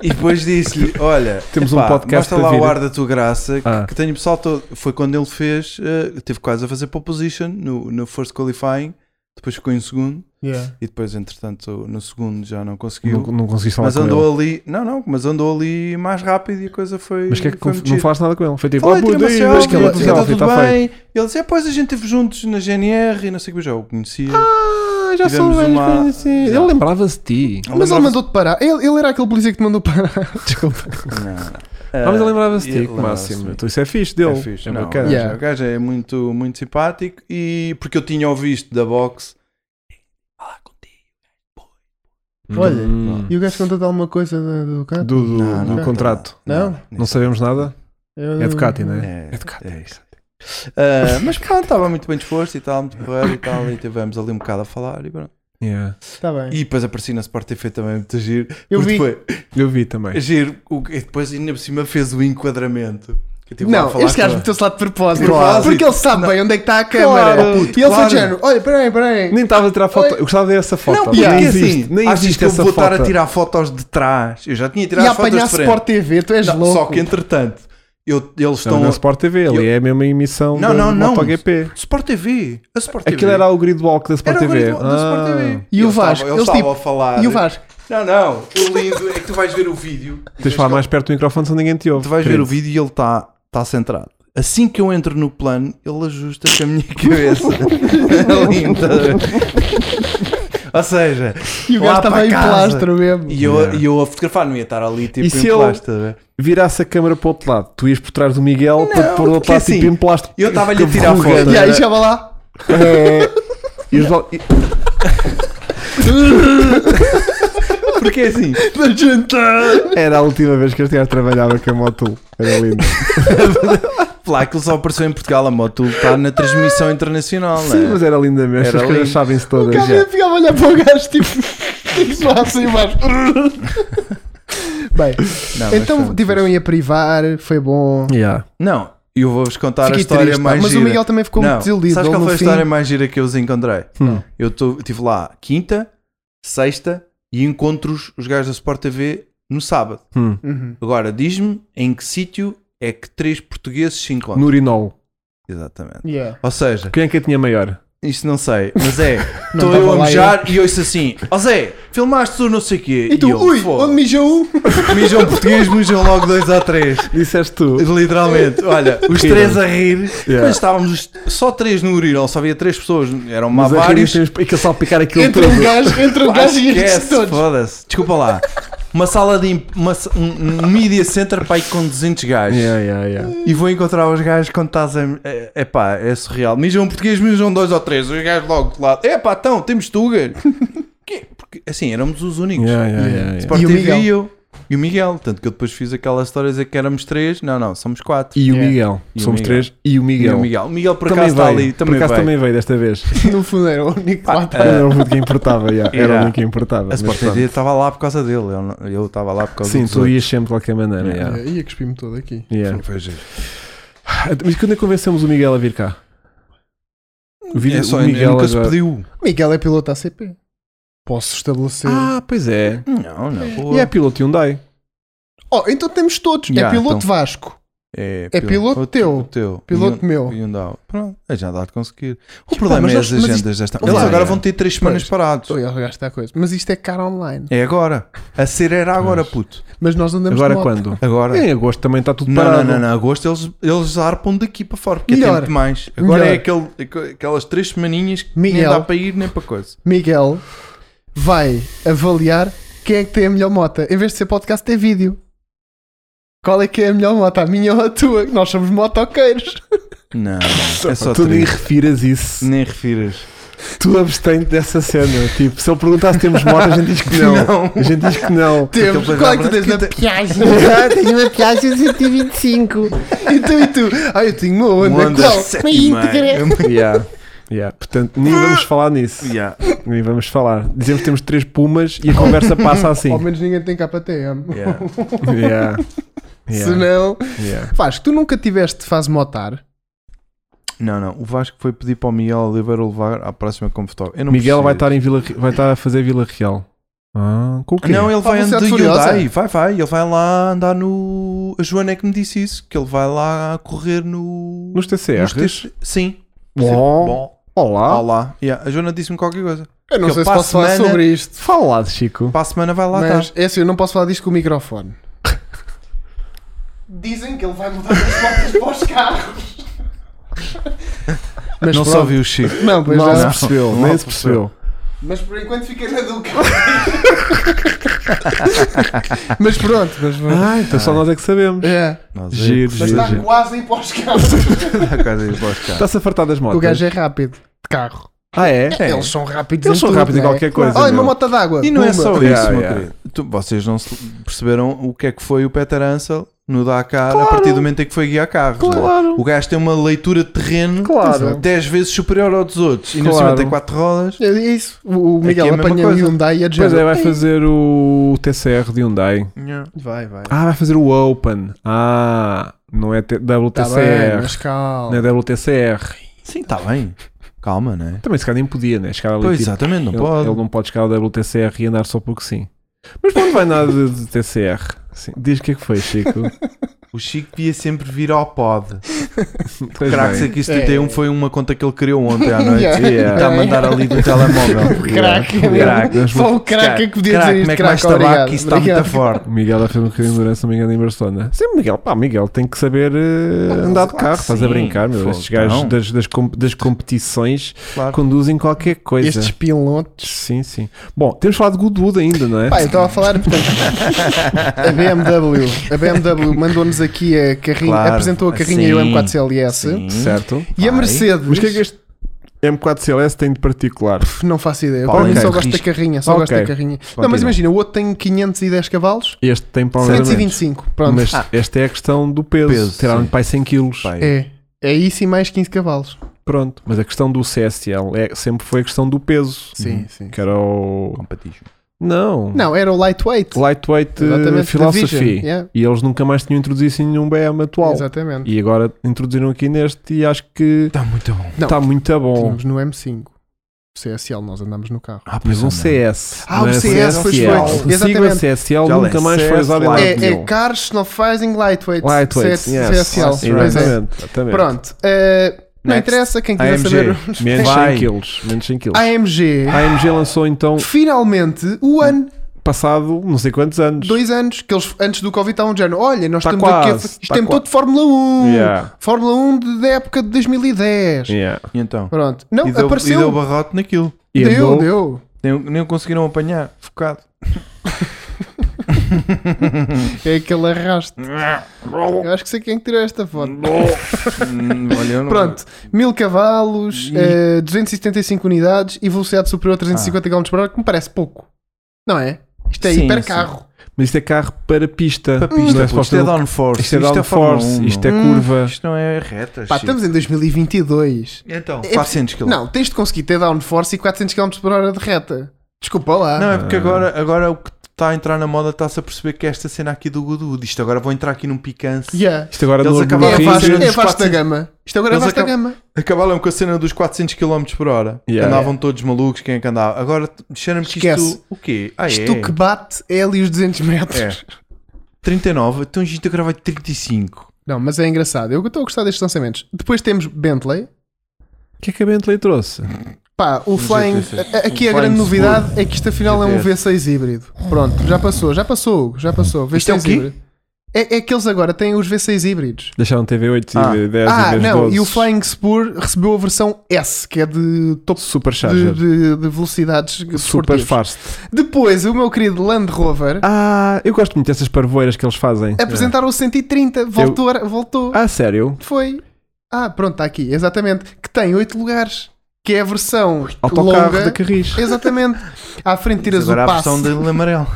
Speaker 3: e depois disse-lhe, olha,
Speaker 2: Temos um
Speaker 3: epá,
Speaker 2: podcast
Speaker 3: mostra
Speaker 2: a
Speaker 3: lá
Speaker 2: vir.
Speaker 3: o ar da tua graça, que,
Speaker 2: Ah.
Speaker 3: que tenho pessoal todo. Foi quando ele fez, eh, teve quase a fazer pole position no, no first qualifying, depois ficou em segundo
Speaker 1: Yeah.
Speaker 3: e depois, entretanto, no segundo já não conseguiu.
Speaker 2: Não, não consegui falar
Speaker 3: Mas
Speaker 2: com ele.
Speaker 3: andou ali, não, não, mas andou ali mais rápido e a coisa foi.
Speaker 2: Mas o que é que
Speaker 3: foi
Speaker 2: conf- não
Speaker 3: mexida.
Speaker 2: falaste nada com ele? Foi tipo,
Speaker 3: Falei,
Speaker 2: oh,
Speaker 3: tirei
Speaker 2: puto,
Speaker 3: uma
Speaker 2: ei,
Speaker 3: selfie,
Speaker 2: mas que ele
Speaker 1: tirei
Speaker 3: está
Speaker 1: uma
Speaker 2: selfie, tá
Speaker 3: tudo
Speaker 2: está feio.
Speaker 3: bem. Ele disse, "É, pois a gente esteve juntos na GNR e não sei o que, eu já o conhecia.
Speaker 2: Ah, já sou
Speaker 3: Tivemos
Speaker 2: velho,
Speaker 3: uma-
Speaker 2: coisa assim.
Speaker 3: Já.
Speaker 2: Ele lembrava-se de ti.
Speaker 3: Ele
Speaker 1: Mas ele
Speaker 3: lembrava-se-
Speaker 1: mandou-te parar. Ele, ele era aquele polícia que te mandou parar. Desculpa.
Speaker 3: Não, não.
Speaker 2: Ah, mas ele lembrava-se
Speaker 3: ele
Speaker 2: de ti, que
Speaker 3: lembrava-se
Speaker 2: máximo.
Speaker 3: de mim.
Speaker 2: Então isso é fixe dele.
Speaker 3: É fixe, não,
Speaker 2: bacana.
Speaker 3: o gajo-
Speaker 1: Yeah.
Speaker 3: O gajo é muito, muito simpático e porque eu tinha ouvido da box.
Speaker 1: Ah, Olha,
Speaker 2: Hum.
Speaker 1: E o gajo conta-te alguma coisa do, do
Speaker 2: do,
Speaker 1: carro?
Speaker 2: do-
Speaker 3: Não,
Speaker 2: do
Speaker 3: não,
Speaker 2: contrato.
Speaker 1: Não?
Speaker 2: Não sabemos nada. É Ducati, não é?
Speaker 3: É,
Speaker 2: Ducati,
Speaker 3: é isso. Ah, mas pronto, estava muito bem disposto e tal, muito porreiro e tal, e tivemos ali um bocado a falar e pronto.
Speaker 2: Yeah.
Speaker 1: Está Tá bem.
Speaker 3: E depois apareci na Sport TV também, muito giro.
Speaker 1: Eu
Speaker 3: porque
Speaker 1: vi.
Speaker 3: Foi,
Speaker 2: Eu vi também.
Speaker 3: Giro, o- e depois ainda por cima fez o enquadramento. Que eu tive lá a
Speaker 1: Não,
Speaker 3: Tipo, falar
Speaker 1: este gajo
Speaker 3: com-
Speaker 1: meteu-se lá de propósito.
Speaker 3: Propósito.
Speaker 1: Porque ele sabe bem onde é que está a câmara.
Speaker 2: Claro,
Speaker 1: e
Speaker 3: puto,
Speaker 1: ele foi
Speaker 3: claro.
Speaker 1: de género: olha, peraí, peraí.
Speaker 2: Nem estava a tirar foto.
Speaker 1: Oi.
Speaker 2: Eu gostava de ver essa foto.
Speaker 1: Não,
Speaker 2: mas
Speaker 1: porque
Speaker 2: nem
Speaker 1: é
Speaker 2: existe,
Speaker 3: assim,
Speaker 2: nem
Speaker 3: achas
Speaker 2: existe
Speaker 3: que eu
Speaker 2: essa
Speaker 3: vou estar
Speaker 2: foto.
Speaker 3: a tirar fotos de trás? Eu já tinha
Speaker 1: E
Speaker 3: tirado
Speaker 1: a
Speaker 3: as fotos
Speaker 1: apanhar
Speaker 3: de
Speaker 1: Sport
Speaker 3: frente.
Speaker 1: TV, tu és
Speaker 3: Não,
Speaker 1: louco.
Speaker 3: só que entretanto, eu, eles
Speaker 2: Não,
Speaker 3: estão.
Speaker 2: na Sport TV, ali
Speaker 3: eu-
Speaker 2: é a mesma emissão
Speaker 3: Não,
Speaker 2: da
Speaker 3: não, não.
Speaker 2: MotoGP.
Speaker 3: Sport TV. A Sport TV.
Speaker 2: Aquilo era o gridwalk da Sport Ah.
Speaker 3: Era o
Speaker 2: TV.
Speaker 3: grid da Sport Ah. TV.
Speaker 1: E o
Speaker 3: Eles
Speaker 1: Vasco,
Speaker 3: estavam-
Speaker 1: eles
Speaker 3: Eles estavam
Speaker 1: tipo-
Speaker 3: a falar.
Speaker 1: E o Vasco?
Speaker 3: Não, não. O lindo é que tu vais ver o vídeo. e
Speaker 2: Tens
Speaker 3: vês
Speaker 2: de falar
Speaker 3: que
Speaker 2: mais perto do microfone, senão ninguém te
Speaker 3: ele-
Speaker 2: ouve.
Speaker 3: Tu vais ver
Speaker 2: querido.
Speaker 3: o vídeo e ele está tá centrado. Assim que eu entro no plano, ele ajusta com a minha cabeça. Lindo. Ou seja,
Speaker 1: E o
Speaker 3: lá
Speaker 1: gajo estava
Speaker 3: para
Speaker 1: em
Speaker 3: casa.
Speaker 1: plastro mesmo.
Speaker 3: E eu, e eu a fotografar, não ia estar ali tipo
Speaker 2: E
Speaker 3: em
Speaker 2: se ele-
Speaker 3: plástico, tá a ver?
Speaker 2: Virasse a câmera para o outro lado. Tu ias por trás do Miguel para te pôr do outro
Speaker 3: porque
Speaker 2: lado, tipo
Speaker 3: assim,
Speaker 2: em plástico.
Speaker 3: eu estava-lhe a tirar
Speaker 2: Verruga.
Speaker 3: foto.
Speaker 1: E aí
Speaker 3: era-
Speaker 1: chegava lá.
Speaker 2: E os do- e-
Speaker 3: Porque é assim,
Speaker 1: Da jantar.
Speaker 2: Era a última vez que este gajo trabalhava com a Motul. Era lindo.
Speaker 3: lá aquilo só apareceu em Portugal, a moto está na transmissão internacional,
Speaker 2: Sim,
Speaker 3: não é?
Speaker 2: mas era lindo mesmo.
Speaker 3: Era
Speaker 2: Estas coisas
Speaker 3: lindo.
Speaker 2: sabem-se
Speaker 1: O
Speaker 2: todas.
Speaker 1: cara
Speaker 2: Já.
Speaker 1: ia ficar a olhar para o gajo tipo. Tipo lá assim, mas. Bem,
Speaker 3: Não, Tá, mas
Speaker 1: então
Speaker 3: foi-
Speaker 1: tiveram aí a privar, foi bom.
Speaker 2: Yeah.
Speaker 3: Não, eu vou-vos contar a
Speaker 1: Fiquei
Speaker 3: história
Speaker 1: triste, pá,
Speaker 3: mais
Speaker 1: mas
Speaker 3: gira.
Speaker 1: o Miguel também ficou
Speaker 3: não,
Speaker 1: muito desiludido.
Speaker 3: Sabes
Speaker 1: Ele
Speaker 3: qual
Speaker 1: no
Speaker 3: foi a
Speaker 1: fim-
Speaker 3: história mais gira que eu os encontrei?
Speaker 2: Não.
Speaker 3: Eu estive lá quinta, sexta e encontro os, os gajos da Sport TV no sábado.
Speaker 2: Hum.
Speaker 1: Uhum.
Speaker 3: Agora, diz-me em que sítio é que três portugueses se encontram.
Speaker 2: No urinol.
Speaker 3: Exatamente.
Speaker 1: Yeah.
Speaker 3: Ou seja,
Speaker 2: Hum. Quem é que a tinha maior?
Speaker 3: Isto não sei, mas é.
Speaker 1: Não
Speaker 3: Estou
Speaker 1: tava
Speaker 3: eu a
Speaker 1: lá
Speaker 3: mejar e ouço assim: Ó Zé, filmaste tu não sei o quê.
Speaker 1: E tu,
Speaker 3: eu, Então
Speaker 1: ui,
Speaker 3: "Foda."
Speaker 1: onde mijou um?
Speaker 3: mijam português, mijam logo dois ou três.
Speaker 2: Disseste tu.
Speaker 3: Literalmente, olha, os
Speaker 2: Riram.
Speaker 3: três a rir.
Speaker 2: Yeah.
Speaker 3: Mas estávamos só três no urinol, só havia três pessoas, eram má
Speaker 1: é
Speaker 2: Mas a
Speaker 3: vários.
Speaker 2: Rita tem- E que ele salpicar aquilo
Speaker 1: Entre
Speaker 2: todo.
Speaker 1: um gajo, entre um
Speaker 3: Pá,
Speaker 1: gajo e estes
Speaker 3: Esquece,
Speaker 1: todos.
Speaker 3: foda-se. Desculpa lá. Uma sala de. imp- Uma, s- um, um media center pai com 200 gajos.
Speaker 2: Yeah, yeah, yeah.
Speaker 3: E vou encontrar os gajos quando estás a. É, é pá, é surreal. Mijam um português, mijam dois ou três. Os gajos logo de lado. É pá, então, temos Tuga. Quê? Porque assim, éramos os únicos.
Speaker 2: Yeah, yeah, yeah, yeah.
Speaker 3: Sport
Speaker 1: E o
Speaker 3: TV
Speaker 1: Miguel?
Speaker 3: e eu. E o Miguel. Tanto que eu depois fiz aquela história a dizer que éramos três. Não, não, somos quatro.
Speaker 2: E o
Speaker 1: Yeah.
Speaker 2: Miguel.
Speaker 3: E o
Speaker 2: Somos
Speaker 3: Miguel.
Speaker 2: três. E o
Speaker 3: E
Speaker 2: Miguel.
Speaker 3: o Miguel. O Miguel por
Speaker 2: Também
Speaker 3: acaso está
Speaker 2: veio.
Speaker 3: ali.
Speaker 2: Por
Speaker 3: Também
Speaker 2: acaso
Speaker 3: veio.
Speaker 2: também veio desta vez.
Speaker 1: No fundo era o único que
Speaker 3: Pá,
Speaker 1: lá
Speaker 3: ah,
Speaker 1: estava.
Speaker 2: Era o único que importava. yeah. Era o
Speaker 3: Yeah.
Speaker 2: único que importava.
Speaker 3: A Sport
Speaker 2: Mas
Speaker 3: TV estava lá por causa dele. Eu não- Eu estava lá por
Speaker 2: pronto.
Speaker 3: causa
Speaker 2: Sim,
Speaker 3: dos
Speaker 2: tu
Speaker 3: outros.
Speaker 2: ias sempre de qualquer maneira. yeah.
Speaker 1: É, Ia cuspir-me todo aqui.
Speaker 2: Yeah.
Speaker 3: Foi giro.
Speaker 2: Mas quando é que convencemos o Miguel a vir cá? O, Vini-
Speaker 3: É só,
Speaker 2: o Miguel
Speaker 3: nunca se
Speaker 2: agora-
Speaker 3: pediu.
Speaker 1: Miguel é piloto ACP. Posso estabelecer.
Speaker 2: Ah, pois é.
Speaker 3: Não, não.
Speaker 2: E é piloto Hyundai.
Speaker 1: Oh, então temos todos.
Speaker 3: Yeah,
Speaker 1: é piloto
Speaker 3: então.
Speaker 1: Vasco.
Speaker 3: É,
Speaker 1: É piloto teu.
Speaker 3: teu.
Speaker 1: Piloto
Speaker 3: E um-
Speaker 1: meu.
Speaker 3: E um dá. Pronto, a gente há de conseguir. O problema
Speaker 1: mas
Speaker 3: é
Speaker 1: nós-
Speaker 3: as
Speaker 1: mas isto-
Speaker 3: agendas desta.
Speaker 1: Olha
Speaker 3: Eles
Speaker 1: lá,
Speaker 3: agora
Speaker 1: é.
Speaker 3: vão ter três semanas parados.
Speaker 1: Estou a gastar coisa. Mas isto é caro online.
Speaker 3: É agora. A ser era agora, puto.
Speaker 1: Mas nós andamos
Speaker 2: Agora
Speaker 1: de moto.
Speaker 2: quando?
Speaker 3: Agora.
Speaker 1: É,
Speaker 2: Em agosto também está tudo
Speaker 3: Não,
Speaker 2: parado.
Speaker 3: não, não, não. Agosto eles, eles arpam daqui para fora, porque
Speaker 1: Melhor.
Speaker 3: é tempo demais. Agora
Speaker 1: Melhor.
Speaker 3: é aquele, aquelas três semaninhas que nem
Speaker 1: Miguel.
Speaker 3: dá para ir nem para coisa.
Speaker 1: Miguel vai avaliar quem é que tem a melhor moto. Em vez de ser podcast, é vídeo. Qual é que é a melhor moto? A minha ou a tua? Nós somos motoqueiros.
Speaker 3: Não, não. É só
Speaker 2: tu nem
Speaker 3: trigo.
Speaker 2: refiras isso.
Speaker 3: Nem refiras.
Speaker 2: Tu abstente dessa cena. Tipo, se ele perguntar se temos moto, a gente diz que não.
Speaker 3: Não.
Speaker 2: A gente diz que não.
Speaker 1: Temos.
Speaker 3: depois
Speaker 1: Qual é que
Speaker 3: dá
Speaker 1: tu
Speaker 3: para-
Speaker 1: tens na piagem?
Speaker 2: Tenho uma piagem de 125.
Speaker 1: E tu e tu? Ah, eu tenho uma onda.
Speaker 3: Onda
Speaker 1: Qual?
Speaker 3: sete
Speaker 1: Uma
Speaker 3: e
Speaker 1: íntegra.
Speaker 3: meio.
Speaker 2: Yeah. Yeah. Portanto, nem vamos falar nisso.
Speaker 3: Yeah.
Speaker 2: Nem vamos falar. Dizemos que temos três pumas e a conversa passa assim.
Speaker 1: Ao menos ninguém tem KTM.
Speaker 3: Yeah.
Speaker 2: Yeah.
Speaker 1: Se
Speaker 2: Yeah.
Speaker 1: não.
Speaker 2: Yeah.
Speaker 1: Vasco, tu nunca tiveste fase motar.
Speaker 3: Não, não. O Vasco foi pedir para o Miguel Oliveira levar à próxima como fotógrafo. Eu não
Speaker 2: Miguel vai estar,
Speaker 3: percebi.
Speaker 2: em Vila, Re- vai estar a fazer Vila Real. Ah, com o quê?
Speaker 3: Não, ele vai
Speaker 1: Ah,
Speaker 3: andar de
Speaker 1: Velocidade Furiosa?
Speaker 3: Hyundai. Vai, vai. Ele vai lá andar no. A Joana é que me disse isso. Que ele vai lá correr no.
Speaker 2: Nos TCRs?
Speaker 3: TC. Sim.
Speaker 2: Bom.
Speaker 3: Bom.
Speaker 2: Olá.
Speaker 3: Olá. Yeah. A Joana disse-me qualquer coisa.
Speaker 1: Eu não
Speaker 3: Eu
Speaker 1: sei se
Speaker 3: para a
Speaker 1: posso falar
Speaker 3: semana-
Speaker 1: sobre isto.
Speaker 2: Fala lá, Chico.
Speaker 3: Para a semana vai lá
Speaker 1: Mas
Speaker 3: estar.
Speaker 2: tá.
Speaker 1: é assim, eu não posso falar disto com o microfone. Dizem que ele vai mudar as motos para os carros. Mas
Speaker 3: Não
Speaker 1: pronto.
Speaker 3: só viu o Chico.
Speaker 1: Não, pois
Speaker 2: Mal
Speaker 1: já.
Speaker 2: se percebeu.
Speaker 3: Mal
Speaker 2: Nem se
Speaker 3: se
Speaker 2: percebeu.
Speaker 1: Mas por enquanto fica na do carro. mas pronto, mas pronto.
Speaker 2: Ah, então só nós é que sabemos.
Speaker 1: É,
Speaker 3: Nós é que
Speaker 2: Giro,
Speaker 1: mas
Speaker 2: giro, Tá
Speaker 1: está
Speaker 2: giro.
Speaker 1: quase em pós carros.
Speaker 3: Está quase aí para os carros.
Speaker 2: Está-se a fartar das motos.
Speaker 1: O gajo é rápido, de carro.
Speaker 2: Ah, é?
Speaker 1: Eles são rápidos
Speaker 2: Eles
Speaker 1: em
Speaker 2: são
Speaker 1: tudo,
Speaker 2: rápidos em
Speaker 1: não é?
Speaker 2: qualquer coisa,
Speaker 1: Olha, uma
Speaker 2: meu.
Speaker 1: mota d'água.
Speaker 3: E não é
Speaker 1: Pumba.
Speaker 3: só isso,
Speaker 2: Yeah,
Speaker 3: meu
Speaker 2: yeah.
Speaker 3: querido. Tu- vocês não se perceberam o que é que foi o Peter Ansel no Dakar a partir do momento em que foi guiar carros.
Speaker 2: Claro.
Speaker 3: não é? O gajo tem uma leitura de terreno
Speaker 2: Claro.
Speaker 3: 10 vezes superior ao dos outros. E no
Speaker 2: Claro.
Speaker 3: cima tem 4 rodas.
Speaker 1: É isso. O o
Speaker 3: Aqui é
Speaker 1: Miguel
Speaker 3: a mesma
Speaker 1: apanha
Speaker 3: coisa.
Speaker 1: Hyundai e a
Speaker 2: Pois é,
Speaker 1: Jazz.
Speaker 2: vai fazer o TCR de Hyundai.
Speaker 3: É.
Speaker 1: Vai, vai.
Speaker 2: Ah, vai fazer o Open. Ah, não é
Speaker 1: Tá
Speaker 2: T-
Speaker 1: bem,
Speaker 2: WTCR.
Speaker 1: mas calma.
Speaker 2: não é WTCR.
Speaker 3: Sim, está bem. Calma, né?
Speaker 2: Também se calhar nem podia, né? Chegar ali.
Speaker 3: Pois,
Speaker 2: tipo,
Speaker 3: exatamente, não
Speaker 2: ele,
Speaker 3: pode.
Speaker 2: ele não pode chegar ao WTCR e andar só porque sim. Mas pronto, vai nada de, de TCR. Sim. Diz o que é que foi, Chico.
Speaker 3: O Chico devia sempre vir ao pod.
Speaker 2: Pois
Speaker 3: Cracks
Speaker 2: bem.
Speaker 3: aqui 71 foi uma conta que ele criou ontem à noite.
Speaker 1: É. Yeah.
Speaker 3: E está a mandar ali do telemóvel.
Speaker 1: Crack,
Speaker 2: Yeah.
Speaker 1: mesmo.
Speaker 2: Crack, vamos
Speaker 1: Só o crack é que podia dizer
Speaker 3: Crack, como é
Speaker 1: isto.
Speaker 3: que mais
Speaker 1: Crack,
Speaker 3: tabaco?
Speaker 1: obrigado.
Speaker 3: Isso está muito
Speaker 1: obrigado.
Speaker 3: forte.
Speaker 2: O Miguel a fazer um bocadinho de endurance, se não me engano, em Barcelona. Sim, Miguel, pá, Miguel tem que saber eh, andar de
Speaker 3: claro
Speaker 2: carro.
Speaker 3: que
Speaker 2: Estás a
Speaker 3: sim.
Speaker 2: brincar, meu.
Speaker 3: Fogo,
Speaker 2: Estes gajos
Speaker 3: não.
Speaker 2: das, das, com- das competições
Speaker 3: Claro.
Speaker 2: conduzem qualquer coisa.
Speaker 1: Estes pilotos.
Speaker 2: Sim, sim. Bom, temos falado de Goodwood ainda, não é?
Speaker 1: Pá, eu estava a falar, portanto, a BMW, a BMW mandou-nos aqui a carrinha,
Speaker 3: Claro.
Speaker 1: apresentou a carrinha e o
Speaker 3: Sim.
Speaker 1: M4 CLS.
Speaker 3: então-
Speaker 2: Certo.
Speaker 1: E a
Speaker 3: Vai.
Speaker 1: Mercedes,
Speaker 2: Mas o que é que este M4 CLS tem de particular?
Speaker 1: não faço ideia,
Speaker 2: Pá,
Speaker 1: para mim
Speaker 2: ok.
Speaker 1: só gosto da carrinha, só gosto
Speaker 2: Ok.
Speaker 1: da carrinha. Não,
Speaker 2: Continua.
Speaker 1: mas imagina, o outro tem 510 cavalos,
Speaker 2: Este tem para
Speaker 1: 125, pronto.
Speaker 2: Mas esta é a questão do peso.
Speaker 3: Peso,
Speaker 2: Tiraram
Speaker 3: sim.
Speaker 2: para 100 quilos.
Speaker 3: Pai,
Speaker 1: É, é isso e mais 15 cavalos.
Speaker 2: Pronto. Mas a questão do CSL é, sempre foi a questão do peso.
Speaker 1: Sim, sim.
Speaker 2: Que era
Speaker 3: É.
Speaker 2: o...
Speaker 3: competition.
Speaker 2: Não.
Speaker 1: Não, era o lightweight.
Speaker 2: Lightweight eh,
Speaker 1: Exatamente,
Speaker 2: Hum. Philosophy.
Speaker 1: Division, yeah.
Speaker 2: E eles nunca mais tinham introduzido isso em nenhum BM atual.
Speaker 1: Exatamente.
Speaker 2: E agora introduziram aqui neste e acho que
Speaker 3: Está muito bom.
Speaker 1: Não.
Speaker 2: está muito bom.
Speaker 1: Tínhamos no M5, CSL, nós andamos no carro.
Speaker 3: Ah,
Speaker 2: Mas
Speaker 3: é,
Speaker 2: um
Speaker 3: não.
Speaker 2: CS.
Speaker 1: Ah,
Speaker 2: não
Speaker 1: o
Speaker 2: é
Speaker 1: CS, pois
Speaker 2: CSL.
Speaker 1: foi.
Speaker 2: O sigla
Speaker 1: Exatamente.
Speaker 2: CSL
Speaker 3: Já
Speaker 2: nunca
Speaker 3: lembro.
Speaker 2: mais foi usado em
Speaker 3: CSL.
Speaker 2: lado
Speaker 1: É, é
Speaker 2: nenhum.
Speaker 1: cars Snowfising Lightweight.
Speaker 2: Lightweight,
Speaker 1: CS,
Speaker 2: yes.
Speaker 1: CSL.
Speaker 2: Sim,
Speaker 1: pois é.
Speaker 2: exatamente, exatamente.
Speaker 1: Pronto. eh, não
Speaker 3: Next.
Speaker 1: interessa, quem quiser
Speaker 3: AMG.
Speaker 1: saber.
Speaker 2: Menos
Speaker 3: Vai.
Speaker 2: 100 quilos. Menos 100 quilos.
Speaker 1: AMG,
Speaker 2: A AMG lançou então,
Speaker 1: finalmente, o ano,
Speaker 2: passado não sei quantos anos.
Speaker 1: dois anos, que eles antes do Covid estavam de género. Olha, nós
Speaker 2: Tá
Speaker 1: estamos
Speaker 2: quase,
Speaker 1: aqui. Isto
Speaker 2: tá
Speaker 1: é
Speaker 2: quase.
Speaker 1: todo de Fórmula 1.
Speaker 2: Yeah.
Speaker 1: Fórmula 1 de- da época de 2010.
Speaker 2: Yeah.
Speaker 3: E então?
Speaker 1: Pronto. Não,
Speaker 3: e, deu, e
Speaker 1: apareceu.
Speaker 3: deu barrote naquilo.
Speaker 2: E
Speaker 1: deu,
Speaker 2: andou-
Speaker 1: deu.
Speaker 3: Nem, nem o conseguiram apanhar. Focado.
Speaker 1: É aquele arrasto. Eu acho que sei quem é que tirou esta foto.
Speaker 3: Hum, olha, eu não-
Speaker 1: Pronto, 1000 cavalos, eh, 275 unidades e velocidade superior a 350 km por hora, que me parece pouco. Não é? Isto é
Speaker 3: Sim,
Speaker 1: hipercarro.
Speaker 2: Mas isto é carro para pista.
Speaker 3: Para
Speaker 2: Isto
Speaker 3: pista,
Speaker 2: é,
Speaker 3: pô, isto é downforce.
Speaker 2: isto é
Speaker 3: Fórmula
Speaker 2: downforce,
Speaker 3: 1,
Speaker 2: isto é
Speaker 1: Hum.
Speaker 3: não.
Speaker 2: curva.
Speaker 3: Isto não é reta.
Speaker 1: Pá,
Speaker 3: Chico.
Speaker 1: estamos em 2022.
Speaker 3: Então,
Speaker 1: É-
Speaker 3: 400 km.
Speaker 1: Não, tens de conseguir ter downforce e 400 km por hora de reta. Desculpa lá.
Speaker 3: Não, é porque
Speaker 2: Ah.
Speaker 3: agora, agora o que está a entrar na moda está-se a perceber que é esta cena aqui do Goodwood. Isto agora vou entrar aqui num picante.
Speaker 1: Yeah.
Speaker 2: Isto agora
Speaker 3: Eles
Speaker 2: no,
Speaker 1: É,
Speaker 2: no
Speaker 3: acabaram
Speaker 1: a
Speaker 3: Sim,
Speaker 2: Rio-
Speaker 1: vasta-
Speaker 3: sim,
Speaker 1: é
Speaker 3: sim.
Speaker 1: vasta gama. Isto agora é
Speaker 3: Eles
Speaker 1: vasta
Speaker 3: acab-
Speaker 1: gama.
Speaker 3: Acabaram com a cena dos 400 km por hora.
Speaker 2: Yeah.
Speaker 3: Andavam todos malucos, quem é que andava? Agora disseram-me que
Speaker 1: Esquece.
Speaker 3: isto. O quê? Ah,
Speaker 1: Isto
Speaker 3: é.
Speaker 1: que bate é ali os 200 metros.
Speaker 3: É. 39, então a gente a gravar 35.
Speaker 1: Não, mas é engraçado. Eu estou a gostar destes lançamentos. Depois temos Bentley.
Speaker 2: O que é que a Bentley trouxe?
Speaker 1: Pá, o Flying.
Speaker 3: GT6.
Speaker 1: a- a- Aqui a
Speaker 3: Flying
Speaker 1: grande
Speaker 3: Spur.
Speaker 1: novidade é que isto afinal é um
Speaker 3: GTS.
Speaker 1: V6 híbrido. Pronto, já passou, já passou, Hugo, já passou. V6
Speaker 3: Isto é o quê?
Speaker 1: híbrido. É, é que eles agora têm os V6 híbridos.
Speaker 2: Deixaram TV8
Speaker 3: Ah.
Speaker 2: e 10
Speaker 1: ah,
Speaker 2: e 10
Speaker 1: não,
Speaker 2: 12.
Speaker 1: e o Flying Spur recebeu a versão S, que é de topo de,
Speaker 2: Supercharger.
Speaker 1: de, de velocidades
Speaker 2: Super
Speaker 1: desportivas.
Speaker 2: fast.
Speaker 1: Depois, o meu querido Land Rover
Speaker 2: Ah, eu gosto muito dessas parvoeiras que eles fazem.
Speaker 3: é.
Speaker 1: apresentaram o 130, voltou, voltou.
Speaker 2: Ah, sério?
Speaker 1: Foi. Ah, pronto, está aqui, exatamente. Que tem 8 lugares. Que é a versão
Speaker 2: Autocarro
Speaker 1: longa.
Speaker 2: da Carris.
Speaker 1: Exatamente. À frente tiras o
Speaker 3: Agora a versão
Speaker 1: passe.
Speaker 3: dele amarelo.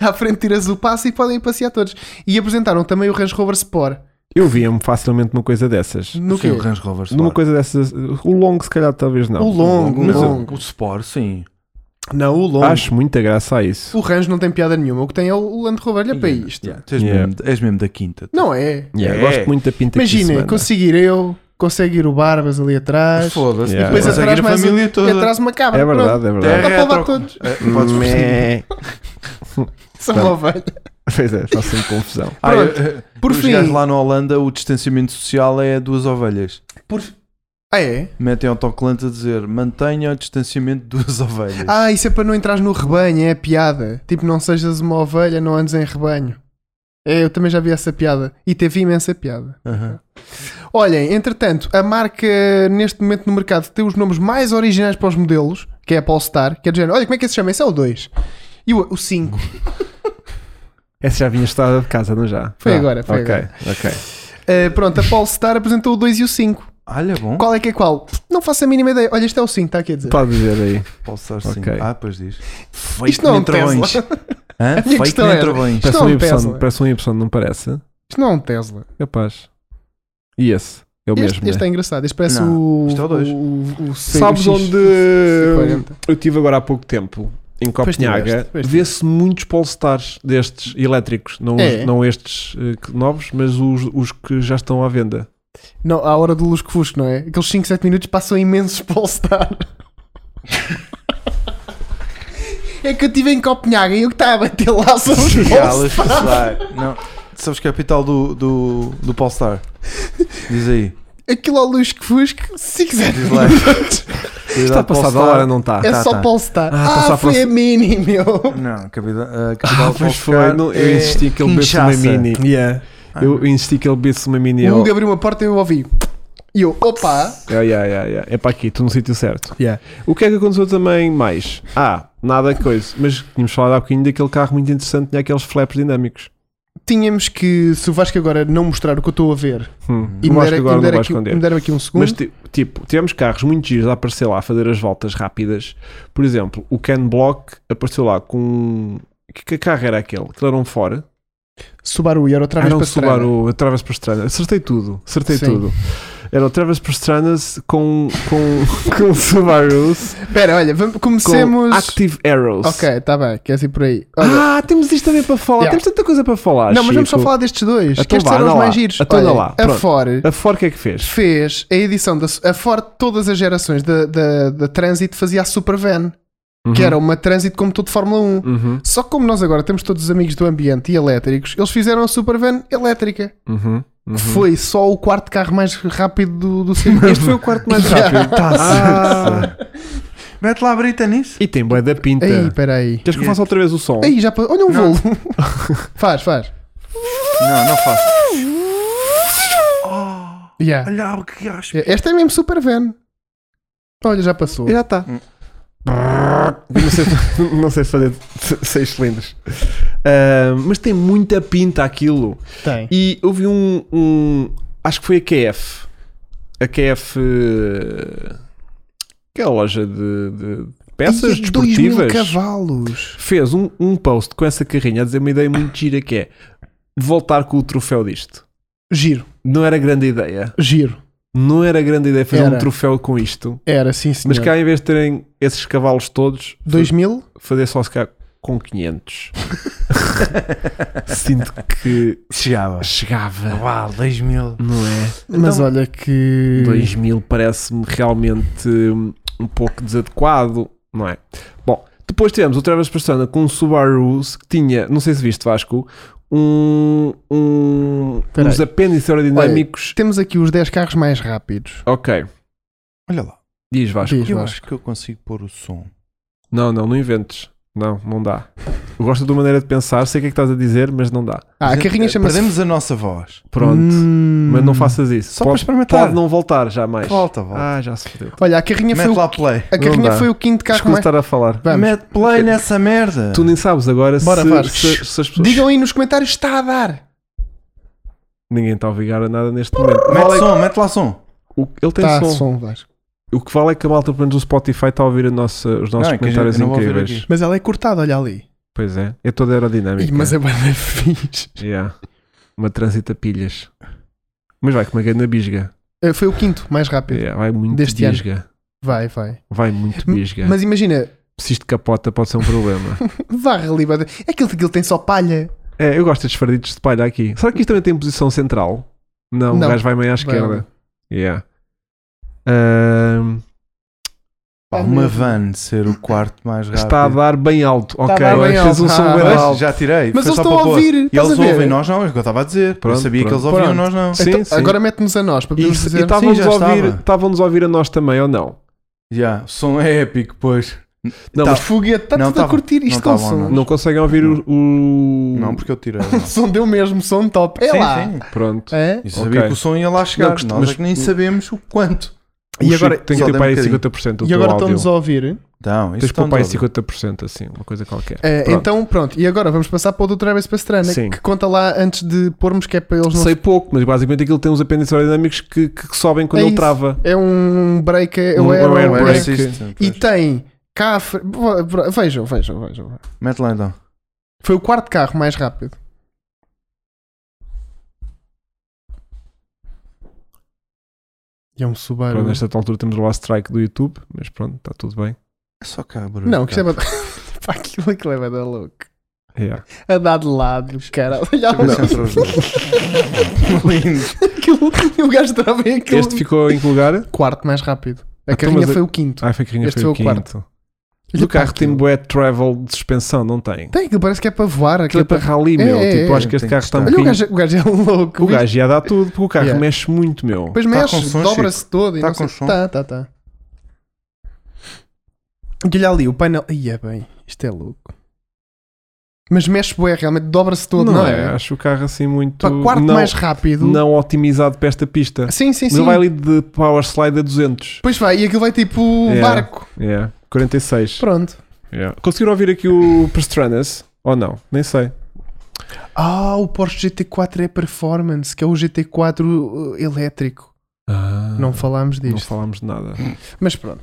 Speaker 1: À frente tiras o passe e podem passear todos. E apresentaram também o Range Rover Sport.
Speaker 2: Eu via-me facilmente numa coisa dessas.
Speaker 1: No
Speaker 3: sim,
Speaker 1: quê?
Speaker 3: o Range Rover Sport.
Speaker 2: Numa coisa dessas. O longo, se calhar, talvez não.
Speaker 1: O longo,
Speaker 2: Mas eu
Speaker 1: não. longo.
Speaker 3: O Sport, sim.
Speaker 1: Não, o longo.
Speaker 2: Acho muita graça a isso.
Speaker 1: O Range não tem piada nenhuma. O que tem é o Land Rover. Olha para isto.
Speaker 3: Yeah, tu és,
Speaker 2: Yeah.
Speaker 3: mesmo, és mesmo da quinta. tu.
Speaker 1: Não é.
Speaker 2: Yeah,
Speaker 3: É.
Speaker 2: Gosto muito da pinta que isso
Speaker 1: Imagina,
Speaker 2: manda.
Speaker 1: conseguir eu, conseguir o Barbas ali atrás.
Speaker 3: Foda-se.
Speaker 2: Yeah.
Speaker 1: Depois
Speaker 3: Depois
Speaker 1: atrás
Speaker 3: a
Speaker 1: mais
Speaker 3: família
Speaker 1: um,
Speaker 3: toda.
Speaker 1: e atrás uma cabra.
Speaker 2: É verdade, é
Speaker 3: Terra
Speaker 2: verdade.
Speaker 1: Dá para levar
Speaker 3: é troco.
Speaker 1: todos.
Speaker 3: É, podes vestir.
Speaker 1: Pronto, são uma ovelha.
Speaker 2: Pois é, faz sempre confusão.
Speaker 3: Ah, eu-
Speaker 1: Por
Speaker 3: os
Speaker 1: fim-
Speaker 3: gajos lá na Holanda, o distanciamento social é duas ovelhas.
Speaker 1: Ah, é?
Speaker 3: Metem autocolantes a dizer mantenha o distanciamento de duas ovelhas.
Speaker 1: Ah, isso é para não entrares no rebanho, é a piada. Tipo, não sejas uma ovelha, não andes em rebanho. É, eu também já vi essa piada. E teve imensa piada.
Speaker 3: Aham.
Speaker 1: Olhem, entretanto, a marca neste momento no mercado tem os nomes mais originais para os modelos, que é a Polestar, que é do género. Olha, como é que esse se chama? Esse é o 2. E o 5.
Speaker 2: Essa já vinha estrada de casa, não já?
Speaker 1: Foi agora, foi
Speaker 2: ok,
Speaker 1: agora.
Speaker 2: ok.
Speaker 1: Eh, pronto, a Polestar apresentou o 2 e o 5.
Speaker 3: Olha, Ah, bom.
Speaker 1: Qual é que é qual? Não faço a mínima ideia. Olha, este é o 5, está aqui a dizer.
Speaker 2: Pode dizer aí.
Speaker 3: Posso estar sim.
Speaker 2: Ok.
Speaker 3: Ah, pois diz. Fake
Speaker 1: Isto não é um
Speaker 3: neutrovões.
Speaker 1: Tesla.
Speaker 3: Hã?
Speaker 1: minha
Speaker 3: Fake
Speaker 1: questão era-
Speaker 3: neutrovões.
Speaker 1: Isto
Speaker 2: Parece
Speaker 1: não
Speaker 2: um,
Speaker 1: é um
Speaker 2: y,
Speaker 1: Tesla.
Speaker 2: parece um Y, não parece?
Speaker 1: Isto não é um Tesla.
Speaker 2: Capaz. E esse? É o
Speaker 1: Este,
Speaker 2: mesmo.
Speaker 1: este é engraçado. Este parece
Speaker 3: Não,
Speaker 1: o.
Speaker 3: isto é o dois.
Speaker 1: o, o, o C-
Speaker 2: Sabes
Speaker 1: o X- é
Speaker 2: onde eh,
Speaker 1: C40.
Speaker 2: eu estive agora há pouco tempo? Em
Speaker 1: Pois
Speaker 2: Copenhaga,
Speaker 1: tiveste, pois
Speaker 2: vê-se muitos Polestars destes elétricos, não, os-
Speaker 1: É.
Speaker 2: não estes eh, que- novos, mas os, os que já estão à venda.
Speaker 1: Não, à hora do Lusco Fusco, não é? Aqueles 5, 7 minutos passam imensos Polestar. é que eu estive em Copenhaga e eu que estava a bater lá sobre os
Speaker 3: Galas,
Speaker 1: Polestar.
Speaker 3: vai. Não. Sabes que é a capital do, do, do Polestar? Diz aí.
Speaker 1: Aquilo ao Lusco Fusco, 5, 7
Speaker 3: Diz lá.
Speaker 2: Está passada a hora, não está?
Speaker 1: É
Speaker 3: Tá,
Speaker 1: só
Speaker 3: tá.
Speaker 1: Polestar.
Speaker 2: Ah, tá
Speaker 1: Ah,
Speaker 2: só
Speaker 1: foi a Mini, meu.
Speaker 3: Não, a capital, a capital
Speaker 2: Pois
Speaker 3: do Polestar.
Speaker 2: Ah, foi, não- eu
Speaker 3: é
Speaker 2: insisti que ele bebesse uma
Speaker 3: Kinshasa.
Speaker 2: mini. Yeah. Eu insisti que ele bebesse uma mini.
Speaker 1: O
Speaker 2: ao-
Speaker 1: Hugo é abriu uma porta e eu ouvi. E eu, opa.
Speaker 2: Yeah, yeah, yeah, yeah. É para aqui, estou no sítio certo.
Speaker 1: Yeah.
Speaker 2: O que é que aconteceu também mais? Ah, nada coisa, mas tínhamos falado há bocadinho daquele carro muito interessante, tinha aqueles flaps dinâmicos.
Speaker 1: Tínhamos que, se o Vasco agora não mostrar o que eu estou a ver,
Speaker 2: Hum.
Speaker 1: e
Speaker 2: o
Speaker 1: me
Speaker 2: Vasco
Speaker 1: der, e me
Speaker 2: agora não
Speaker 1: der
Speaker 2: vai
Speaker 1: aqui,
Speaker 2: esconder.
Speaker 1: me der aqui um segundo.
Speaker 2: Mas ti- tipo, tivemos carros muito giros a aparecer lá a fazer as voltas rápidas. Por exemplo, o Ken Block apareceu lá com. um, Que, que carro era aquele? Que era um fora?
Speaker 1: Subaru e era outra vez
Speaker 2: Era um
Speaker 1: para
Speaker 2: Subaru, a Travis Pastrana. Acertei tudo, acertei
Speaker 1: Sim.
Speaker 2: tudo. Era o Travis Pastranas com, com, com Subarus,
Speaker 1: Espera, olha, vamos,
Speaker 2: com
Speaker 1: comecemos.
Speaker 2: Active Arrows.
Speaker 1: Ok, está bem, queres ir por aí. Olha,
Speaker 2: Ah, temos isto também para falar.
Speaker 1: Yeah.
Speaker 2: Temos tanta coisa para falar.
Speaker 1: não, mas vamos só
Speaker 2: Chico.
Speaker 1: falar destes dois.
Speaker 2: Então
Speaker 1: que estes
Speaker 2: vá,
Speaker 1: eram
Speaker 2: anda
Speaker 1: os
Speaker 2: lá.
Speaker 1: mais giros.
Speaker 2: Então
Speaker 1: Olha,
Speaker 2: anda lá,
Speaker 1: A
Speaker 2: pronto.
Speaker 1: Ford
Speaker 2: A Ford o que é que fez?
Speaker 1: fez a edição da. A Ford, todas as gerações da, da, da Transit, fazia a Supervan, Uhum. que era uma Transit como todo de Fórmula 1.
Speaker 2: Uhum,
Speaker 1: Só que como nós agora temos todos os amigos do ambiente e elétricos, eles fizeram a Supervan elétrica.
Speaker 2: uhum, uhum.
Speaker 1: que Foi só o quarto carro mais rápido do, do circuito.
Speaker 2: Este foi o quarto mais rápido.
Speaker 3: Tá
Speaker 2: Ah.
Speaker 3: Mete lá a brita nisso.
Speaker 2: E tem bué da pinta.
Speaker 1: Ei, espera aí.
Speaker 2: Queres que eu faça outra vez o som?
Speaker 1: Ei, já pa- Olha um voo. faz, faz.
Speaker 3: Não, não faço. Oh,
Speaker 1: Yeah.
Speaker 3: Olha o que acho.
Speaker 1: É, Esta é mesmo super van. Olha, já tá. passou.
Speaker 2: Já está. Hum. Não sei, não sei fazer se- seis cilindros. Ah, mas tem muita pinta aquilo.
Speaker 1: Tem.
Speaker 2: E houve um, um- Acho que foi a KF. A KF. eh, Que é a loja de, de peças
Speaker 1: Ia, dois mil
Speaker 2: desportivas.
Speaker 1: cavalos.
Speaker 2: fez um, um post com essa carrinha a dizer uma ideia muito gira que é voltar com o troféu disto.
Speaker 1: Giro,
Speaker 2: Não era grande ideia.
Speaker 1: giro.
Speaker 2: Não era grande ideia fazer
Speaker 1: Era.
Speaker 2: um troféu com isto.
Speaker 1: Era, sim, senhor.
Speaker 2: Mas cá em vez de terem esses cavalos todos, fa-
Speaker 1: 2000?
Speaker 2: fazer só se calhar com 500. Sinto que
Speaker 3: Chegava.
Speaker 2: chegava.
Speaker 3: Uau, 2 É. mil. Então,
Speaker 2: Não é?
Speaker 1: Mas olha que.
Speaker 2: 2000 parece-me realmente hum, um pouco desadequado, não é? Bom, depois tivemos o Travis Pastrana com um Subaru que tinha, não sei se viste Vasco, um, um,
Speaker 1: Peraí.
Speaker 2: uns apêndices aerodinâmicos.
Speaker 1: Temos aqui os 10 carros mais rápidos.
Speaker 2: Ok,
Speaker 3: Olha lá.
Speaker 2: diz Vasco.
Speaker 1: Diz,
Speaker 3: eu
Speaker 1: Vasco.
Speaker 3: acho que eu consigo pôr o som.
Speaker 2: Não, não, não inventes. Não, não dá. Eu gosto da tua maneira de pensar, sei o que é que estás a dizer, mas não dá.
Speaker 1: Ah, a carrinha chama-se.
Speaker 3: eh, Perdemos a nossa voz.
Speaker 2: Pronto.
Speaker 1: Hum.
Speaker 2: Mas não faças isso.
Speaker 3: Só para
Speaker 2: pode,
Speaker 3: experimentar.
Speaker 2: pode não voltar jamais.
Speaker 3: Volta, volta.
Speaker 2: Ah, já se fodeu.
Speaker 1: Olha, a carrinha
Speaker 3: Mete
Speaker 1: foi o,
Speaker 3: lá play.
Speaker 1: a carrinha
Speaker 2: dá.
Speaker 1: foi o quinto carro
Speaker 2: Desculpa
Speaker 1: mais.
Speaker 2: estar a falar.
Speaker 1: Vamos.
Speaker 3: Mete play nessa merda.
Speaker 2: Tu nem sabes agora
Speaker 1: Bora,
Speaker 2: se,
Speaker 1: Vasco.
Speaker 2: se- se as pessoas.
Speaker 1: Digam aí nos comentários se está a dar.
Speaker 2: Ninguém está a obrigar a nada neste momento.
Speaker 3: Mete
Speaker 2: Vale é-
Speaker 3: som, mete lá som.
Speaker 2: o- ele tem
Speaker 1: Está
Speaker 2: som.
Speaker 1: Tá, som, Vasco.
Speaker 2: O que vale é que a malta, pelo menos o Spotify, está a ouvir a nossa- os nossos
Speaker 3: Não, é que a gente-
Speaker 2: comentários
Speaker 3: eu não vou ouvir
Speaker 2: incríveis.
Speaker 3: aqui.
Speaker 1: Mas ela é cortada, olha ali.
Speaker 2: Pois é. É toda aerodinâmica.
Speaker 1: Ih, mas é bem fixe.
Speaker 2: Yeah. Uma transita pilhas. Mas vai com uma grande bisga.
Speaker 1: Eh, Foi o quinto mais rápido.
Speaker 2: Yeah, vai muito
Speaker 1: Deste ano.
Speaker 2: bisga.
Speaker 1: Vai, vai.
Speaker 2: Vai muito
Speaker 1: M-
Speaker 2: bisga.
Speaker 1: Mas imagina,
Speaker 2: Se isto capota, pode ser um problema.
Speaker 1: varra ali. vai- É aquilo que ele tem só palha.
Speaker 2: é, eu gosto destes farditos de palha aqui. Será que isto também tem posição central? Não,
Speaker 1: Não.
Speaker 2: o gajo vai meio
Speaker 1: Vai.
Speaker 2: à esquerda. Yeah. Ahm,
Speaker 3: Pá,
Speaker 1: É
Speaker 3: uma
Speaker 1: mesmo.
Speaker 3: van ser o quarto mais rápido.
Speaker 2: está a dar bem alto.
Speaker 1: a
Speaker 2: Ok,
Speaker 1: dar bem
Speaker 2: fez um
Speaker 1: alto.
Speaker 2: som
Speaker 1: Ah,
Speaker 2: bem
Speaker 1: pois,
Speaker 2: alto.
Speaker 3: Mas já
Speaker 1: Mas
Speaker 3: tirei. foi
Speaker 1: eles
Speaker 3: só
Speaker 1: estão
Speaker 3: para
Speaker 1: a
Speaker 3: pôr.
Speaker 1: ouvir,
Speaker 3: E
Speaker 1: estás
Speaker 3: eles
Speaker 1: a ver?
Speaker 3: ouvem, nós não, é o que eu estava a dizer.
Speaker 2: Pronto,
Speaker 3: eu sabia
Speaker 2: pronto.
Speaker 3: que eles ouviam,
Speaker 1: Pronto.
Speaker 3: nós não.
Speaker 2: Sim,
Speaker 1: Então,
Speaker 2: sim.
Speaker 1: Agora mete-nos a nós para
Speaker 2: E-
Speaker 1: podermos
Speaker 2: E
Speaker 1: dizer.
Speaker 2: estavam-nos
Speaker 3: Sim,
Speaker 2: a
Speaker 3: já
Speaker 2: ouvir,
Speaker 3: estava.
Speaker 2: estavam-nos a ouvir a nós também, ou não?
Speaker 3: Já, o som é épico, pois.
Speaker 2: Não,
Speaker 3: Tá.
Speaker 1: Mas foguete, está
Speaker 3: Não
Speaker 1: é tudo a
Speaker 3: tava-
Speaker 1: curtir
Speaker 3: não
Speaker 1: isto com
Speaker 3: tava,
Speaker 1: som.
Speaker 2: mas não conseguem ouvir o. o-
Speaker 3: Não, porque eu tirei.
Speaker 1: O som deu mesmo, som top. Uh. É
Speaker 3: Sim,
Speaker 1: lá.
Speaker 3: sim.
Speaker 2: Pronto.
Speaker 1: É?
Speaker 3: Eu sabia
Speaker 2: Ok.
Speaker 3: que o som ia lá chegar.
Speaker 2: Não, que-
Speaker 3: nós
Speaker 2: mas-
Speaker 3: é que nem sabemos o quanto.
Speaker 2: O
Speaker 1: E
Speaker 2: e
Speaker 1: agora-
Speaker 2: agora tem
Speaker 3: só
Speaker 2: que ter
Speaker 3: dá
Speaker 2: para aí
Speaker 3: um bocadinho.
Speaker 2: 50% do
Speaker 1: E agora
Speaker 2: teu
Speaker 1: estão-nos
Speaker 2: áudio.
Speaker 1: a ouvir.
Speaker 3: Então, isso
Speaker 2: Tens que pôr
Speaker 3: estamos
Speaker 2: para aí
Speaker 3: a ouvir.
Speaker 2: 50%, assim, uma coisa qualquer.
Speaker 1: É,
Speaker 2: Pronto.
Speaker 1: então, pronto. E agora vamos passar para o do Travis Pastrana,
Speaker 2: Sim.
Speaker 1: que conta lá antes de pormos, que é para eles não.
Speaker 2: Sei pouco, mas basicamente aquilo tem uns apêndices aerodinâmicos que, que- que sobem quando
Speaker 1: É
Speaker 2: ele
Speaker 1: isso.
Speaker 2: trava.
Speaker 1: É um break, é
Speaker 2: Um-
Speaker 1: um
Speaker 2: um
Speaker 1: aero,
Speaker 2: air
Speaker 1: break.
Speaker 2: break.
Speaker 3: Pois, isto,
Speaker 1: E
Speaker 3: pois.
Speaker 1: tem cá à fre- Vejam, vejam, vejam.
Speaker 3: Mete lá então.
Speaker 1: Foi o quarto carro mais rápido. E é um Subaru.
Speaker 2: Pronto, nesta altura temos lá a strike do YouTube, mas pronto, está tudo bem.
Speaker 3: É só cá, Bruno.
Speaker 1: Não, que isto é bad... Pá, aquilo é que leva da louco.
Speaker 2: Yeah.
Speaker 1: A dar de lado, cara. Olha
Speaker 3: Deixa eu ver se
Speaker 1: lá.
Speaker 3: entra os dois. Lindo.
Speaker 1: aquilo. E o gajo estava em aquilo.
Speaker 2: Este ficou em que lugar?
Speaker 1: quarto mais rápido. A
Speaker 2: Então,
Speaker 1: carrinha
Speaker 2: mas a-
Speaker 1: foi o quinto.
Speaker 2: Ah, foi que
Speaker 1: Este
Speaker 2: foi o
Speaker 1: foi o quarto.
Speaker 2: quinto.
Speaker 1: Olha
Speaker 2: O
Speaker 1: para
Speaker 2: carro tem
Speaker 1: aquilo.
Speaker 2: bué travel de suspensão, não tem?
Speaker 1: Tem, aquilo parece que é para voar. Aquilo
Speaker 2: Aquilo é para
Speaker 1: para...
Speaker 2: rally,
Speaker 1: É,
Speaker 2: meu.
Speaker 1: é,
Speaker 2: tipo,
Speaker 1: é.
Speaker 2: acho que este
Speaker 3: Tem
Speaker 2: carro
Speaker 3: que
Speaker 2: está um
Speaker 3: estar.
Speaker 1: Olha, o
Speaker 2: bocadinho-
Speaker 1: gajo, o gajo é louco.
Speaker 2: O gajo ia dar tudo, porque o carro
Speaker 1: Yeah.
Speaker 2: mexe muito, meu.
Speaker 1: Depois
Speaker 3: Tá
Speaker 1: mexe,
Speaker 3: com som,
Speaker 1: dobra-se todo. e
Speaker 3: Tá
Speaker 1: não sei-
Speaker 3: com som.
Speaker 1: Tá, tá, tá. E olha ali, o painel. Ia bem, isto é louco. Mas mexe bué, realmente dobra-se todo, não, é?
Speaker 2: Acho o carro assim muito.
Speaker 1: Para quarto
Speaker 2: não,
Speaker 1: mais rápido.
Speaker 2: não otimizado para esta pista.
Speaker 1: Sim, sim,
Speaker 2: Mas
Speaker 1: sim.
Speaker 2: ele vai ali de power slide a 200.
Speaker 1: Pois vai, e aquilo vai tipo
Speaker 2: É.
Speaker 1: barco.
Speaker 2: Yeah. 46.
Speaker 1: Pronto.
Speaker 2: Yeah. Conseguiram ouvir aqui o Pastranas? Ou não? Nem sei.
Speaker 1: Ah, o Porsche GT4 é performance, que é o GT4 uh, elétrico.
Speaker 3: Uhum.
Speaker 1: Não Hum. falámos
Speaker 2: não
Speaker 1: disto.
Speaker 2: falámos de nada.
Speaker 1: Mas pronto.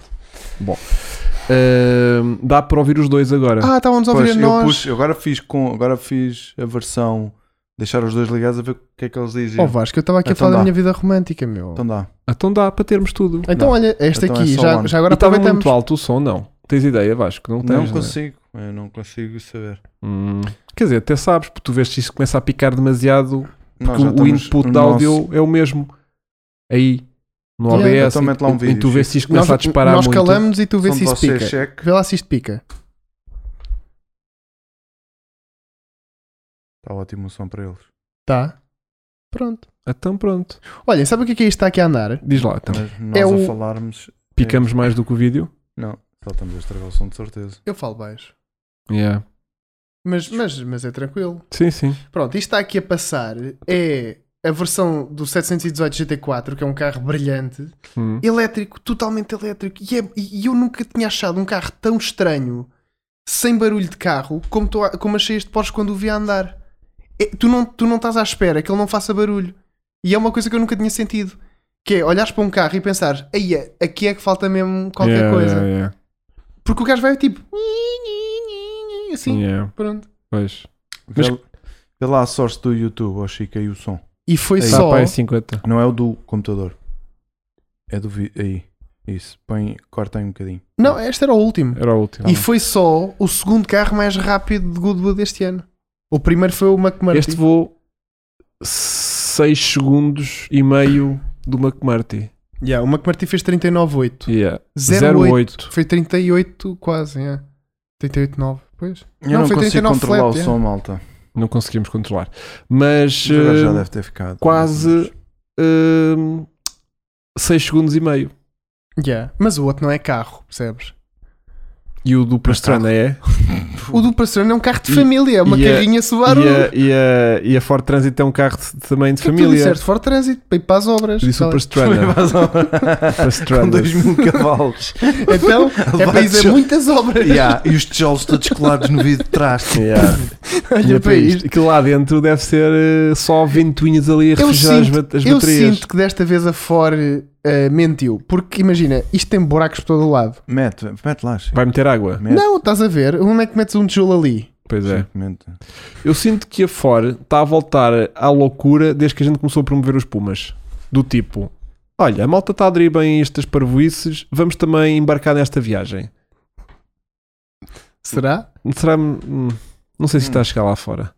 Speaker 2: Ahm, dá para ouvir os dois agora.
Speaker 1: Ah, estávamos a
Speaker 3: Pois,
Speaker 1: ouvir a
Speaker 3: eu
Speaker 1: nós.
Speaker 3: puxo- eu agora fiz com, agora fiz a versão deixar os dois ligados a ver o que é que eles dizem.
Speaker 1: Oh Vasco, eu estava aqui a
Speaker 3: Então
Speaker 1: falar da
Speaker 3: dá.
Speaker 1: minha vida romântica, meu. Então,
Speaker 3: Então dá.
Speaker 2: Então dá para termos tudo.
Speaker 3: Não.
Speaker 1: olha, esta
Speaker 3: Então é
Speaker 1: aqui,
Speaker 3: só
Speaker 1: já,
Speaker 3: one.
Speaker 1: já agora
Speaker 2: e estava
Speaker 1: aproveitamos.
Speaker 2: muito alto o som, não? Tens ideia, Vasco? Não tens?
Speaker 3: não
Speaker 2: né?
Speaker 3: consigo, eu não consigo saber.
Speaker 2: Hum. Quer dizer, até sabes, porque tu vês se isso começa a picar demasiado,
Speaker 3: Nós
Speaker 2: porque
Speaker 3: já
Speaker 2: o
Speaker 3: estamos
Speaker 2: input
Speaker 3: no
Speaker 2: de áudio
Speaker 3: nosso-
Speaker 2: é o mesmo. Aí, no
Speaker 1: Yeah.
Speaker 2: OBS,
Speaker 3: Então mete lá um
Speaker 2: e- e
Speaker 3: vídeo,
Speaker 2: tu vês se isto
Speaker 1: Nós,
Speaker 2: começa a disparar
Speaker 1: nós
Speaker 2: muito.
Speaker 1: calamos e tu vês
Speaker 3: som
Speaker 1: se
Speaker 3: de
Speaker 1: isto
Speaker 3: vocês, é.
Speaker 1: pica.
Speaker 3: check.
Speaker 1: Vê lá se isto pica.
Speaker 3: Está ótimo o som para eles.
Speaker 1: Tá. Pronto.
Speaker 2: Então pronto.
Speaker 1: Olha, sabe o que é que isto está aqui a andar?
Speaker 2: Diz lá, então.
Speaker 3: Mas nós
Speaker 1: É
Speaker 3: a
Speaker 1: o-
Speaker 3: falarmos.
Speaker 2: Picamos mais do que o vídeo?
Speaker 3: Não, só estamos a estragar o som de certeza.
Speaker 1: Eu falo baixo.
Speaker 2: Yeah.
Speaker 1: Mas, mas, mas é tranquilo.
Speaker 2: Sim, sim.
Speaker 1: Pronto, isto está aqui a passar. É a versão do 718 GT4, que é um carro brilhante.
Speaker 2: Hum.
Speaker 1: Elétrico, totalmente elétrico. E, é- e eu nunca tinha achado um carro tão estranho, sem barulho de carro, como, estou a- como achei este Porsche quando o vi a andar. É- tu, não, tu não estás à espera que ele não faça barulho. E é uma coisa que eu nunca tinha sentido. Que é olhares para um carro e pensares, aí aqui é que falta mesmo qualquer
Speaker 2: Yeah,
Speaker 1: coisa.
Speaker 2: yeah, yeah.
Speaker 1: Porque o gajo vai tipo. Assim,
Speaker 2: Yeah,
Speaker 1: pronto.
Speaker 2: pois.
Speaker 3: Mas... Vê, vê lá a sorte do YouTube, ó Chico, aí o som.
Speaker 1: E foi
Speaker 2: Está
Speaker 1: só.
Speaker 2: para aí 50.
Speaker 3: Não é o do computador. É do vídeo. Aí. Isso. Põe, corta aí um bocadinho.
Speaker 1: Não, este era o último.
Speaker 2: Era o último.
Speaker 1: E foi só o segundo carro mais rápido de Goodwood este ano. O primeiro foi o McMurphy.
Speaker 2: Este voo 6 segundos e meio do McMurty.
Speaker 1: Yeah, o McMurphy fez 39,8.
Speaker 2: Yeah.
Speaker 1: 0,8.
Speaker 2: 08.
Speaker 1: Foi 38 quase, yeah. 38,9. Pois.
Speaker 3: Eu
Speaker 1: Não,
Speaker 3: não,
Speaker 1: foi
Speaker 3: consigo
Speaker 1: 39
Speaker 3: controlar
Speaker 1: flat,
Speaker 3: o
Speaker 1: é.
Speaker 3: som, malta.
Speaker 2: Não conseguimos controlar. Mas
Speaker 3: Agora já
Speaker 2: eh,
Speaker 3: deve ter ficado.
Speaker 2: quase 6 segundos e meio.
Speaker 1: Yeah. Mas o outro não é carro, percebes?
Speaker 2: E o do
Speaker 1: tá.
Speaker 2: Pastrana é.
Speaker 1: O do Pastrana é um carro de
Speaker 2: E-
Speaker 1: família, é uma
Speaker 2: e a-
Speaker 1: carrinha Subaru.
Speaker 2: E é a, e, a, e a Ford Transit é um carro de- também de
Speaker 1: O que é Tá que tu
Speaker 2: família.
Speaker 1: disseste? Fora trânsito, para ir para as obras.
Speaker 2: Disse o
Speaker 1: Tal-
Speaker 2: Pastrana.
Speaker 3: Com
Speaker 2: Pastrana.
Speaker 3: 2 mil cavalos.
Speaker 1: Então, é para ir a muitas obras.
Speaker 3: Yeah, E os tijolos todos colados no vidro de trás. tipo,
Speaker 2: Yeah.
Speaker 1: Olha
Speaker 2: Olha
Speaker 1: para isto.
Speaker 2: é Aquilo lá dentro deve ser eh, só ventoinhas ali a
Speaker 1: Eu
Speaker 2: refrigerar é as,
Speaker 1: sinto,
Speaker 2: bate- as
Speaker 1: eu
Speaker 2: baterias.
Speaker 1: sinto que desta vez a Ford eh, mentiu. Porque imagina, isto tem buracos por todo o lado.
Speaker 3: Mete, mete lá. Chico.
Speaker 2: Vai meter água?
Speaker 3: Mete,
Speaker 1: Não, estás a ver? Como é que metes um tijolo ali?
Speaker 2: Pois é.
Speaker 3: Chico, mete.
Speaker 2: Eu sinto que a Ford está a voltar à loucura desde que a gente começou a promover os Pumas. Do tipo, olha, a malta está a aderir bem a estas parvoices, vamos também embarcar nesta viagem.
Speaker 1: Será?
Speaker 2: Será... hum, Não sei se está a chegar lá fora.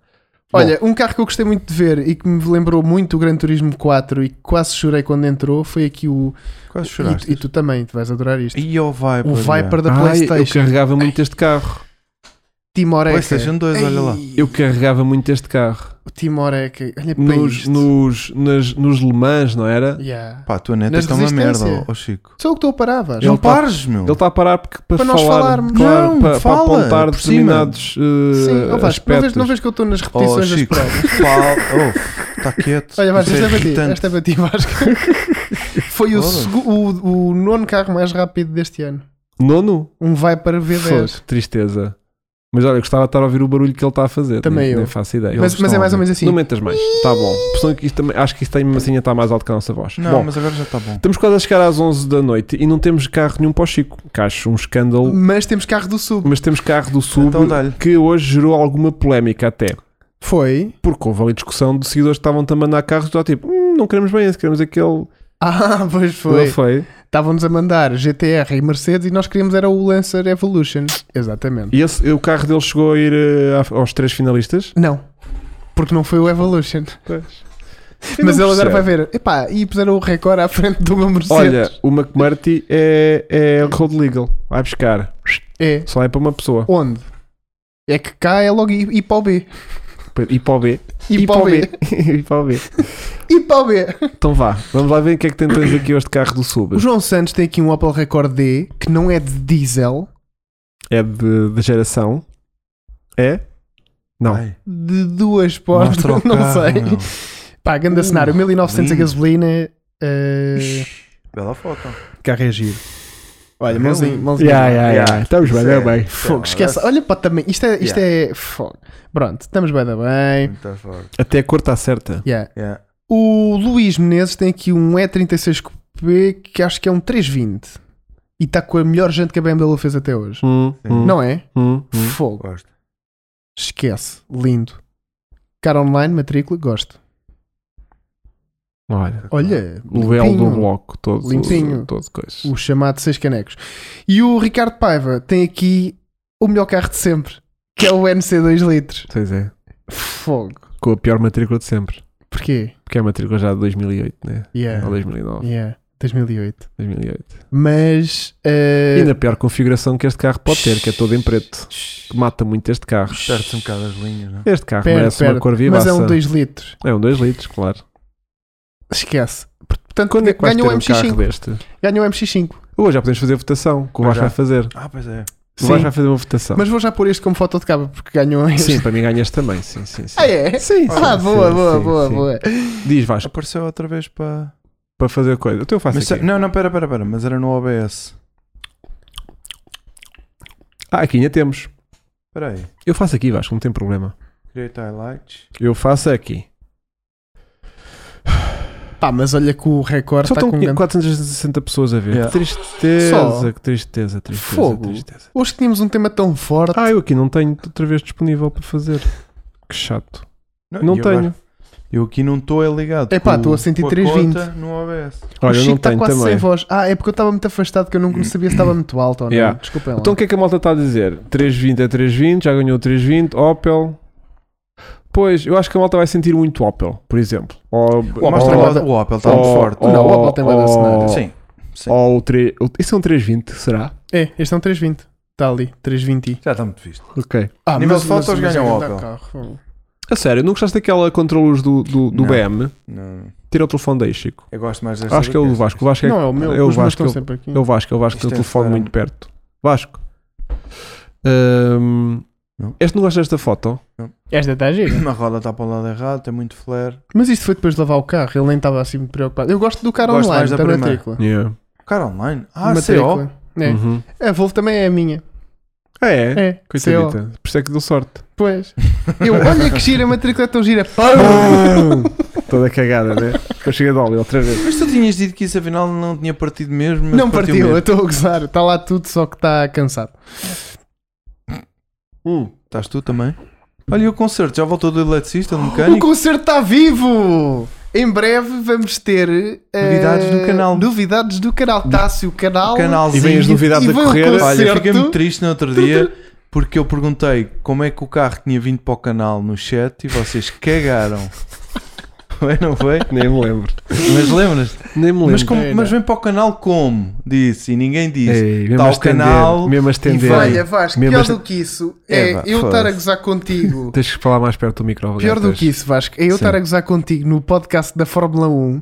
Speaker 2: Bom,
Speaker 1: Olha, um carro que eu gostei muito de ver e que me lembrou muito o Gran Turismo 4 e que quase chorei quando entrou foi aqui o.
Speaker 3: Quase
Speaker 1: E, e
Speaker 3: choraste. é.
Speaker 1: tu também, tu vais adorar isto.
Speaker 3: E o Viper.
Speaker 1: o Viper
Speaker 3: yeah.
Speaker 1: da
Speaker 2: ai, eu
Speaker 1: PlayStation.
Speaker 2: carregava muito este carro.
Speaker 1: Timoreca.
Speaker 3: PlayStation 2, olha lá.
Speaker 1: Ei,
Speaker 2: Eu carregava muito este carro.
Speaker 1: O Timoreca. Olha É para
Speaker 2: Nos,
Speaker 1: isto.
Speaker 2: nos, nas, nos Le Mans, não era?
Speaker 1: Yeah.
Speaker 3: Pá, a tua neta
Speaker 1: Nas
Speaker 3: está uma merda,
Speaker 1: resistência.
Speaker 3: ó ó, Chico.
Speaker 1: Sou o que tu paravas.
Speaker 2: Ele
Speaker 3: Não
Speaker 2: tá-
Speaker 3: pares, meu.
Speaker 2: Ele está a parar porque, para,
Speaker 1: Para nós
Speaker 2: falar,
Speaker 1: falarmos.
Speaker 2: claro,
Speaker 3: Não,
Speaker 2: para,
Speaker 3: fala,
Speaker 2: para apontar
Speaker 3: por cima.
Speaker 2: determinados eh,
Speaker 1: Sim, ó Vasco, não vês,
Speaker 2: aspectos.
Speaker 1: não vês que eu estou nas
Speaker 3: Oh,
Speaker 1: repetições das
Speaker 3: Chico,
Speaker 1: provas?
Speaker 3: fala. Está quieto.
Speaker 1: Olha, Vasco,
Speaker 3: Isso
Speaker 1: esta é
Speaker 3: é
Speaker 1: para ti,
Speaker 3: irritante.
Speaker 1: esta é para ti, Vasco. Foi o,
Speaker 3: Ora.
Speaker 1: segu- o, o nono carro mais rápido deste ano.
Speaker 2: Nono?
Speaker 1: Um vai para V10.
Speaker 2: Fogo, tristeza. Mas olha, gostava de estar a ouvir o barulho que ele está a fazer.
Speaker 1: Também
Speaker 2: nem,
Speaker 1: eu.
Speaker 2: nem faço ideia.
Speaker 1: Mas,
Speaker 3: Eles
Speaker 1: mas é
Speaker 3: estão
Speaker 1: mais ou
Speaker 3: a
Speaker 1: menos assim.
Speaker 2: Não mentas mais. Está bom. Pessoal, que isto também- acho que isto tem assim está mais alto que a nossa voz.
Speaker 3: Não,
Speaker 2: bom, então
Speaker 3: mas agora já está bom.
Speaker 2: estamos quase a chegar às 11 da noite e não temos carro nenhum para o Chico. Que acho um
Speaker 3: é
Speaker 2: escândalo.
Speaker 1: Mas temos carro do Sul.
Speaker 2: Mas temos carro do Sul
Speaker 3: Então dá-lhe.
Speaker 2: que hoje gerou alguma polémica até.
Speaker 1: Foi.
Speaker 2: Porque houve ali discussão de seguidores que estavam a mandar carros do tipo, "Hum, não queremos bem esse, queremos aquele.
Speaker 1: Ah, pois
Speaker 2: Ele
Speaker 1: foi.
Speaker 2: foi.
Speaker 1: Estávamos a mandar GTR e Mercedes e nós queríamos era o Lancer Evolution. Exatamente.
Speaker 2: E esse- o carro dele chegou a ir eh, a- aos três finalistas?
Speaker 1: Não. Porque não foi o Evolution.
Speaker 2: Eu
Speaker 1: Mas
Speaker 2: não
Speaker 1: ele agora
Speaker 2: percebo.
Speaker 1: vai ver. Epá, e puseram o recorde à frente do meu Mercedes.
Speaker 2: Olha, o McMurty é, é road legal. Vai buscar.
Speaker 1: É.
Speaker 2: Só é para uma pessoa.
Speaker 1: Onde? É que cá é logo I- I para o B.
Speaker 2: E para o B.
Speaker 1: I para o B.
Speaker 2: E para o B.
Speaker 1: I para o B.
Speaker 2: Então vá, vamos lá ver o que é que tentamos aqui hoje de carro do Sub.
Speaker 1: O João Santos tem aqui um Opel Record D que não é de diesel,
Speaker 2: É de, de geração. É? Não.
Speaker 3: Ai,
Speaker 1: de duas portas,
Speaker 3: mostra o
Speaker 1: não
Speaker 3: carro,
Speaker 1: sei.
Speaker 3: meu.
Speaker 1: Pá, ganda
Speaker 3: Uh,
Speaker 1: cenário, 1900 a
Speaker 3: lindo.
Speaker 1: gasolina. eh,
Speaker 3: Bela foto.
Speaker 2: Carro é giro.
Speaker 1: olha,
Speaker 3: Carro
Speaker 1: mãozinho,
Speaker 3: lindo.
Speaker 1: mãozinho.
Speaker 2: Yeah, yeah, yeah.
Speaker 3: Yeah.
Speaker 2: Estamos bem,
Speaker 3: Isso
Speaker 2: estamos
Speaker 3: é-
Speaker 2: bem.
Speaker 1: Fogo, esquece. Olha para também. Isto é. Isto é fogo. Pronto, estamos bem, da bem.
Speaker 3: Muito forte.
Speaker 2: Até a cor está certa.
Speaker 1: Yeah.
Speaker 3: Yeah.
Speaker 1: O Luís Menezes tem aqui um E36 Coupé que acho que é um 320 e está com a melhor gente que a BMW fez até hoje.
Speaker 2: Hum, hum,
Speaker 1: Não é?
Speaker 2: hum, hum.
Speaker 1: Fogo.
Speaker 3: Gosto.
Speaker 1: Esquece. Lindo. Cara online, matrícula, gosto.
Speaker 2: Olha.
Speaker 1: Olha,
Speaker 2: Ah, O véu do
Speaker 1: limpinho.
Speaker 2: bloco todo.
Speaker 1: Limpinho.
Speaker 2: Todo coisa.
Speaker 1: O chamado Seis Canecos. E o Ricardo Paiva tem aqui o melhor carro de sempre, que é o NC 2 litros.
Speaker 2: Pois é.
Speaker 1: Fogo.
Speaker 2: Com a pior matrícula de sempre.
Speaker 1: Porquê?
Speaker 2: Porque é a matrícula já de 2008, né? Ou
Speaker 1: Yeah.
Speaker 2: 2009,
Speaker 1: Yeah. 2008.
Speaker 2: 2008.
Speaker 1: Mas. eh,
Speaker 2: E Ainda a pior configuração que este carro pode ter, que é todo em preto. Que mata muito este carro.
Speaker 3: Perde-se um bocado as linhas, não?
Speaker 2: Este carro
Speaker 1: pera,
Speaker 2: merece
Speaker 1: pera,
Speaker 2: uma cor
Speaker 1: Mas
Speaker 2: vivaça.
Speaker 1: é um 2 litros.
Speaker 2: É um 2 litros, claro.
Speaker 1: Esquece. Portanto,
Speaker 2: Quando é que vais ter
Speaker 1: ganhou o
Speaker 2: um carro
Speaker 1: MX5.
Speaker 2: deste?
Speaker 1: Ganhou o MX5.
Speaker 2: Hoje já podemos fazer votação, que o
Speaker 3: Ah,
Speaker 2: Vasco
Speaker 3: já.
Speaker 2: vai fazer.
Speaker 3: Ah, pois é.
Speaker 2: O
Speaker 1: Sim.
Speaker 2: Vasco vai fazer uma votação.
Speaker 1: Mas vou já pôr este como foto de capa, porque ganhou este.
Speaker 2: Sim, para mim ganhas também, sim, sim, sim.
Speaker 1: Ah, é?
Speaker 2: Sim, sim,
Speaker 1: Ah,
Speaker 2: sim,
Speaker 1: boa,
Speaker 2: sim,
Speaker 1: boa,
Speaker 2: sim,
Speaker 1: boa,
Speaker 2: sim.
Speaker 1: boa.
Speaker 2: Diz Vasco,
Speaker 3: Apareceu outra vez para.
Speaker 2: para fazer coisa. O teu faço
Speaker 3: Mas,
Speaker 2: aqui.
Speaker 3: não, não, pera, pera, pera. Mas era no OBS.
Speaker 2: Ah, aqui ainda temos.
Speaker 3: Espera aí.
Speaker 2: Eu faço aqui, Vasco, não tem problema.
Speaker 3: Create highlights.
Speaker 2: Eu faço aqui.
Speaker 1: Pá, mas olha que o recorde
Speaker 2: Só
Speaker 1: está
Speaker 2: estão
Speaker 1: com grande...
Speaker 2: 460 pessoas a ver.
Speaker 3: Yeah.
Speaker 2: Que tristeza,
Speaker 1: Só?
Speaker 2: que tristeza, tristeza,
Speaker 1: Fogo.
Speaker 2: tristeza.
Speaker 1: Hoje tínhamos um tema tão forte.
Speaker 2: Ah, eu aqui não tenho outra vez disponível para fazer. Que chato. Não
Speaker 3: e
Speaker 2: tenho.
Speaker 3: agora? Eu aqui não estou é ligado.
Speaker 1: Epá,
Speaker 3: com-
Speaker 1: estou a 103,
Speaker 3: com a conta No OBS.
Speaker 1: o
Speaker 2: Olha, eu
Speaker 1: Chico
Speaker 2: não
Speaker 1: está
Speaker 2: tenho
Speaker 1: quase sem
Speaker 2: também. Hum.
Speaker 1: voz. Ah, é porque eu estava muito afastado que eu não sabia se estava muito alto ou não.
Speaker 2: Yeah.
Speaker 1: Desculpem lá.
Speaker 2: Então o que é que a malta está a dizer? 320 é 320, já ganhou 320, Opel. Pois, eu acho que a malta vai sentir muito Opel, por exemplo. Ou, tá
Speaker 1: Opel
Speaker 3: Mostra
Speaker 1: tem
Speaker 3: o-
Speaker 1: bué da-
Speaker 3: o Opel está muito
Speaker 2: ou-
Speaker 3: forte.
Speaker 1: Não, o Opel tem bué de cenário.
Speaker 3: Sim. sim.
Speaker 2: Ou o tre- o- Isso é um 320, será?
Speaker 1: É, este é um 320. Está ali, 320.
Speaker 3: Já está muito visto.
Speaker 2: Ok.
Speaker 1: Ah,
Speaker 3: Nível de fotos ganha o
Speaker 1: é um
Speaker 3: Opel.
Speaker 1: carro.
Speaker 2: A sério, não gostaste daquela controlos do, do, do
Speaker 3: Não.
Speaker 2: BM?
Speaker 3: Não.
Speaker 2: Tira o telefone daí, Chico.
Speaker 3: Eu gosto mais desta.
Speaker 2: Acho que é o do Vasco. O Vasco é,
Speaker 1: Não, é o meu.
Speaker 2: É o
Speaker 1: os meus
Speaker 2: Vasco.
Speaker 1: estão
Speaker 2: É
Speaker 1: sempre aqui.
Speaker 2: o- é o Vasco, é o Vasco.
Speaker 3: Isto
Speaker 2: Tem o
Speaker 3: é
Speaker 2: telefone
Speaker 3: fora.
Speaker 2: muito perto. Vasco. Ahm,
Speaker 3: Não.
Speaker 2: este não gosta desta foto?
Speaker 1: Esta está gira.
Speaker 3: A roda está para o lado errado, tem muito flare.
Speaker 1: Mas isto foi depois de lavar o carro, ele nem estava assim muito preocupado. Eu gosto do cara
Speaker 3: Gosto
Speaker 1: online,
Speaker 3: mais da
Speaker 1: da
Speaker 3: primeira.
Speaker 1: matrícula.
Speaker 2: Yeah.
Speaker 3: Cara online. Ah, CO.
Speaker 1: matrícula. É.
Speaker 2: Uhum.
Speaker 1: A Volvo também é a minha.
Speaker 2: É, é.
Speaker 1: É. CO.
Speaker 2: Coitadita. Por isso é que deu sorte.
Speaker 1: Pois. Eu, olha que gira, a matrícula é tão gira. Pau!
Speaker 2: Ah, Toda cagada, né? Depois chega de óleo outra vez.
Speaker 3: Mas tu tinhas dito que isso afinal não tinha partido mesmo. mas
Speaker 1: Não partiu,
Speaker 3: mesmo.
Speaker 1: eu estou a gozar. Está lá tudo, só que está cansado.
Speaker 3: Uh, Estás tu também? Olha, e o concerto já voltou do eletricista, do
Speaker 1: O
Speaker 3: mecânico?
Speaker 1: concerto está vivo! Em breve vamos ter eh,
Speaker 3: Novidades do canal.
Speaker 1: Novidades do canal. Tá-se o canal.
Speaker 2: E
Speaker 3: Canalzinho.
Speaker 2: vem as novidades
Speaker 1: E
Speaker 2: a
Speaker 1: vem o
Speaker 2: correr.
Speaker 1: conce-
Speaker 3: Olha,
Speaker 1: Certo.
Speaker 3: fiquei muito triste no outro dia porque eu perguntei como é que o carro tinha vindo para o canal no chat e vocês cagaram. Foi, não foi?
Speaker 2: Nem me lembro.
Speaker 3: Mas lembras?
Speaker 2: Nem me lembro.
Speaker 3: Mas, como- mas vem para o canal como? Disse e ninguém disse.
Speaker 2: Ei,
Speaker 3: Tá
Speaker 2: mesmo
Speaker 3: o
Speaker 2: a estender,
Speaker 3: canal
Speaker 2: mesmo a
Speaker 1: E
Speaker 2: estender.
Speaker 1: olha, Vasco,
Speaker 2: Mesmo
Speaker 1: pior
Speaker 2: esta-
Speaker 1: do que isso é
Speaker 3: Eva,
Speaker 1: eu
Speaker 3: foda-se.
Speaker 1: estar a gozar contigo.
Speaker 2: Tens que falar mais perto do microfone.
Speaker 1: Pior do que isso, Vasco, é eu estar a gozar contigo no podcast da Fórmula 1,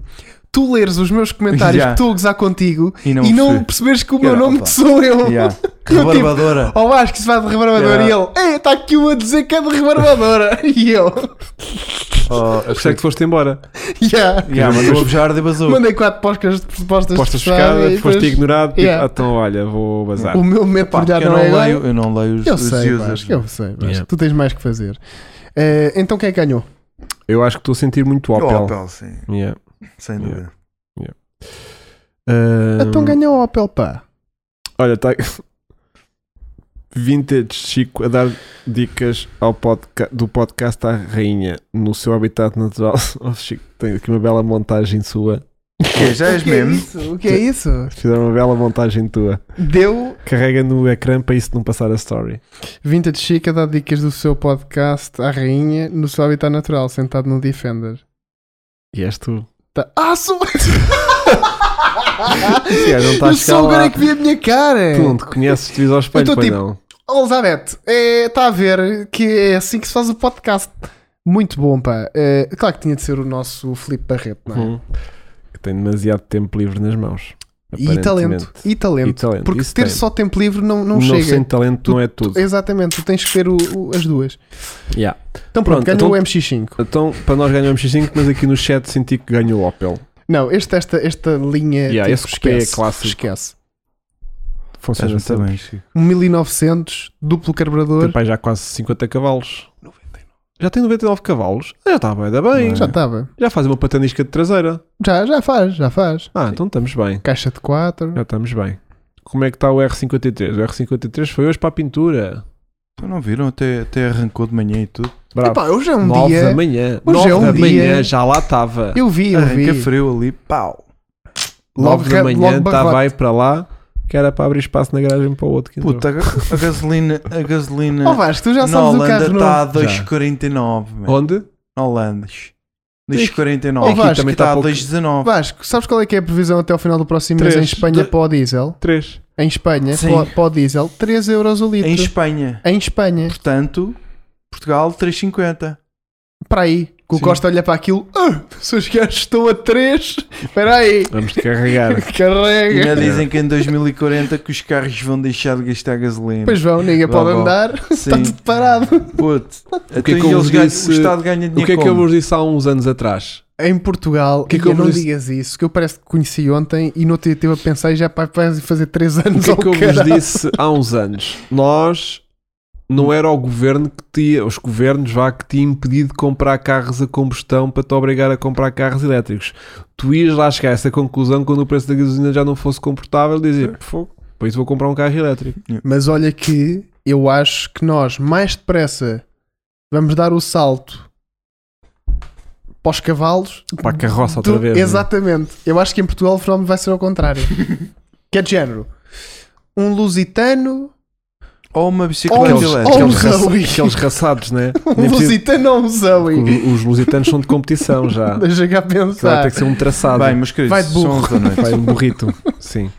Speaker 1: tu leres os meus comentários
Speaker 3: Já.
Speaker 1: que estou a gozar contigo
Speaker 3: E
Speaker 1: e
Speaker 3: não
Speaker 1: não,
Speaker 3: perceber.
Speaker 1: perceberes que o meu
Speaker 3: Cara,
Speaker 1: nome
Speaker 3: opa.
Speaker 1: sou eu.
Speaker 3: Yeah.
Speaker 1: Eu tipo,
Speaker 3: Rebarbadora.
Speaker 1: Oh Vasco, isso vai de rebarbadora.
Speaker 3: Yeah.
Speaker 1: E ele, ei, está aqui um a dizer que é de rebarbadora. e eu,
Speaker 3: Oh,
Speaker 2: Por isso é que foste embora.
Speaker 1: yeah.
Speaker 3: yeah, mandou a beijar de bazou.
Speaker 1: mandei quatro postas, postas,
Speaker 2: Postas
Speaker 1: de pescada
Speaker 2: pescada,
Speaker 1: e
Speaker 2: foste
Speaker 1: depois-
Speaker 2: ignorado. tipo,
Speaker 1: Yeah.
Speaker 2: "Ah, então, olha, vou bazar.
Speaker 1: O meu momento de
Speaker 3: Pá,
Speaker 1: brilhar
Speaker 3: porque eu,
Speaker 1: não
Speaker 3: não
Speaker 1: é agora.
Speaker 3: leio, eu não leio os,
Speaker 1: Eu
Speaker 3: os
Speaker 1: sei,
Speaker 3: users.
Speaker 1: Vasco, eu sei, Vasco.
Speaker 2: Yeah.
Speaker 1: Tu tens mais que fazer. Eh, então quem é que ganhou?
Speaker 2: Eu acho que estou a sentir muito Opel.
Speaker 3: O Opel, sim,
Speaker 2: Yeah.
Speaker 3: sem
Speaker 2: Yeah.
Speaker 3: dúvida. Um,
Speaker 2: Ahm,
Speaker 1: Então ganhou o Opel, pá.
Speaker 2: Olha, está Vintage Chico a dar dicas ao podca- do podcast à rainha no seu habitat natural. Oh, Chico, tem aqui uma bela montagem sua.
Speaker 3: Ok, já és
Speaker 1: O que é
Speaker 3: mesmo?
Speaker 1: isso? O que é isso?
Speaker 2: Fizeram uma bela montagem tua.
Speaker 1: Deu
Speaker 2: Carrega no ecrã para isso não passar a story.
Speaker 1: Vintage Chica dá dicas do seu podcast à rainha no seu habitat natural, sentado no Defender.
Speaker 2: E és tu.
Speaker 1: Tá- Ah, sou...
Speaker 2: Esse gajo não está a
Speaker 1: eu
Speaker 2: chegar
Speaker 1: sou o
Speaker 2: lá.
Speaker 1: cara que vi a minha cara.
Speaker 2: Tu não te conheces, te vis ao espelho,
Speaker 1: É. Eu tô
Speaker 2: pois
Speaker 1: tipo-
Speaker 2: não.
Speaker 1: Oh, Elizabeth, está a ver que é assim que se faz o podcast. Muito bom, pá. É, claro que tinha de ser o nosso Filipe Barreto, não é?
Speaker 2: Hum. Eu tenho demasiado tempo livre nas mãos.
Speaker 1: E talento,
Speaker 2: aparentemente.
Speaker 1: e talento.
Speaker 2: E talento,
Speaker 1: Porque
Speaker 2: isso
Speaker 1: ter
Speaker 2: tem.
Speaker 1: só tempo livre não, não,
Speaker 2: Não sem
Speaker 1: chega.
Speaker 2: talento
Speaker 1: Tu-
Speaker 2: não é tudo.
Speaker 1: Exatamente, tu tens que ter o- o- as duas.
Speaker 2: Yeah.
Speaker 1: Então pronto,
Speaker 2: Pronto,
Speaker 1: ganhou
Speaker 2: então-
Speaker 1: o MX5.
Speaker 2: Então, para nós ganhamos X5, mas aqui no chat senti que ganhou o Opel.
Speaker 1: Não, este, esta, esta linha
Speaker 2: Yeah,
Speaker 1: tipo,
Speaker 2: esse cupê é
Speaker 1: esquece,
Speaker 2: clássico.
Speaker 1: esquece.
Speaker 2: Funciona
Speaker 3: Estás
Speaker 2: sempre.
Speaker 3: muito bem, Chico.
Speaker 1: Um 1900, duplo carburador.
Speaker 2: Tem pá, já quase 50 cavalos. Já tem 99 cavalos? Ah, Já está bem, ainda bem.
Speaker 1: Já
Speaker 2: Já,
Speaker 1: estava.
Speaker 2: já faz uma patanisca de traseira.
Speaker 1: Já, já faz, já faz.
Speaker 2: Ah, então estamos bem.
Speaker 1: Caixa de 4.
Speaker 2: Já estamos bem. Como é que está o R53? O R53 foi hoje para a pintura.
Speaker 3: Então não viram? Até, até arrancou de manhã e tudo.
Speaker 2: Bravo.
Speaker 1: Epá, hoje é um
Speaker 2: 9
Speaker 1: dia.
Speaker 2: da manhã.
Speaker 1: Hoje
Speaker 2: 9
Speaker 1: é um
Speaker 2: da
Speaker 1: dia.
Speaker 2: manhã já lá estava.
Speaker 1: Eu vi, eu
Speaker 3: Arranca
Speaker 1: vi.
Speaker 3: frio ali, pau.
Speaker 1: Logo
Speaker 2: 9 da
Speaker 1: re-
Speaker 2: manhã
Speaker 1: logo
Speaker 2: estava aí
Speaker 1: barrote.
Speaker 2: para lá, que era para abrir espaço na garagem para o outro. Que entrou.
Speaker 3: Puta, a, ga- a gasolina, a gasolina
Speaker 1: Oh Vasco, tu já
Speaker 3: na
Speaker 1: sabes o
Speaker 3: Holanda
Speaker 1: carro
Speaker 3: está
Speaker 1: novo.
Speaker 3: a 2,49. mano.
Speaker 2: Onde?
Speaker 3: Na Holanda.
Speaker 1: Oh,
Speaker 3: 2,49.
Speaker 1: Vasco,
Speaker 3: Aqui também
Speaker 2: tá
Speaker 3: está a
Speaker 2: pouco.
Speaker 3: 2,19.
Speaker 1: Vasco, sabes qual é que é a previsão até ao final do próximo mês
Speaker 2: Três.
Speaker 1: em Espanha
Speaker 2: Tre-
Speaker 1: para o diesel?
Speaker 2: 3.
Speaker 1: Em Espanha,
Speaker 3: Sim.
Speaker 1: para o- para o diesel, 3 euros o litro.
Speaker 3: Em Espanha.
Speaker 1: Em Espanha,
Speaker 3: Portanto, Portugal 3,50.
Speaker 1: para aí. Que o
Speaker 3: Sim.
Speaker 1: Costa olha para aquilo, ah, se os gajos estão a 3, espera aí,
Speaker 2: Vamos de carregar.
Speaker 3: E ainda
Speaker 1: carrega.
Speaker 3: dizem que em 2040 que os carros vão deixar de gastar gasolina.
Speaker 1: Pois vão, ninguém
Speaker 3: Vá,
Speaker 1: pode
Speaker 3: vá.
Speaker 1: andar,
Speaker 3: Sim.
Speaker 1: está tudo parado.
Speaker 3: Puto,
Speaker 2: O que é que eu
Speaker 3: então eles
Speaker 2: vos
Speaker 3: ganham-
Speaker 2: disse-
Speaker 3: o Estado ganha dinheiro
Speaker 2: o que é que
Speaker 3: como?
Speaker 2: eu vos disse há uns anos atrás?
Speaker 1: Em Portugal,
Speaker 2: Que é
Speaker 1: que
Speaker 2: que eu
Speaker 1: não
Speaker 2: vos disse?
Speaker 1: digas isso, que eu parece que conheci ontem e no outro dia estive a pensar e já pá, vai fazer 3
Speaker 2: O
Speaker 1: anos
Speaker 2: que é
Speaker 1: ao
Speaker 2: que eu vos
Speaker 1: caralho.
Speaker 2: disse há uns anos? Nós não era o governo que tinha, os governos vá que te impedido de comprar carros a combustão para te obrigar a comprar carros elétricos. Tu ias lá chegar a essa conclusão quando o preço da gasolina já não fosse comportável e dizer, fogo, por isso vou comprar um carro elétrico.
Speaker 1: Mas olha que eu acho que nós mais depressa vamos dar o salto para os cavalos
Speaker 2: Para a carroça outra
Speaker 1: do-
Speaker 2: vez. né?
Speaker 1: Exatamente. Eu acho que em Portugal o fenómeno vai ser ao contrário. que é de género. Um lusitano
Speaker 3: Ou uma
Speaker 1: Ou
Speaker 3: bicicleta é
Speaker 2: Aqueles,
Speaker 1: os-
Speaker 3: elétrica.
Speaker 2: aqueles,
Speaker 1: ou
Speaker 2: raça-
Speaker 1: Zoe.
Speaker 2: aqueles raçados, né? Nem
Speaker 1: Um
Speaker 2: preciso-
Speaker 1: lusitano ou um zoe.
Speaker 2: os, os lusitanos são de competição já.
Speaker 1: Deixa cá
Speaker 2: Vai ter
Speaker 1: pensar.
Speaker 2: que ser um traçado.
Speaker 3: Bem, meus queridos,
Speaker 1: Vai de burro.
Speaker 3: são onze da noite.
Speaker 2: Vai um burrito, sim.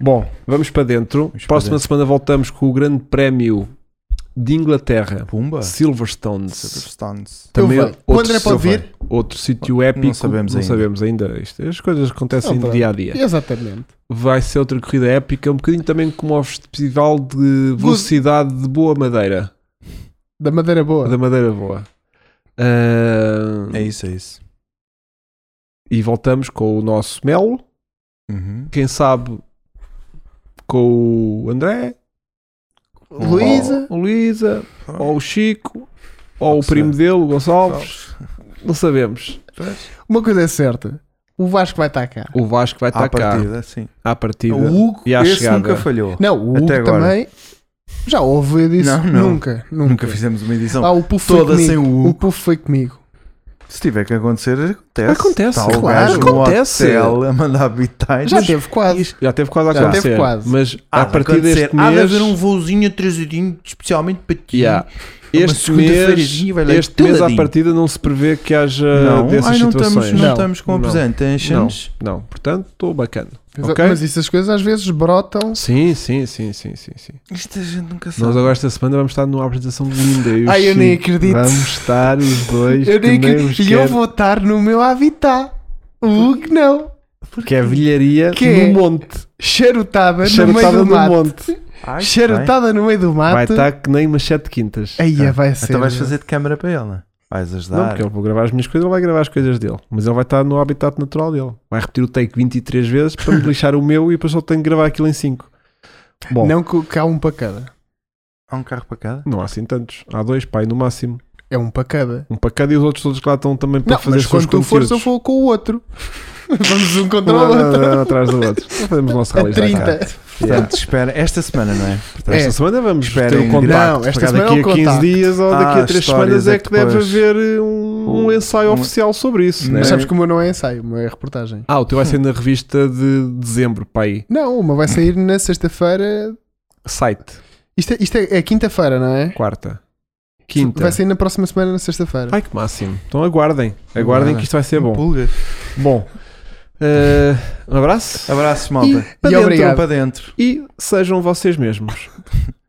Speaker 2: Bom, vamos para dentro.
Speaker 3: Vamos para
Speaker 2: Próxima
Speaker 3: dentro.
Speaker 2: semana voltamos com o grande prémio de Inglaterra.
Speaker 3: Pumba.
Speaker 2: Silverstones.
Speaker 3: Stones.
Speaker 2: Também
Speaker 1: Ah. Eu venho.
Speaker 2: outro
Speaker 1: Quando é para
Speaker 2: sítio-
Speaker 1: ouvir?
Speaker 2: Outro sítio épico.
Speaker 3: sabemos ainda.
Speaker 2: sabemos ainda. Isto, as coisas acontecem
Speaker 1: Não, pronto.
Speaker 2: dia a dia.
Speaker 1: Exatamente.
Speaker 2: Vai ser outra corrida épica, um bocadinho também como o festival de velocidade de boa madeira.
Speaker 1: Da Madeira Boa.
Speaker 2: Da madeira boa. Ah,
Speaker 3: É isso, é isso.
Speaker 2: e voltamos com o nosso Melo.
Speaker 3: Uhum.
Speaker 2: Quem sabe com o André,
Speaker 1: Luísa.
Speaker 2: ou o Luísa, ou o Chico, ou
Speaker 3: Pode
Speaker 2: o primo
Speaker 3: ser.
Speaker 2: dele, o Gonçalves. Não sabemos.
Speaker 1: Uma coisa é certa. O Vasco vai estar cá.
Speaker 2: O Vasco vai estar
Speaker 3: À
Speaker 2: cá
Speaker 3: partida, sim.
Speaker 2: à partida.
Speaker 3: O Hugo,
Speaker 2: e à
Speaker 3: esse
Speaker 2: chegada.
Speaker 3: nunca falhou.
Speaker 1: Não, o Hugo
Speaker 3: Até agora.
Speaker 1: também. Já houve disso.
Speaker 3: Não, não.
Speaker 1: Nunca, nunca.
Speaker 3: Nunca fizemos uma edição.
Speaker 1: Ah, o Puff
Speaker 3: Toda
Speaker 1: foi comigo.
Speaker 3: sem o Hugo.
Speaker 1: Puff foi comigo.
Speaker 3: Se tiver que acontecer, acontece.
Speaker 2: Acontece,
Speaker 3: Está o
Speaker 1: claro,
Speaker 3: gajo no
Speaker 2: acontece.
Speaker 3: hotel a mandar Ah, bitaias.
Speaker 1: Já teve quase.
Speaker 2: Já teve quase a
Speaker 1: Já teve
Speaker 2: acontecer.
Speaker 1: quase.
Speaker 2: Mas
Speaker 3: Há
Speaker 2: a
Speaker 3: de
Speaker 2: partir
Speaker 3: acontecer.
Speaker 2: deste
Speaker 3: Há de
Speaker 2: mês.
Speaker 3: haver um voozinho atrasadinho especialmente para ti.
Speaker 2: Yeah.
Speaker 3: É Uma
Speaker 2: Este mês,
Speaker 3: segunda-feirazinha vai lá
Speaker 2: este mês à
Speaker 3: teladinho.
Speaker 2: partida não se prevê que haja
Speaker 3: Não,
Speaker 2: dessas
Speaker 3: ai, não, estamos,
Speaker 2: situações.
Speaker 3: não,
Speaker 1: Não,
Speaker 3: estamos com
Speaker 2: não.
Speaker 3: apresentations.
Speaker 2: Não, não. portanto estou bacana.
Speaker 1: Exa-
Speaker 2: Ok?
Speaker 1: Mas isso, as coisas às vezes brotam.
Speaker 2: Sim, sim, sim, sim, sim, sim.
Speaker 3: Isto a gente nunca sabe.
Speaker 2: Nós agora esta semana vamos estar numa apresentação linda. Eu
Speaker 1: Ai, eu
Speaker 2: Chico.
Speaker 1: nem acredito.
Speaker 2: Vamos estar os dois.
Speaker 1: Eu nem
Speaker 2: que nem um os
Speaker 1: acredito. E eu
Speaker 2: quero,
Speaker 1: vou estar no meu habitat. O Hugo não.
Speaker 2: Que é vilharia
Speaker 1: Que é?
Speaker 2: no monte.
Speaker 1: Charutada,
Speaker 2: Charutada
Speaker 1: no meio do
Speaker 2: no
Speaker 1: mato.
Speaker 2: monte.
Speaker 3: Ai, bem.
Speaker 1: Charutada no meio do mato.
Speaker 2: Vai
Speaker 3: tá
Speaker 2: estar Ah, que nem umas sete quintas.
Speaker 1: Aí vai ser.
Speaker 3: Então vais fazer de câmara para ela. Vais
Speaker 2: Não,
Speaker 3: ajudar.
Speaker 2: porque ele vou gravar as minhas coisas, ele vai gravar as coisas dele. Mas ele vai estar no habitat natural dele. Vai repetir o take 23 vezes para me lixar o meu e depois só tenho que gravar aquilo em 5. Bom, não,
Speaker 1: Não que que há um para cada.
Speaker 3: Há um carro para cada?
Speaker 2: há assim tantos. Há dois, pai, no máximo.
Speaker 1: É um para cada.
Speaker 2: Um para cada e os outros todos que lá estão também para
Speaker 1: Não,
Speaker 2: fazer
Speaker 1: mas
Speaker 2: os seus
Speaker 1: quando tu fores,
Speaker 2: conteúdos.
Speaker 1: eu vou com o outro. Vamos um
Speaker 2: Um
Speaker 1: contra o outro.
Speaker 2: um atrás do outro. Fazemos o nosso
Speaker 1: A
Speaker 2: rally já
Speaker 1: 30.
Speaker 2: cá. Yeah.
Speaker 3: Portanto, espera. Esta semana, não é? Portanto,
Speaker 2: Esta
Speaker 1: É.
Speaker 2: semana vamos um ter
Speaker 3: Esperem
Speaker 2: o contacto.
Speaker 1: Não, esta
Speaker 2: Porque
Speaker 1: semana é o
Speaker 2: daqui a 15
Speaker 1: contacto.
Speaker 2: dias ou daqui
Speaker 3: Ah,
Speaker 2: a 3
Speaker 3: histórias
Speaker 2: semanas
Speaker 3: é
Speaker 2: é
Speaker 3: que
Speaker 2: que deve
Speaker 3: depois-
Speaker 2: haver
Speaker 1: Hum.
Speaker 2: um, um ensaio
Speaker 3: um-
Speaker 2: oficial sobre isso. né?
Speaker 1: Mas sabes que o meu não é ensaio, o meu é reportagem.
Speaker 2: Ah, o teu vai ser na revista de dezembro, pai.
Speaker 1: Não, uma vai sair na sexta-feira.
Speaker 2: Site,
Speaker 1: Isto é, isto é- é quinta-feira, não é?
Speaker 2: quarta. Quinta.
Speaker 1: Vai sair na próxima semana, na sexta-feira.
Speaker 2: Ai que máximo. Então aguardem. Aguardem que isto vai ser é bom.
Speaker 3: Pulgas.
Speaker 2: Bom. eh, um abraço
Speaker 3: Abraços, malta.
Speaker 1: E
Speaker 2: dentro,
Speaker 1: obrigado.
Speaker 3: Para dentro.
Speaker 2: e sejam vocês mesmos.